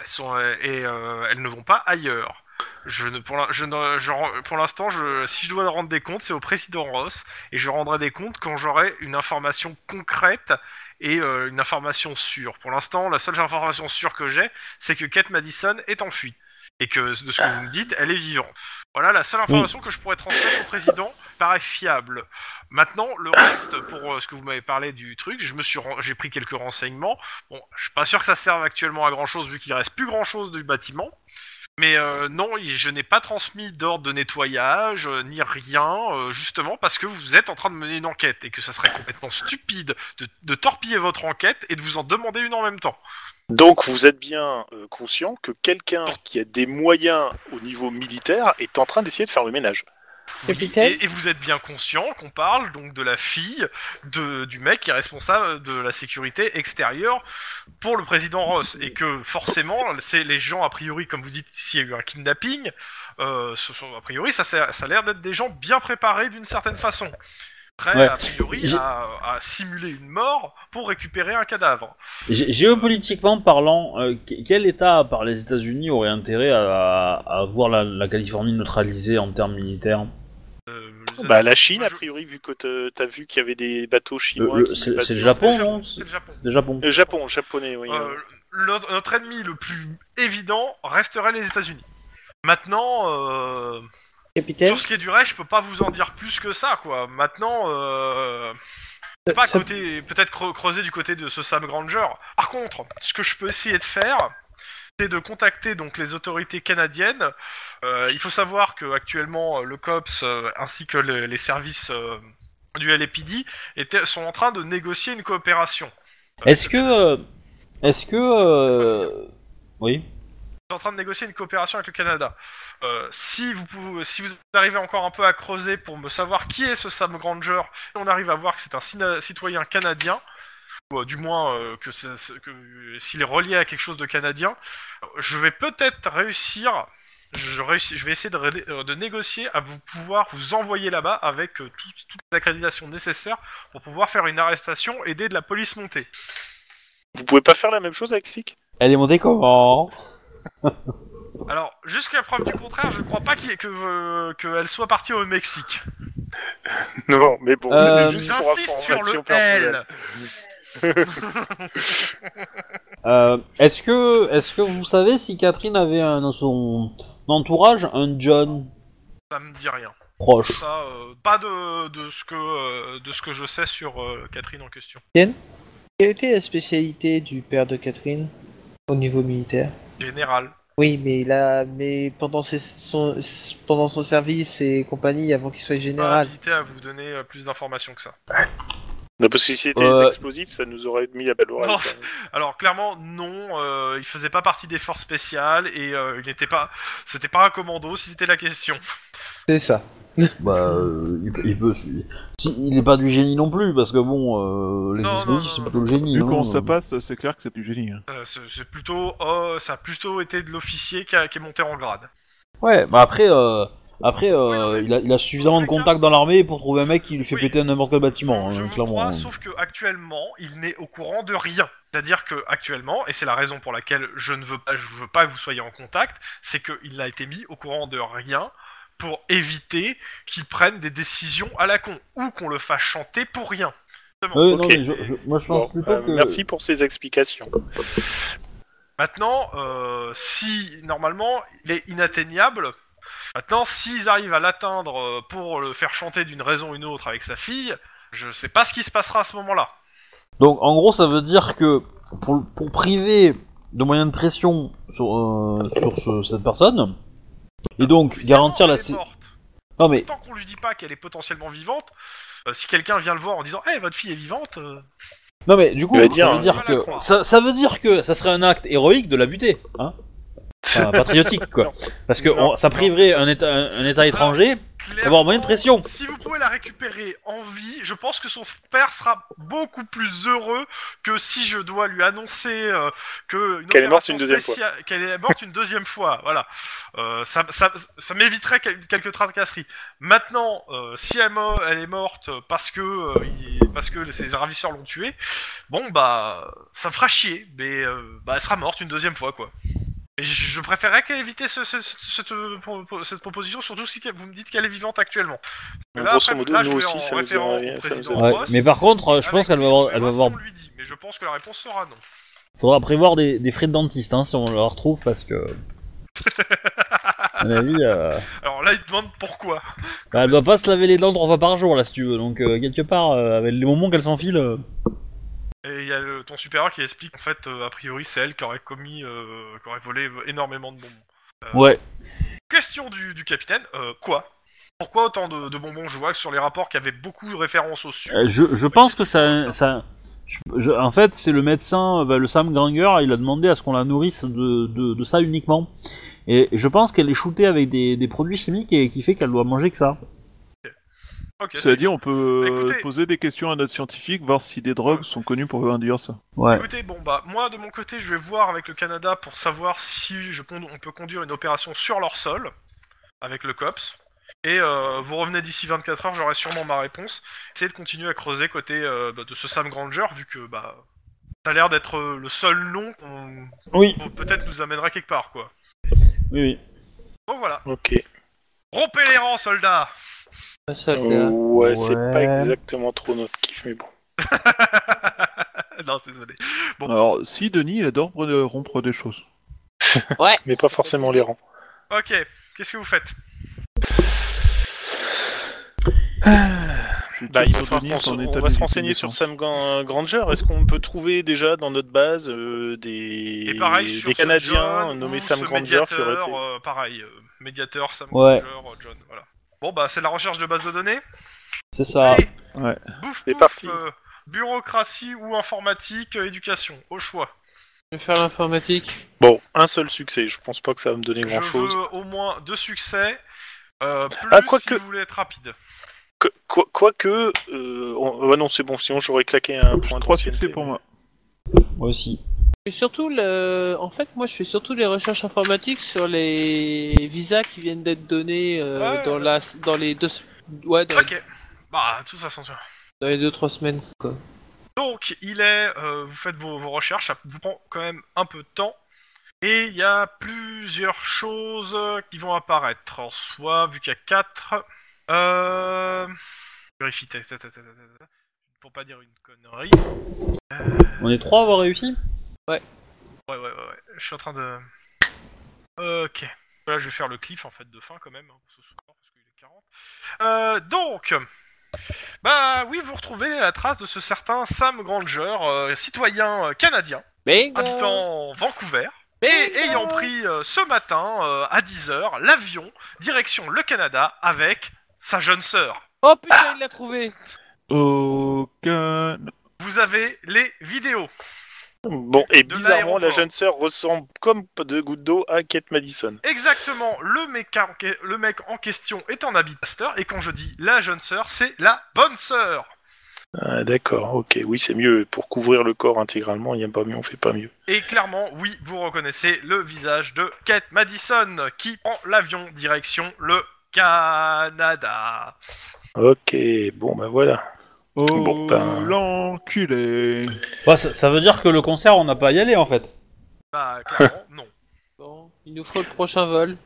S2: elles sont, euh, et euh, elles ne vont pas ailleurs. Je ne, pour l'in- je ne- je ren- pour l'instant, je, si je dois rendre des comptes, c'est au président Ross, et je rendrai des comptes quand j'aurai une information concrète et euh, une information sûre. Pour l'instant, la seule information sûre que j'ai, c'est que Kate Madison est en fuite, et que de ce que vous me dites, elle est vivante. Voilà la seule information que je pourrais transmettre au président paraît fiable. Maintenant, le reste, pour euh, ce que vous m'avez parlé du truc, je me suis, ren- j'ai pris quelques renseignements. Bon, je suis pas sûr que ça serve actuellement à grand chose vu qu'il reste plus grand chose du bâtiment. Mais euh, non, il- je n'ai pas transmis d'ordre de nettoyage euh, ni rien, euh, justement parce que vous êtes en train de mener une enquête et que ça serait complètement stupide de, de torpiller votre enquête et de vous en demander une en même temps.
S3: Donc, vous êtes bien euh, conscient que quelqu'un qui a des moyens au niveau militaire est en train d'essayer de faire le ménage.
S5: Capitaine
S2: Et, et vous êtes bien conscient qu'on parle donc de la fille de, du mec qui est responsable de la sécurité extérieure pour le président Ross et que forcément c'est les gens a priori comme vous dites s'il y a eu un kidnapping euh, ce sont a priori ça, ça ça a l'air d'être des gens bien préparés d'une certaine façon prêts
S6: Ouais.
S2: a priori
S6: J'ai-
S2: à, à simuler une mort pour récupérer un cadavre
S6: Gé- Géopolitiquement parlant, euh, que- quel État, par les États-Unis, aurait intérêt à, à voir la, la Californie neutralisée en termes militaires
S2: Euh,
S3: Bah, la Chine,
S2: Moi,
S3: a
S2: je-
S3: priori, vu que te- t'as vu qu'il y avait des bateaux
S6: Le-
S3: chinois.
S6: le-
S3: qui
S6: C'est
S3: passaient-
S6: c'est le
S2: c'est
S6: Japon,
S2: le Japon,
S6: non
S2: c'est le Japon.
S6: C'est le Japon.
S3: Le Japon, le japonais, oui.
S2: Euh, le- notre ennemi le plus évident resterait les États-Unis maintenant euh,
S4: Capitaine,
S2: Sur ce qui est du reste, je peux pas vous en dire plus que ça, quoi. Maintenant, euh,
S4: ça-
S2: pas
S4: ça-
S2: côté, peut-être creu- creuser du côté de ce Sam Granger. Par contre, ce que je peux essayer de faire, c'est de contacter donc les autorités canadiennes. Euh, il faut savoir que actuellement, euh, le COPS euh, ainsi que le- les services euh, du LAPD étaient- sont en train de négocier une coopération.
S6: Est-ce que. euh, Est-ce que. euh, Oui.
S2: est en train de négocier une coopération avec le Canada. Euh, si, vous pouvez- si vous arrivez encore un peu à creuser pour me savoir qui est ce Sam Granger, si on arrive à voir que c'est un cina- citoyen canadien, ou euh, du moins euh, que, c'est- c'est- que, euh, s'il est relié à quelque chose de canadien, euh, je vais peut-être réussir. Je, réussis- je vais essayer de, ré- euh, de négocier à vous pouvoir vous envoyer là-bas avec euh, tout- toutes les accréditations nécessaires pour pouvoir faire une arrestation, aider de la police montée.
S3: Vous pouvez pas faire la même chose avec SIC
S6: Elle est montée comment
S2: Alors, jusqu'à preuve du contraire, je ne crois pas qu'il- que euh, qu'elle soit partie au Mexique.
S3: Non, mais bon,
S6: Euh,
S3: c'était juste pour
S2: J'insiste sur le
S3: information personnelle.
S2: L.
S6: Euh, Est-ce que. Est-ce que vous savez si Catherine avait un, dans son entourage un John
S2: Ça me dit rien.
S6: proche
S2: Ça, euh, pas de, de ce que euh, de ce que je sais sur euh, Catherine en question.
S4: quelle était la spécialité du père de Catherine au niveau militaire
S2: Général.
S4: Oui, mais là, mais pendant ses- son, pendant son service et compagnie, avant qu'il soit
S2: Pas
S4: général.
S2: hésiter à vous donner euh, plus d'informations que ça.
S3: Non, parce que si c'était
S6: Euh,
S3: les explosifs, ça nous aurait mis à belle oreille.
S2: Non.
S3: quand même.
S2: Alors clairement non, euh, il faisait pas partie des forces spéciales et euh, il n'était pas, c'était pas un commando si c'était la question.
S4: C'est ça.
S6: Bah, euh, il, peut- il peut. Si, il n'est pas du génie non plus, parce que bon, euh, les
S2: Non, non,
S6: explosifs,
S2: non,
S6: c'est
S2: non.
S6: plutôt le génie.
S1: Vu
S6: non
S1: qu'on ça
S6: Euh,
S1: passe, c'est clair que c'est du génie. hein.
S2: Euh, c'est c'est plutôt, euh, ça a plutôt été de l'officier qui, a- qui est monté en grade.
S6: Ouais, bah après, euh, après euh,
S2: Oui, non, mais-
S6: il, a, il a suffisamment de contacts dans l'armée pour trouver un mec qui lui fait
S2: Oui.
S6: péter n'importe quel bâtiment,
S2: je
S6: hein,
S2: vous
S6: clairement.
S2: crois, sauf que actuellement, il n'est au courant de rien. C'est-à-dire que actuellement, et c'est la raison pour laquelle je ne veux pas, je veux pas que vous soyez en contact, c'est qu'il a été mis au courant de rien pour éviter qu'il prenne des décisions à la con ou qu'on le fasse chanter pour rien. Justement.
S6: Euh,
S3: Ok.
S6: non, mais je- je- moi je pense
S3: Bon,
S6: plutôt
S3: euh,
S6: que.
S3: Merci pour ces explications.
S2: Maintenant, euh, si normalement il est inatteignable, Maintenant, s'ils arrivent à l'atteindre euh, pour le faire chanter d'une raison ou une autre avec sa fille, je sais pas ce qui se passera à ce moment-là.
S6: Donc en gros, ça veut dire que pour, pour priver de moyens de pression sur, euh, sur ce- cette personne, et donc garantir la...
S2: Elle est
S6: sé-
S2: morte.
S6: Non mais,
S2: Tant qu'on lui dit pas qu'elle est potentiellement vivante, euh, si quelqu'un vient le voir en disant Eh, votre fille est vivante euh,
S6: non mais du coup,
S3: Il va
S6: ça
S3: dire, euh,
S6: veut dire
S2: hein,
S6: que...
S2: voilà.
S6: Ça, ça veut dire que ça serait un acte héroïque de la buter, hein Enfin, patriotique quoi.
S3: Non.
S6: Parce que
S3: Non,
S6: on- ça priverait un état, un, un état étranger d'avoir
S2: Clairement,
S6: un moyen de pression.
S2: Si vous pouvez la récupérer en vie, je pense que son père sera beaucoup plus heureux que si je dois lui annoncer euh, que une
S3: Qu'elle est morte
S2: opération
S3: une deuxième
S2: spéciale- Qu'elle est morte une deuxième fois, voilà. Euh, ça ça, ça m'éviterait quel- quelques tracasseries. Maintenant, euh, si elle, mo- elle est morte parce que euh, il- parce que ses ravisseurs l'ont tuée, bon bah ça me fera chier, mais euh, bah elle sera morte une deuxième fois quoi. Et je je préférerais qu'elle évite ce- ce- ce- cette, pro- cette proposition, surtout si vous me dites qu'elle est vivante actuellement.
S3: Donc,
S2: Là,
S3: grosso
S2: après,
S3: modo,
S2: là, je
S3: nous
S2: vais
S3: aussi,
S2: en
S3: ça nous
S2: référent
S3: a-
S2: au
S3: ça nous
S2: président.
S3: a-
S6: Ouais,
S2: boss.
S6: mais par contre, euh, je
S2: Avec
S6: pense qu'elle va
S2: les
S6: avoir, elle va
S2: informations,
S6: avoir,
S2: on lui dit, mais je pense que la réponse sera non.
S6: faudra prévoir des, des frais de dentiste hein, si on la retrouve parce que. À mon avis, euh,
S2: Alors là, il demande pourquoi.
S6: bah, elle doit pas se laver les dents trois fois par jour là si tu veux, donc euh, quelque part, euh, avec les moments qu'elle s'enfile. euh,
S2: Et il y a le- ton supérieur qui explique en fait, euh, a priori, c'est elle qui aurait commis, euh, qui aurait volé énormément de bonbons.
S6: Ouais.
S2: Question du, du capitaine, euh, quoi Pourquoi autant de, de bonbons Je vois que sur les rapports qu'il y avait beaucoup de références au sucre.
S6: Euh, je, je pense que ça. ça je- je- en fait, c'est le médecin, euh, bah, le Sam Granger, il a demandé à ce qu'on la nourrisse de, de, de ça uniquement. Et je pense qu'elle est shootée avec des, des produits chimiques et qui fait qu'elle doit manger que ça.
S2: Ok, c'est-
S1: C'est-à-dire, on peut euh,
S2: Écoutez.
S1: poser des questions à notre scientifique, voir si des drogues sont connues pour induire ça.
S6: Ouais.
S2: Écoutez, bon bah moi de mon côté, je vais voir avec le Canada pour savoir si je con- on peut conduire une opération sur leur sol avec le COPS. Et euh, vous revenez d'ici 24 heures, j'aurai sûrement ma réponse. Essayez de continuer à creuser côté euh, bah, de ce Sam Granger vu que bah ça a l'air d'être euh, le seul nom qu'on
S6: Oui.
S2: qu'on peut-être nous amènera quelque part quoi.
S6: Oui, oui.
S2: Donc voilà,
S3: Ok.
S2: rompez les rangs soldats.
S3: Oh.
S4: Un soldat.
S3: Ouais, c'est pas
S6: Ouais.
S3: exactement trop notre kiff, mais bon.
S2: non, c'est désolé. Bon.
S1: Alors, si Denis, il adore pre- rompre des choses.
S5: Ouais.
S3: Mais pas forcément les rangs.
S2: OK, qu'est-ce que vous faites
S1: Je suis
S3: Bah,
S1: sûr
S3: il
S1: que
S3: faut
S1: Denis est en
S3: on,
S1: état
S3: va se
S1: de
S3: renseigner
S1: liquidation.
S3: sur Sam Gan- Granger. Est-ce qu'on peut trouver déjà dans notre base euh, des,
S2: Et pareil sur
S3: des
S2: ce
S3: Canadiens
S2: John
S3: nommés
S2: ou
S3: Sam
S2: ce
S3: Granger qui auraient
S2: médiateur,
S3: été-
S2: euh, pareil, euh, médiateur Sam
S6: Ouais.
S2: Granger, euh, John, voilà. Bon bah c'est de la recherche de base de données.
S6: C'est ça.
S2: Allez,
S1: Ouais.
S2: bouffe,
S3: C'est
S2: bouffe,
S3: parti.
S2: euh, bureaucratie ou informatique, euh, éducation, au choix.
S4: Je vais faire l'informatique.
S3: Bon, un seul succès. Je pense pas que ça va me donner
S2: euh, Je
S3: grand chose.
S2: veux au moins deux succès. Euh, plus
S3: Ah, quoique-
S2: si vous voulez être rapide.
S3: Quoique, quoi que, euh, on- ouais, non, c'est bon. Sinon, j'aurais claqué un point
S1: Trois
S3: d'ancienneté.
S1: succès pour moi.
S6: Moi aussi.
S4: Je fais surtout le... En fait, moi, je fais surtout les recherches informatiques sur les visas qui viennent d'être donnés euh,
S2: Ouais.
S4: dans la... dans les deux... Ouais, dans,
S2: Ok. Bah tout ça censure.
S4: dans les deux trois semaines, quoi.
S2: Donc il est, euh, vous faites vos, vos recherches, ça vous prend quand même un peu de temps. Et il y a plusieurs choses qui vont apparaître. En soit, vu qu'il y a 4... Euh... Vérifie, tac, tac, tac, tac, tac, tac, tac. pour pas dire une connerie.
S6: On est trois à avoir réussi
S2: Ouais, ouais, ouais, ouais. Je suis en train de. Ok. Là, je vais faire le cliff en fait de fin quand même, hein, ce soir, parce qu'il est 40. Euh, donc. Bah oui, vous retrouvez la trace de ce certain Sam Granger, euh, citoyen euh, canadien,
S4: Mais
S2: habitant Vancouver, et ayant pris euh, ce matin euh, à 10h l'avion direction le Canada avec sa jeune sœur.
S4: Oh putain, il l'a trouvé
S1: Aucun.
S2: Vous avez les vidéos.
S3: Bon, et
S2: De
S3: bizarrement, la
S2: l'aéroport.
S3: jeune sœur ressemble comme deux gouttes d'eau à Kate Madison.
S2: Exactement, le mec, en que- le mec en question est en habit pasteur, et quand je dis la jeune sœur, c'est la bonne sœur.
S3: Ah, d'accord. Ok, oui, c'est mieux. Pour couvrir le corps intégralement, il n'y a pas mieux. On fait pas mieux.
S2: Et clairement, oui, vous reconnaissez le visage de Kate Madison qui prend l'avion direction le Canada.
S3: Ok, bon, ben voilà.
S1: Oh,
S3: Bon, ben.
S1: l'enculé.
S6: Bah, ça, ça veut dire que le concert, on n'a pas à y aller en fait.
S2: Bah, clairement, non.
S4: Bon, il nous faut le prochain vol.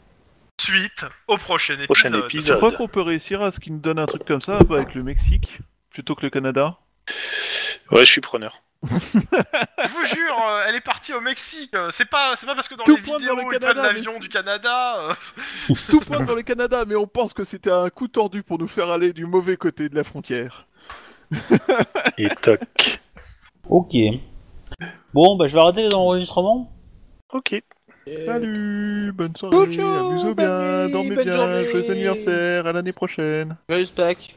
S2: Suite au prochain épisode.
S3: Prochain
S1: Je
S3: épisode.
S1: crois qu'on peut réussir à ce bah, qu'il nous donne un truc comme ça avec le Mexique plutôt que le Canada
S3: Ouais, je suis preneur.
S2: Je vous jure, euh, elle est partie au Mexique. euh, C'est pas, c'est pas parce que dans
S1: Tout
S2: les
S1: pointe
S2: vidéos,
S1: vers le
S2: ils prennent
S1: Canada,
S2: l'avion du Canada. euh,
S1: Tout pointe dans le Canada, mais on pense que c'était un coup tordu pour nous faire aller du mauvais côté de la frontière.
S3: Et toc.
S6: Ok. Bon, bah je vais arrêter les enregistrements.
S3: Ok.
S1: Eh. Salut, bonne soirée,
S5: Bonjour,
S1: amusez-vous
S5: bonne
S1: bien,
S5: nuit,
S1: dormez
S5: bonne
S1: bien,
S5: journée.
S1: joyeux anniversaire, à l'année prochaine.
S5: Joyeux Pâques.